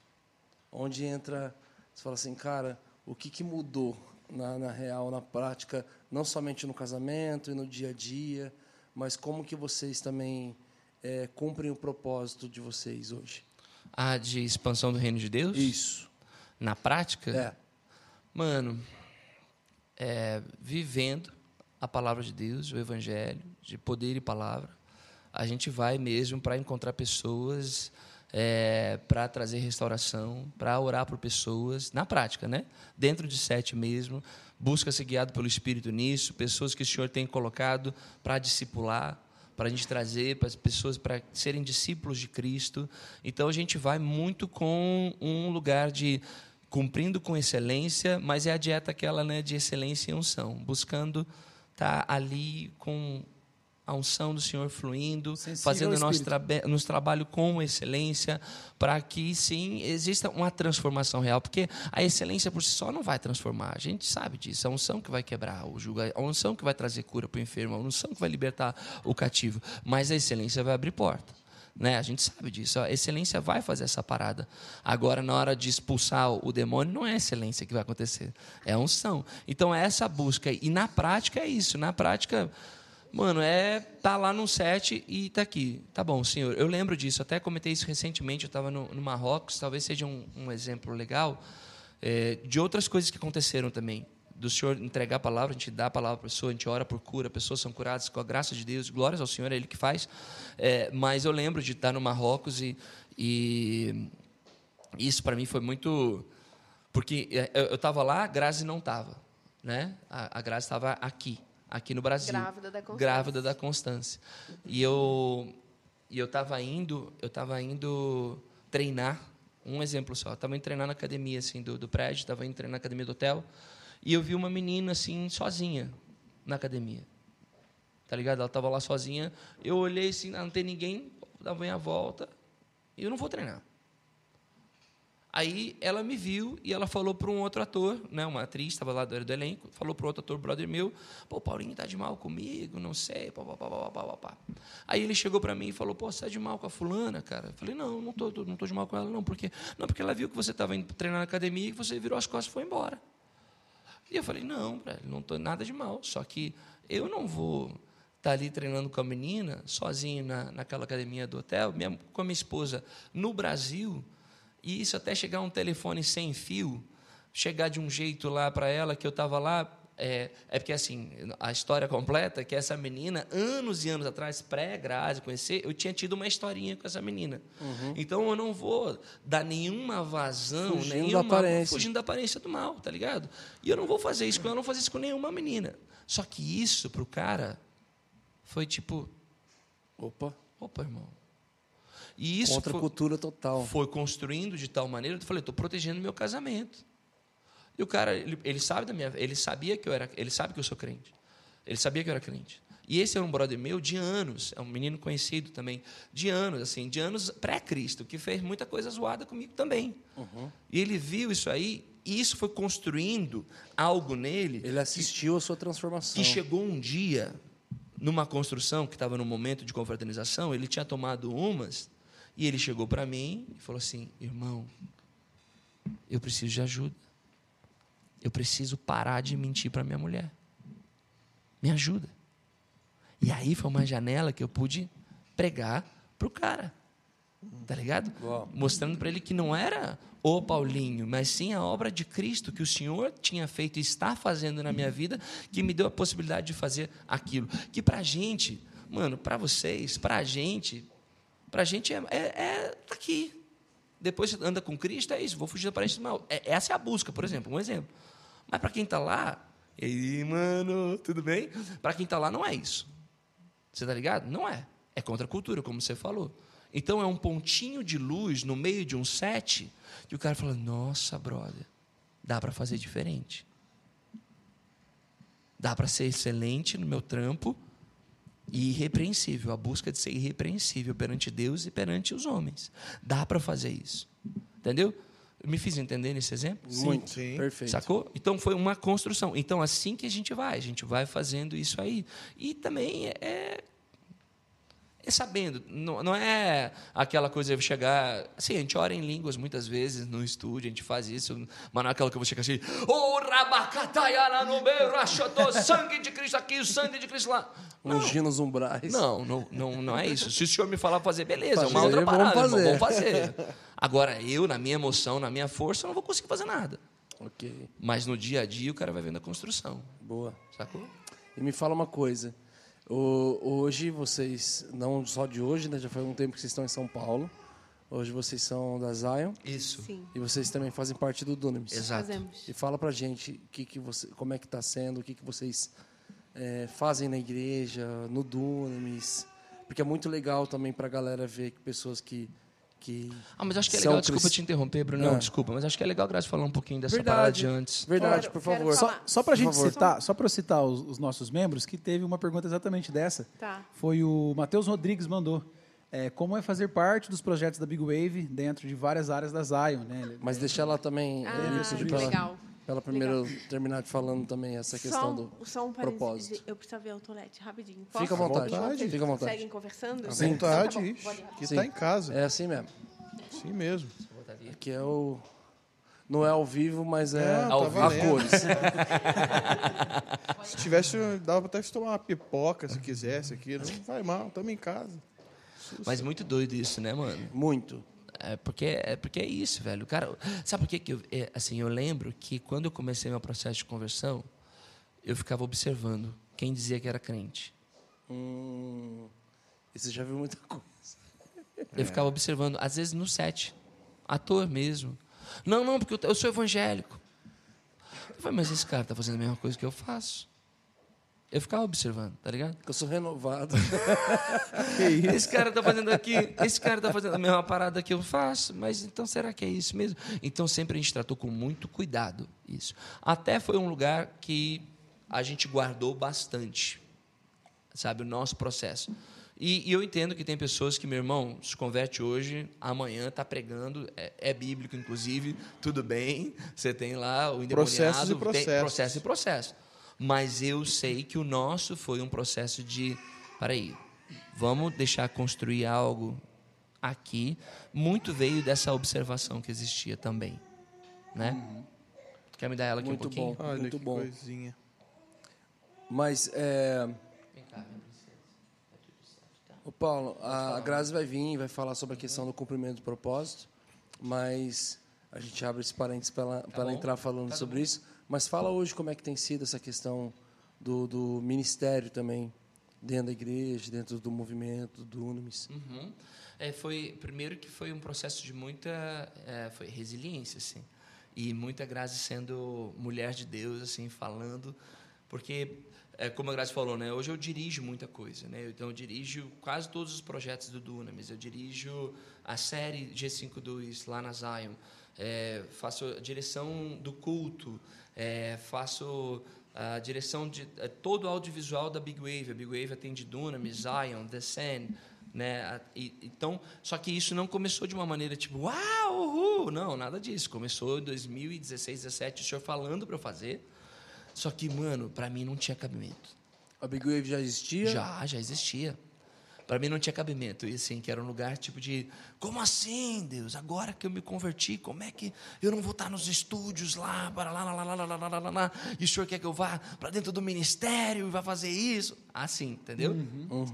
S1: Onde entra, você fala assim, cara, o que, que mudou na, na real, na prática, não somente no casamento e no dia a dia, mas como que vocês também é, cumprem o propósito de vocês hoje?
S4: Ah, de expansão do reino de Deus?
S1: Isso.
S4: Na prática?
S1: É.
S4: Mano, é, vivendo a palavra de Deus, o evangelho, de poder e palavra, a gente vai mesmo para encontrar pessoas, para trazer restauração, para orar por pessoas, na prática, né? Dentro de sete mesmo, busca ser guiado pelo Espírito nisso, pessoas que o Senhor tem colocado para discipular, para a gente trazer para as pessoas para serem discípulos de Cristo. Então a gente vai muito com um lugar de cumprindo com excelência, mas é a dieta aquela né, de excelência e unção, buscando estar ali com a unção do Senhor fluindo,
S2: Sensível
S4: fazendo
S2: ao
S4: o nosso
S2: Espírito.
S4: trabe- nos trabalho com excelência, para que sim exista uma transformação real, porque a excelência por si só não vai transformar. A gente sabe disso. É a unção que vai quebrar o jugo, é a unção que vai trazer cura para o enfermo, é a unção que vai libertar o cativo. Mas a excelência vai abrir porta. Né? A gente sabe disso. A excelência vai fazer essa parada. Agora, na hora de expulsar o demônio, não é a excelência que vai acontecer. É a unção. Então, é essa busca. E na prática é isso. Na prática, Mano, é tá lá num set e tá aqui. Tá bom, senhor. Eu lembro disso. Até comentei isso recentemente. Eu estava no, no Marrocos. Talvez seja um, um exemplo legal é, de outras coisas que aconteceram também. Do senhor entregar a palavra, a gente dá a palavra para a pessoa, a gente ora por cura, pessoas são curadas com a graça de Deus, glórias ao Senhor, é Ele que faz. É, mas eu lembro de estar no Marrocos e, e isso para mim foi muito porque é, eu estava lá, a Grazi não estava, né? A, a Grazi estava aqui, aqui no Brasil.
S5: Grávida da Constância.
S4: Grávida da Constância. E eu e eu estava indo, eu estava indo treinar, um exemplo só, estava indo treinar na academia assim do, do prédio, estava indo treinar na academia do hotel, e eu vi uma menina assim sozinha na academia tá ligado? Ela tava lá sozinha. Eu olhei assim, ah, não tem ninguém, dava a volta e eu não vou treinar. Aí ela me viu e ela falou para um outro ator, né, uma atriz, estava lá do, do elenco, falou para outro ator, brother meu, pô, o Paulinho tá de mal comigo, não sei, pá, pá, pá, pá, pá, pá, pá. Aí ele chegou para mim e falou, pô, você tá de mal com a fulana, cara? Eu falei, não, não tô, tô- não tô de mal com ela, não, porque não porque ela viu que você estava indo treinar na academia e que você virou as costas e foi embora. E eu falei, não, velho, não tô nada de mal. Só que eu não vou estar ali treinando com a menina, sozinho na, naquela academia do hotel, minha, com a minha esposa no Brasil, e isso até chegar um telefone sem fio, chegar de um jeito lá para ela, que eu estava lá. É, é porque assim, a história completa é que essa menina, anos e anos atrás, pré-Grazi, conhecer, eu tinha tido uma historinha com essa menina. Então eu não vou dar nenhuma vazão,
S1: Uhum. Fugindo da
S4: nenhuma.
S1: aparência.
S4: fugindo da aparência do mal, tá ligado? E eu não vou fazer isso com ela, eu não vou fazer isso com nenhuma menina. Só que isso pro cara foi tipo,
S1: Opa,
S4: opa, irmão. E isso
S1: contra
S4: foi,
S1: cultura total.
S4: foi construindo de tal maneira, eu falei, tô protegendo meu casamento. E o cara, ele, ele sabe da minha, ele sabia que eu era, ele sabe que eu sou crente. Ele sabia que eu era crente. E esse é um brother meu de anos, é um menino conhecido também, de anos, assim, de anos pré-Cristo, que fez muita coisa zoada comigo também. E ele viu isso aí, e isso foi construindo algo nele
S1: Ele assistiu a sua transformação.
S4: que chegou um dia numa construção que estava num momento de confraternização, ele tinha tomado umas e ele chegou para mim e falou assim: "Irmão, eu preciso de ajuda. Eu preciso parar de mentir para minha mulher. Me ajuda". E aí foi uma janela que eu pude pregar pro cara. Tá ligado?
S1: Uau.
S4: Mostrando para ele que não era o Paulinho, mas sim a obra de Cristo que o Senhor tinha feito e está fazendo na minha vida, que me deu a possibilidade de fazer aquilo. Que pra gente, mano, pra vocês, pra gente, pra gente é, é, é tá aqui. Depois você anda com Cristo, é isso, vou fugir da aparência do mal. É- essa é a busca, por exemplo, um exemplo. Mas pra quem tá lá, e aí, mano, tudo bem? Pra quem tá lá, não é isso. Você tá ligado? Não é. É contra a cultura, como você falou. Então é um pontinho de luz no meio de um set que o cara fala: "Nossa, brother, dá para fazer diferente. Dá para ser excelente no meu trampo e irrepreensível, a busca de ser irrepreensível perante Deus e perante os homens. Dá para fazer isso. Entendeu? Eu me fiz entender nesse exemplo?
S1: Muito.
S3: Sim, sim.
S1: Perfeito.
S4: Sacou? Então foi uma construção. Então assim que a gente vai, a gente vai fazendo isso aí. E também é, é sabendo, não, não é aquela coisa de eu chegar. Assim, a gente ora em línguas muitas vezes no estúdio, a gente faz isso, mas não é aquela que eu vou chegar assim. Ô rabacatayana no meu rachotô, sangue de Cristo aqui, o sangue de Cristo lá. Não,
S1: Ungindo os umbrais.
S4: não, não, não, não é isso. Se o senhor me falar pra fazer, beleza, é uma
S1: Fazer,
S4: outra
S1: vamos
S4: parada, irmão,
S1: fazer.
S4: vamos fazer. Agora, eu, na minha emoção, na minha força, eu não vou conseguir fazer nada.
S1: Ok,
S4: Mas no dia a dia o cara vai vendo a construção,
S1: boa.
S4: sacou?
S1: E me fala uma coisa. O- hoje vocês, não só de hoje, né? Já faz um tempo que vocês estão em São Paulo. Hoje vocês são da Zion
S4: Isso.
S5: Sim,
S1: e vocês também fazem parte do Dunamis.
S4: Exato.
S5: fazemos.
S1: E fala pra gente que que você, como é que tá sendo, o que, que vocês eh, fazem na igreja, no Dunamis. Porque é muito legal também pra galera ver que pessoas que. que...
S4: Ah, mas acho que é
S1: São
S4: legal, desculpa
S1: crist-
S4: te interromper, Bruno, não,
S1: Ah.
S4: desculpa, mas acho que é legal, Graça, falar um pouquinho dessa
S1: Verdade.
S4: parada de antes.
S1: Verdade,
S5: Quero-
S1: por
S5: quero
S1: favor.
S5: falar.
S2: Só pra
S1: Por
S2: gente
S1: favor.
S2: citar, só pra eu citar os, os nossos membros, que teve uma pergunta exatamente dessa.
S5: Tá.
S2: Foi o Matheus Rodrigues mandou. é, como é fazer parte dos projetos da Big Wave dentro de várias áreas da Zion, né? Ele-
S1: Mas deixar ela também.
S5: Ah,
S1: eh, me pedir pra ela-
S5: legal.
S1: pra Ela primeiro terminar de falando também essa
S5: só
S1: questão
S5: um,
S1: do
S5: só um parênteses.
S1: propósito.
S5: Eu preciso ver o toalete rapidinho. Posso?
S1: Fica à vontade.
S5: Enquanto
S3: vontade,
S5: vocês
S1: Fica à vontade.
S5: Seguem conversando?
S3: À vontade,
S5: Então tá bom,
S3: ixi,
S5: vou ali rapidinho.
S3: que
S1: Sim.
S3: tá em casa.
S1: É assim mesmo.
S3: Sim mesmo.
S1: Aqui é o. Não é ao vivo, mas é,
S3: É, tá
S1: ao vivo. a
S3: valendo.
S1: cores.
S3: Se tivesse, dava até pra tomar uma pipoca se quisesse aqui. Não vai mal, tamo em casa.
S4: Mas muito doido isso, né, mano?
S1: Muito.
S4: É porque é, porque é isso, velho. O Cara, sabe por que que eu, é, assim, eu lembro que quando eu comecei meu processo de conversão, eu ficava observando quem dizia que era crente.
S1: Hum, você já viu muita coisa.
S4: Eu ficava observando, às vezes no set, ator mesmo. Não, não, porque eu, eu sou evangélico. Eu falei, mas esse cara tá fazendo a mesma coisa que eu faço. Eu ficava observando, tá ligado?
S1: Eu sou renovado.
S4: Esse cara tá fazendo aqui, esse cara tá fazendo a mesma parada que eu faço, mas então será que é isso mesmo? Então sempre a gente tratou com muito cuidado isso. Até foi um lugar que a gente guardou bastante, sabe, o nosso processo. E, e eu entendo que tem pessoas que, meu irmão, se converte hoje, amanhã tá pregando, é, é bíblico, inclusive, tudo bem, você tem lá o endemoniado,
S3: Processos e
S4: Tem
S3: processos.
S4: processo e processo. Mas eu sei que o nosso foi um processo de, peraí, vamos deixar construir algo aqui. Muito veio dessa observação que existia também, né?
S3: Uhum.
S4: Quer me dar ela aqui
S1: Muito
S4: um pouquinho?
S1: bom.
S3: Olha
S1: Muito
S3: que
S1: bom.
S3: coisinha.
S1: Mas, é,
S4: Vem Tá cá, minha princesa.
S1: ô Paulo, a Grazi vai vir vai falar
S4: Uhum.
S1: sobre a questão do cumprimento do propósito, mas a gente abre esse parênteses para ela, pra ela
S4: Tá bom.
S1: entrar falando sobre isso. Mas fala hoje como é que tem sido essa questão do, do ministério também, dentro da igreja, dentro do movimento, do Unamis.
S4: Uhum. É, foi primeiro que foi um processo de muita é, foi resiliência assim e muita Grazi sendo mulher de Deus assim falando porque é, como a Grazi falou né hoje eu dirijo muita coisa né então eu dirijo quase todos os projetos do Dunamis eu dirijo a série G52 lá na Zion é, faço a direção do culto é, faço a direção de eh, todo o audiovisual da Big Wave. A Big Wave atende Dunamis, Zion, The Sand, né? A- e- então, só que isso não começou de uma maneira tipo, uau, uhul! Não, nada disso. Começou em 2016, 2017, o senhor falando para eu fazer. Só que, mano, para mim não tinha cabimento.
S1: A Big Wave já existia?
S4: Já, já existia. Pra mim não tinha cabimento. E assim, que era um lugar tipo de: como assim, Deus? Agora que eu me converti, como é que eu não vou estar nos estúdios lá, para lá, lá, lá, lá, lá, lá, lá, lá, lá, e o senhor quer que eu vá pra dentro do ministério e vá fazer isso? Assim, entendeu?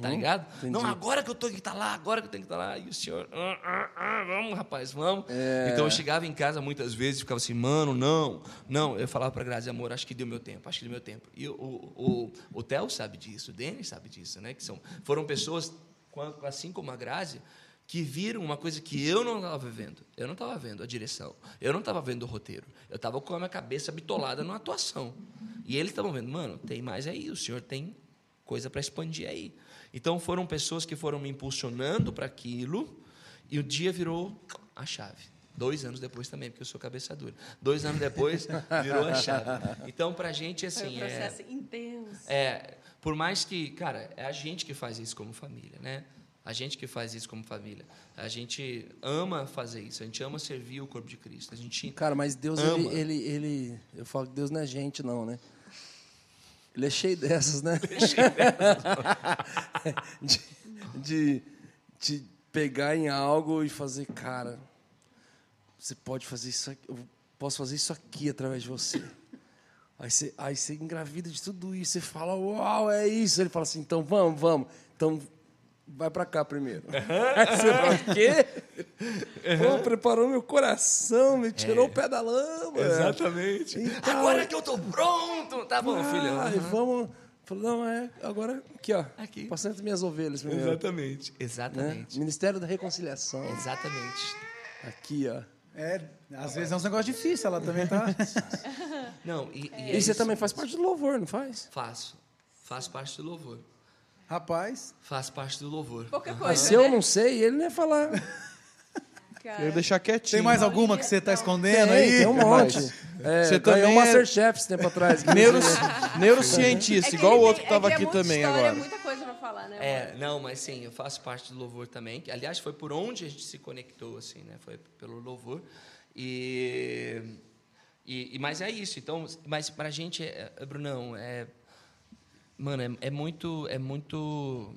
S4: Tá ligado? Não, agora que eu tô que estar lá, agora que eu tenho que estar lá. E o senhor, "Ah, ah, ah, vamos, rapaz, vamos. Então eu chegava em casa muitas vezes e ficava assim, mano, não, não. Eu falava pra Grazi, amor, acho que deu meu tempo, acho que deu meu tempo. E o, o, o, o Theo sabe disso, o Denis sabe disso, né? Que são, foram pessoas, quan- assim como a Grazi, que viram uma coisa que eu não estava vendo. Eu não estava vendo a direção, eu não estava vendo o roteiro. Eu estava com a minha cabeça bitolada na atuação. E eles estavam vendo, mano, tem mais aí, o senhor tem coisa para expandir aí. Então foram pessoas que foram me impulsionando para aquilo e o dia virou a chave. Dois anos depois também, porque eu sou cabeça dura. Dois anos depois virou a chave. Então para gente
S5: Foi
S4: assim
S5: um
S4: é,
S5: processo intenso.
S4: é, por mais que, cara, é a gente que faz isso como família, né? A gente que faz isso como família. A gente ama fazer isso, a gente ama servir o corpo de Cristo. A gente
S1: Cara, mas Deus, ele,
S4: Ama.
S1: ele, ele- Eu falo que Deus não é gente, não, né? Ele é cheio dessas, né? de, de te pegar em algo e fazer, cara, você pode fazer isso aqui, eu posso fazer isso aqui através de você. Aí você, aí você engravida de tudo isso, você fala, uau, é isso. Ele fala assim, então vamos, vamos. Então vai pra cá primeiro. Aí você fala, o quê? Pô, preparou meu coração, me tirou o pé da lama.
S4: Exatamente.
S1: Então-
S4: É. Agora que eu tô pronto! Tá bom, filho.
S1: Ah, e vamos. Falou, não, é agora aqui, ó.
S4: Aqui.
S1: Passando entre minhas ovelhas primeiro.
S4: Exatamente.
S1: né?
S4: Exatamente.
S1: Ministério da Reconciliação.
S4: Exatamente.
S1: Aqui, ó.
S2: É, às vezes é um negócio difícil, ela também tá.
S4: Não, e, e é
S1: e você
S4: isso.
S1: também faz parte do louvor, não faz?
S4: Faço. Faço parte do louvor.
S2: Rapaz,
S4: Faço parte do louvor.
S3: Ah,
S5: Pouca
S1: Mas
S5: coisa. né?
S1: se
S4: né?
S1: eu não sei, ele não ia falar.
S5: Cara,
S3: Eu ia deixar quietinho.
S2: tem mais alguma que você tá
S1: Tem,
S2: escondendo aí?
S1: tem um monte. É,
S3: Você
S1: você ganhou
S3: também
S1: o
S3: é-
S1: Masterchef esse tempo atrás.
S3: Neuro...
S1: inclusive.
S5: É
S3: Neurocientista,
S5: que
S3: igual o
S5: ele
S3: outro
S5: tem-
S3: que tava
S5: é é
S3: aqui
S5: muita
S3: também
S5: história,
S3: agora.
S5: muita coisa pra falar, né?
S4: É, não, mas sim, eu faço parte do louvor também. que, Aliás, foi por onde a gente se conectou, assim, né? Foi pelo louvor. E, e, e- mas é isso. Então, mas para a gente, é, é, Brunão, é, mano, é, é muito, é muito.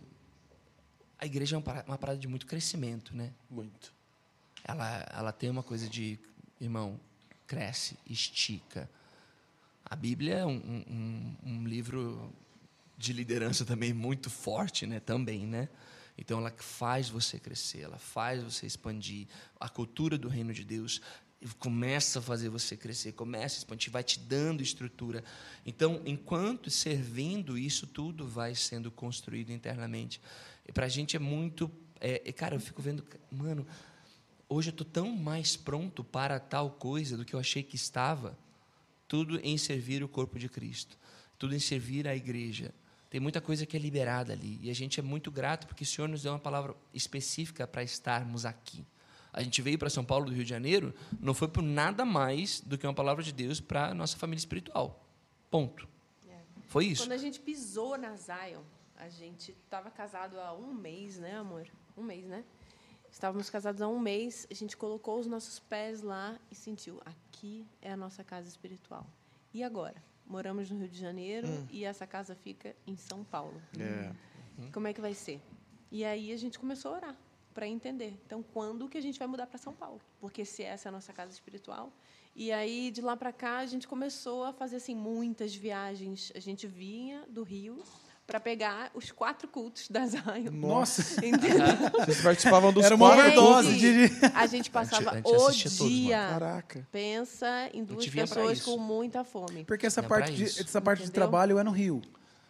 S4: A igreja é uma para- uma parada, de muito crescimento, né?
S1: Muito.
S4: Ela, ela tem uma coisa de, irmão, cresce, estica. A Bíblia é um, um- um- um livro de liderança também muito forte, né? Também, né? Então ela faz você crescer, ela faz você expandir. A cultura do reino de Deus começa a fazer você crescer, começa a expandir, vai te dando estrutura. Então, enquanto servindo, isso tudo vai sendo construído internamente. E para a gente é muito, é, é, cara, eu fico vendo, mano, hoje eu tô tão mais pronto para tal coisa do que eu achei que estava tudo em servir o corpo de Cristo, tudo em servir a igreja. Tem muita coisa que é liberada ali e a gente é muito grato porque o Senhor nos deu uma palavra específica para estarmos aqui. A gente veio para São Paulo do Rio de Janeiro não foi por nada mais do que uma palavra de Deus para a nossa família espiritual. Ponto. Foi isso.
S5: Quando a gente pisou na Zion, a gente estava casado há um mês, né, amor? Um mês, né? Estávamos casados há um mês, a gente colocou os nossos pés lá e sentiu, aqui é a nossa casa espiritual. E agora? Moramos no Rio de Janeiro
S3: Hum.
S5: e essa casa fica em São Paulo. Como é que vai ser? E aí a gente começou a orar para entender. Então, quando que a gente vai mudar para São Paulo? Porque se essa é a nossa casa espiritual. E aí de lá para cá a gente começou a fazer assim muitas viagens. A gente vinha do Rio para pegar os quatro cultos da Zion.
S2: Nossa.
S5: Entendeu?
S3: Vocês participavam dos
S2: Era uma
S3: quatro
S2: overdose
S3: cultos.
S2: de-
S5: A gente passava
S4: a gente assistia todos,
S5: o
S4: mano.
S5: dia.
S3: Caraca.
S5: Pensa em duas
S4: via pra
S5: pessoas
S4: isso.
S5: com muita fome.
S2: Porque essa
S4: É pra
S2: parte, de,
S4: isso.
S2: essa parte de
S5: Entendeu?
S2: trabalho é no Rio.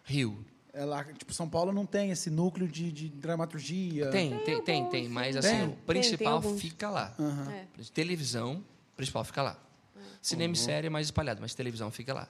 S4: Rio.
S2: É lá, tipo, São Paulo não tem esse núcleo de, de dramaturgia.
S4: Tem, tem, tem, tem. Mas assim,
S2: Tem?
S4: o principal
S5: alguns.
S4: fica lá.
S5: É.
S2: Uhum.
S4: Televisão, o principal fica lá. Cinema e série é mais espalhado, mas televisão fica lá.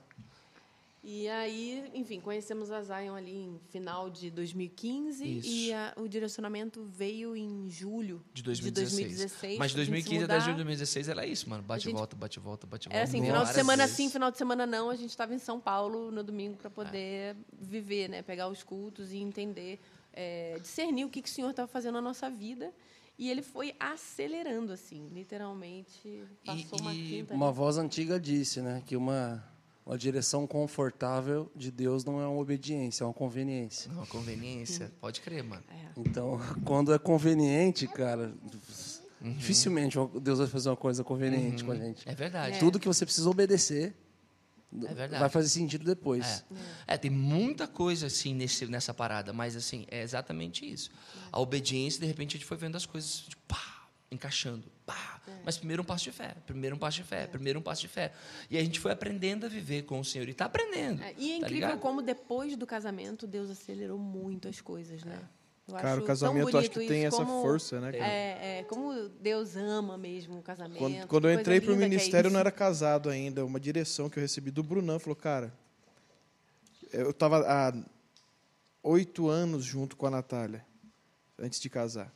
S5: E aí, enfim, conhecemos a Zion ali em final de 2015
S4: Isso.
S5: e a- o direcionamento veio em julho
S4: De 2016.
S5: De 2016
S4: Mas de
S5: a gente
S4: 2015
S5: se
S4: até julho de
S5: mudar.
S4: 2016 ela é isso, mano. Bate
S5: A
S4: e
S5: gente-
S4: volta, bate e volta, bate e volta.
S5: Era assim, final de
S4: várias
S5: semana
S4: vezes.
S5: sim, final de semana não. A gente estava em São Paulo no domingo
S4: É.
S5: para poder viver, né? Pegar os cultos e entender, é, discernir o que, que o Senhor estava fazendo na nossa vida. E ele foi acelerando, assim, literalmente. Passou uma
S4: e-
S5: quinta.
S1: Uma voz antiga disse, né? Que uma, uma direção confortável de Deus não é uma obediência, é uma conveniência.
S4: Não, conveniência. Pode crer, mano.
S5: É.
S1: Então, quando é conveniente, cara,
S4: Uhum.
S1: dificilmente Deus vai fazer uma coisa conveniente com a gente.
S4: É verdade.
S1: Tudo que você precisa obedecer
S4: É verdade.
S1: vai fazer sentido depois.
S4: É, tem muita coisa assim nesse, nessa parada, mas assim, é exatamente isso. A obediência, de repente, a gente foi vendo as coisas tipo, pá, encaixando. Pá.
S5: É.
S4: Mas primeiro um passo de fé, primeiro um passo de fé, primeiro um passo de fé. E a gente foi aprendendo a viver com o Senhor. E tá aprendendo.
S5: É, e
S4: tá
S5: é incrível
S4: ligado?
S5: como depois do casamento Deus acelerou muito as coisas, né? Eu
S3: Cara,
S5: acho
S3: o
S5: tão
S3: casamento acho
S5: bonito
S3: que tem
S5: isso,
S3: essa
S5: como-
S3: força, né, cara?
S5: É, é, como Deus ama mesmo o casamento.
S3: Quando, quando eu
S5: que coisa
S3: entrei pro
S5: linda que é
S3: ministério, eu não
S5: isso.
S3: era casado ainda. Uma direção que eu recebi do Brunão falou, cara, eu tava há oito anos junto com a Natália, antes de casar.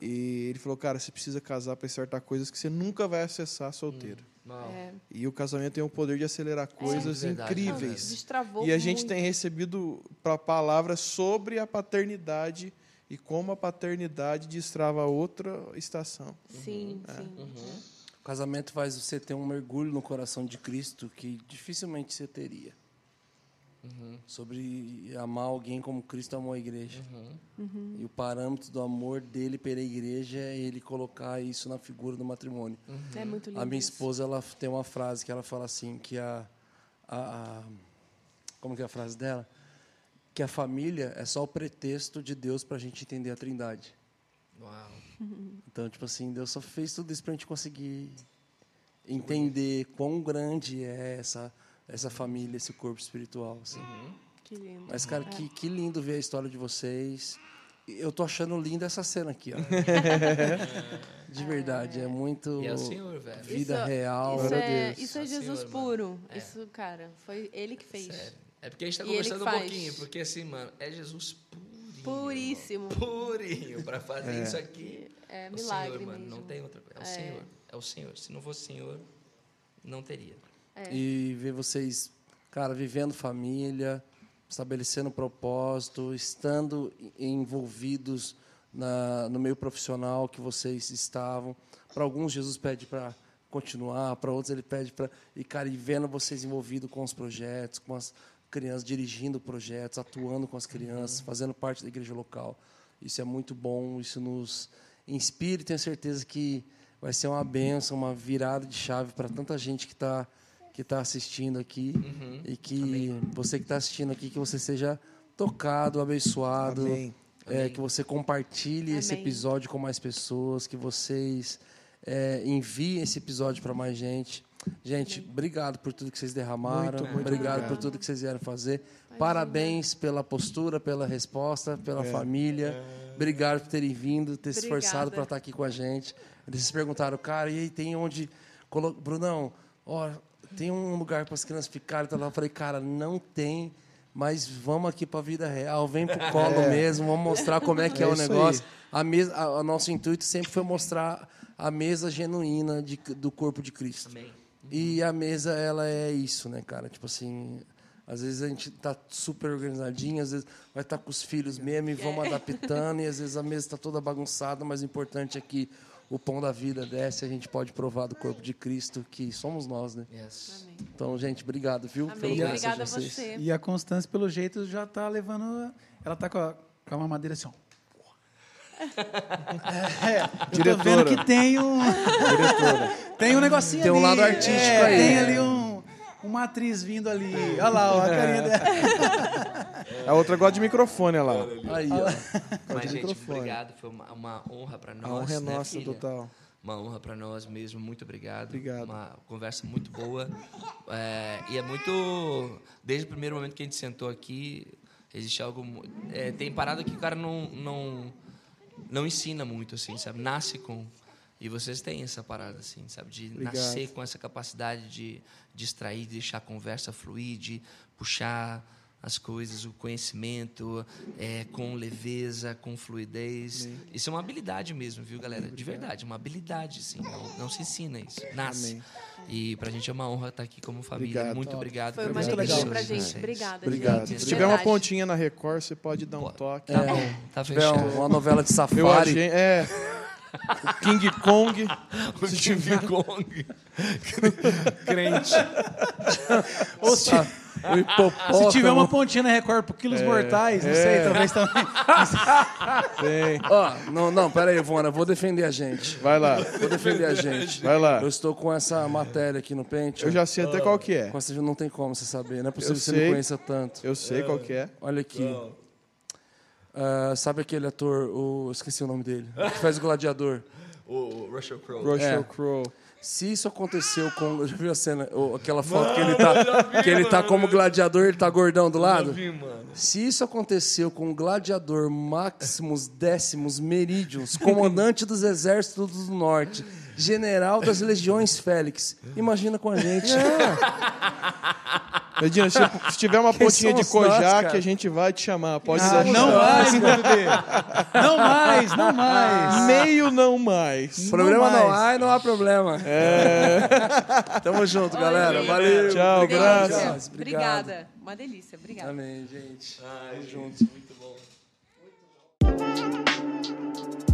S3: E ele falou, cara, você precisa casar para acertar coisas que você nunca vai acessar solteiro.
S4: Não.
S5: É.
S3: E o casamento tem o poder de acelerar coisas
S4: verdade,
S5: Não,
S3: incríveis.
S5: Ah, destravou
S3: E a gente
S5: né, muito.
S3: tem recebido para palavra sobre a paternidade e como a paternidade destrava outra estação.
S5: Sim,
S3: Uhum.
S5: sim.
S4: É. Uhum.
S1: O casamento faz você ter um mergulho no coração de Cristo que dificilmente você teria. Sobre amar alguém como Cristo amou a igreja. E o parâmetro do amor dele pela igreja é ele colocar isso na figura do matrimônio.
S5: É muito lindo.
S1: A minha
S5: isso.
S1: esposa ela tem uma frase que ela fala assim que a, a- a- como que é a frase dela que a família é só o pretexto de Deus para a gente entender a Trindade.
S4: Uau.
S1: Então tipo assim Deus só fez tudo isso para a gente conseguir entender quão grande é essa essa família esse corpo espiritual. assim.
S5: Que lindo.
S1: Mas cara que que lindo ver a história de vocês. E Eu tô achando linda essa cena aqui, ó. De verdade, é muito
S4: E é o Senhor, velho.
S1: vida
S5: Isso-
S1: real.
S5: Isso
S3: Glória a
S5: é,
S3: Deus.
S5: isso é
S4: Ah,
S5: Jesus
S4: Senhor, mano.
S5: puro.
S4: É.
S5: Isso, cara, foi ele que fez.
S4: Sério. É porque a gente tá
S5: E ele que
S4: conversando um
S5: faz.
S4: pouquinho, porque assim, mano, é Jesus purinho.
S5: Puríssimo.
S4: Purinho. Pra fazer isso aqui.
S5: É
S4: o
S5: milagre
S4: Senhor, mano. Não
S5: mesmo.
S4: tem outra É o
S5: É.
S4: Senhor. É o Senhor. Se não fosse o Senhor, não teria.
S1: E ver vocês, cara, vivendo família, estabelecendo propósito, estando em- envolvidos na, no meio profissional que vocês estavam. Para alguns, Jesus pede para continuar, para outros, ele pede para. E, cara, e vendo vocês envolvidos com os projetos, com as crianças, dirigindo projetos, atuando com as crianças, fazendo parte da igreja local. Isso é muito bom, isso nos inspira e tenho certeza que vai ser uma benção, uma virada de chave para tanta gente que está que tá assistindo aqui
S3: Uhum.
S1: e que você que está assistindo aqui, que você seja tocado, abençoado,
S3: Amém.
S1: é, que você compartilhe esse
S5: Amém.
S1: episódio com mais pessoas, que vocês é, enviem esse episódio para mais gente. Gente, obrigado por tudo que vocês derramaram,
S3: Muito, muito
S1: obrigado, por
S3: obrigado.
S1: tudo que vocês vieram fazer. Parabéns pela postura, pela resposta, pela
S3: É.
S1: família. Obrigado por terem vindo, ter se
S5: Obrigada.
S1: esforçado para estar aqui com a gente. Eles se perguntaram, cara, e aí tem onde. Colo... Brunão, ó, tem um lugar para as crianças ficarem? Tá lá. Eu falei, cara, não tem, mas vamos aqui para a vida real, vem pro colo mesmo, vamos mostrar como é que é,
S3: É
S1: o
S3: isso aí.
S1: negócio. A mesa, a, a nosso intuito sempre foi mostrar a mesa genuína de- do corpo de Cristo.
S4: Amém.
S1: E a mesa, ela é isso, né, cara? Tipo assim, às vezes a gente tá super organizadinho, às vezes vai estar com os filhos mesmo e
S5: É.
S1: vamos adaptando, e às vezes a mesa está toda bagunçada, mas o importante é que o pão da vida desce, a gente pode provar do corpo de Cristo que somos nós, né?
S4: Yes.
S1: Então, gente, obrigado, viu?
S3: um
S1: pelo
S5: Amém.
S1: convite
S5: Obrigada a
S1: de vocês.
S5: você.
S2: E a Constância, pelo jeito, já tá levando. Ela tá com a, com a mamadeira assim, ó. É, eu tô vendo
S3: Diretora.
S2: que tem um. Tem um negocinho
S1: Tem um
S2: ali,
S1: lado artístico
S2: é,
S1: aí.
S2: Tem ali um, uma atriz vindo ali. Olha lá,
S1: É.
S2: ó, a carinha dela.
S3: A outra gosta de microfone, olha lá.
S1: Aí, ó.
S4: Mas, gente,
S3: microfone.
S4: obrigado. Foi uma, uma honra pra nós.
S3: A honra é
S4: né,
S3: nossa,
S4: filha?
S3: total.
S4: Uma honra pra nós mesmo. Muito obrigado.
S3: Obrigado.
S4: Uma conversa muito boa. É, e é muito. Desde o primeiro momento que a gente sentou aqui, existe algo. mu- é, tem parada que o cara não, não, não ensina muito, assim, sabe? Nasce com. E vocês têm essa parada, assim, sabe? De
S3: Obrigado.
S4: nascer com essa capacidade de distrair, de deixar a conversa fluir, de puxar as coisas, o conhecimento, é, com leveza, com fluidez. Isso é uma habilidade mesmo, viu, galera? De verdade, uma habilidade, sim. Não, não se ensina isso. Nasce. E pra gente é uma honra estar aqui como família.
S3: Obrigado.
S4: Muito obrigado.
S5: Foi
S4: por
S5: uma
S4: ter É.
S5: alegria
S4: vocês,
S5: pra gente.
S4: vocês.
S5: Obrigada,
S1: Obrigado.
S5: gente.
S3: Se tiver uma
S5: É Verdade.
S3: pontinha na Record, você pode dar um
S4: Pode.
S3: toque.
S4: Tá bom, tá
S1: Se tiver
S4: fechado.
S1: uma novela de
S3: Eu
S1: safari,
S3: achei. É. O King Kong.
S4: Se tiver Kong.
S2: Crente. Ou se,
S1: o hipopótamo.
S2: se tiver uma pontinha na Record por
S1: É.
S2: quilos mortais, não sei, talvez também.
S3: Tem.
S1: Ó, não, não, pera aí, Ivona, eu vou defender a gente.
S3: Vai lá.
S1: Vou defender a gente.
S3: Vai lá.
S1: Eu estou com essa matéria aqui no pente.
S3: Eu já sei até qual que é.
S1: Com essa- Não tem como você saber, não é possível
S3: Eu
S1: que você
S3: sei.
S1: não conheça tanto.
S3: Eu sei qual que é.
S1: Olha aqui. Ah, sabe aquele ator, o... eu esqueci o nome dele, que faz o gladiador.
S4: O Russell Crowe.
S3: Russell Crowe.
S1: Se isso aconteceu com. Já viu a cena? Ou aquela foto que ele tá. que ele tá como gladiador, ele tá gordão do lado? Se isso aconteceu com o gladiador Maximus Décimos Meridius, comandante dos exércitos do norte, general das legiões Félix, imagina com a gente.
S3: Medina, se, se tiver uma
S1: Quem
S3: pontinha de
S1: somos nós,
S3: Kojak,
S1: cara?
S3: a gente vai te chamar. Pode
S2: Ah,
S3: deixar.
S2: não mais, meu bebê. Não mais, não mais.
S3: Meio não mais.
S1: problema
S2: mais.
S1: não há e não há problema. Tamo junto, galera. Valeu.
S3: Tchau,
S5: Delícia.
S3: abraço.
S1: Obrigado.
S5: Obrigada. Uma delícia. Obrigada.
S1: Amém, gente.
S4: Ai,
S1: Tamo junto.
S4: gente, muito bom.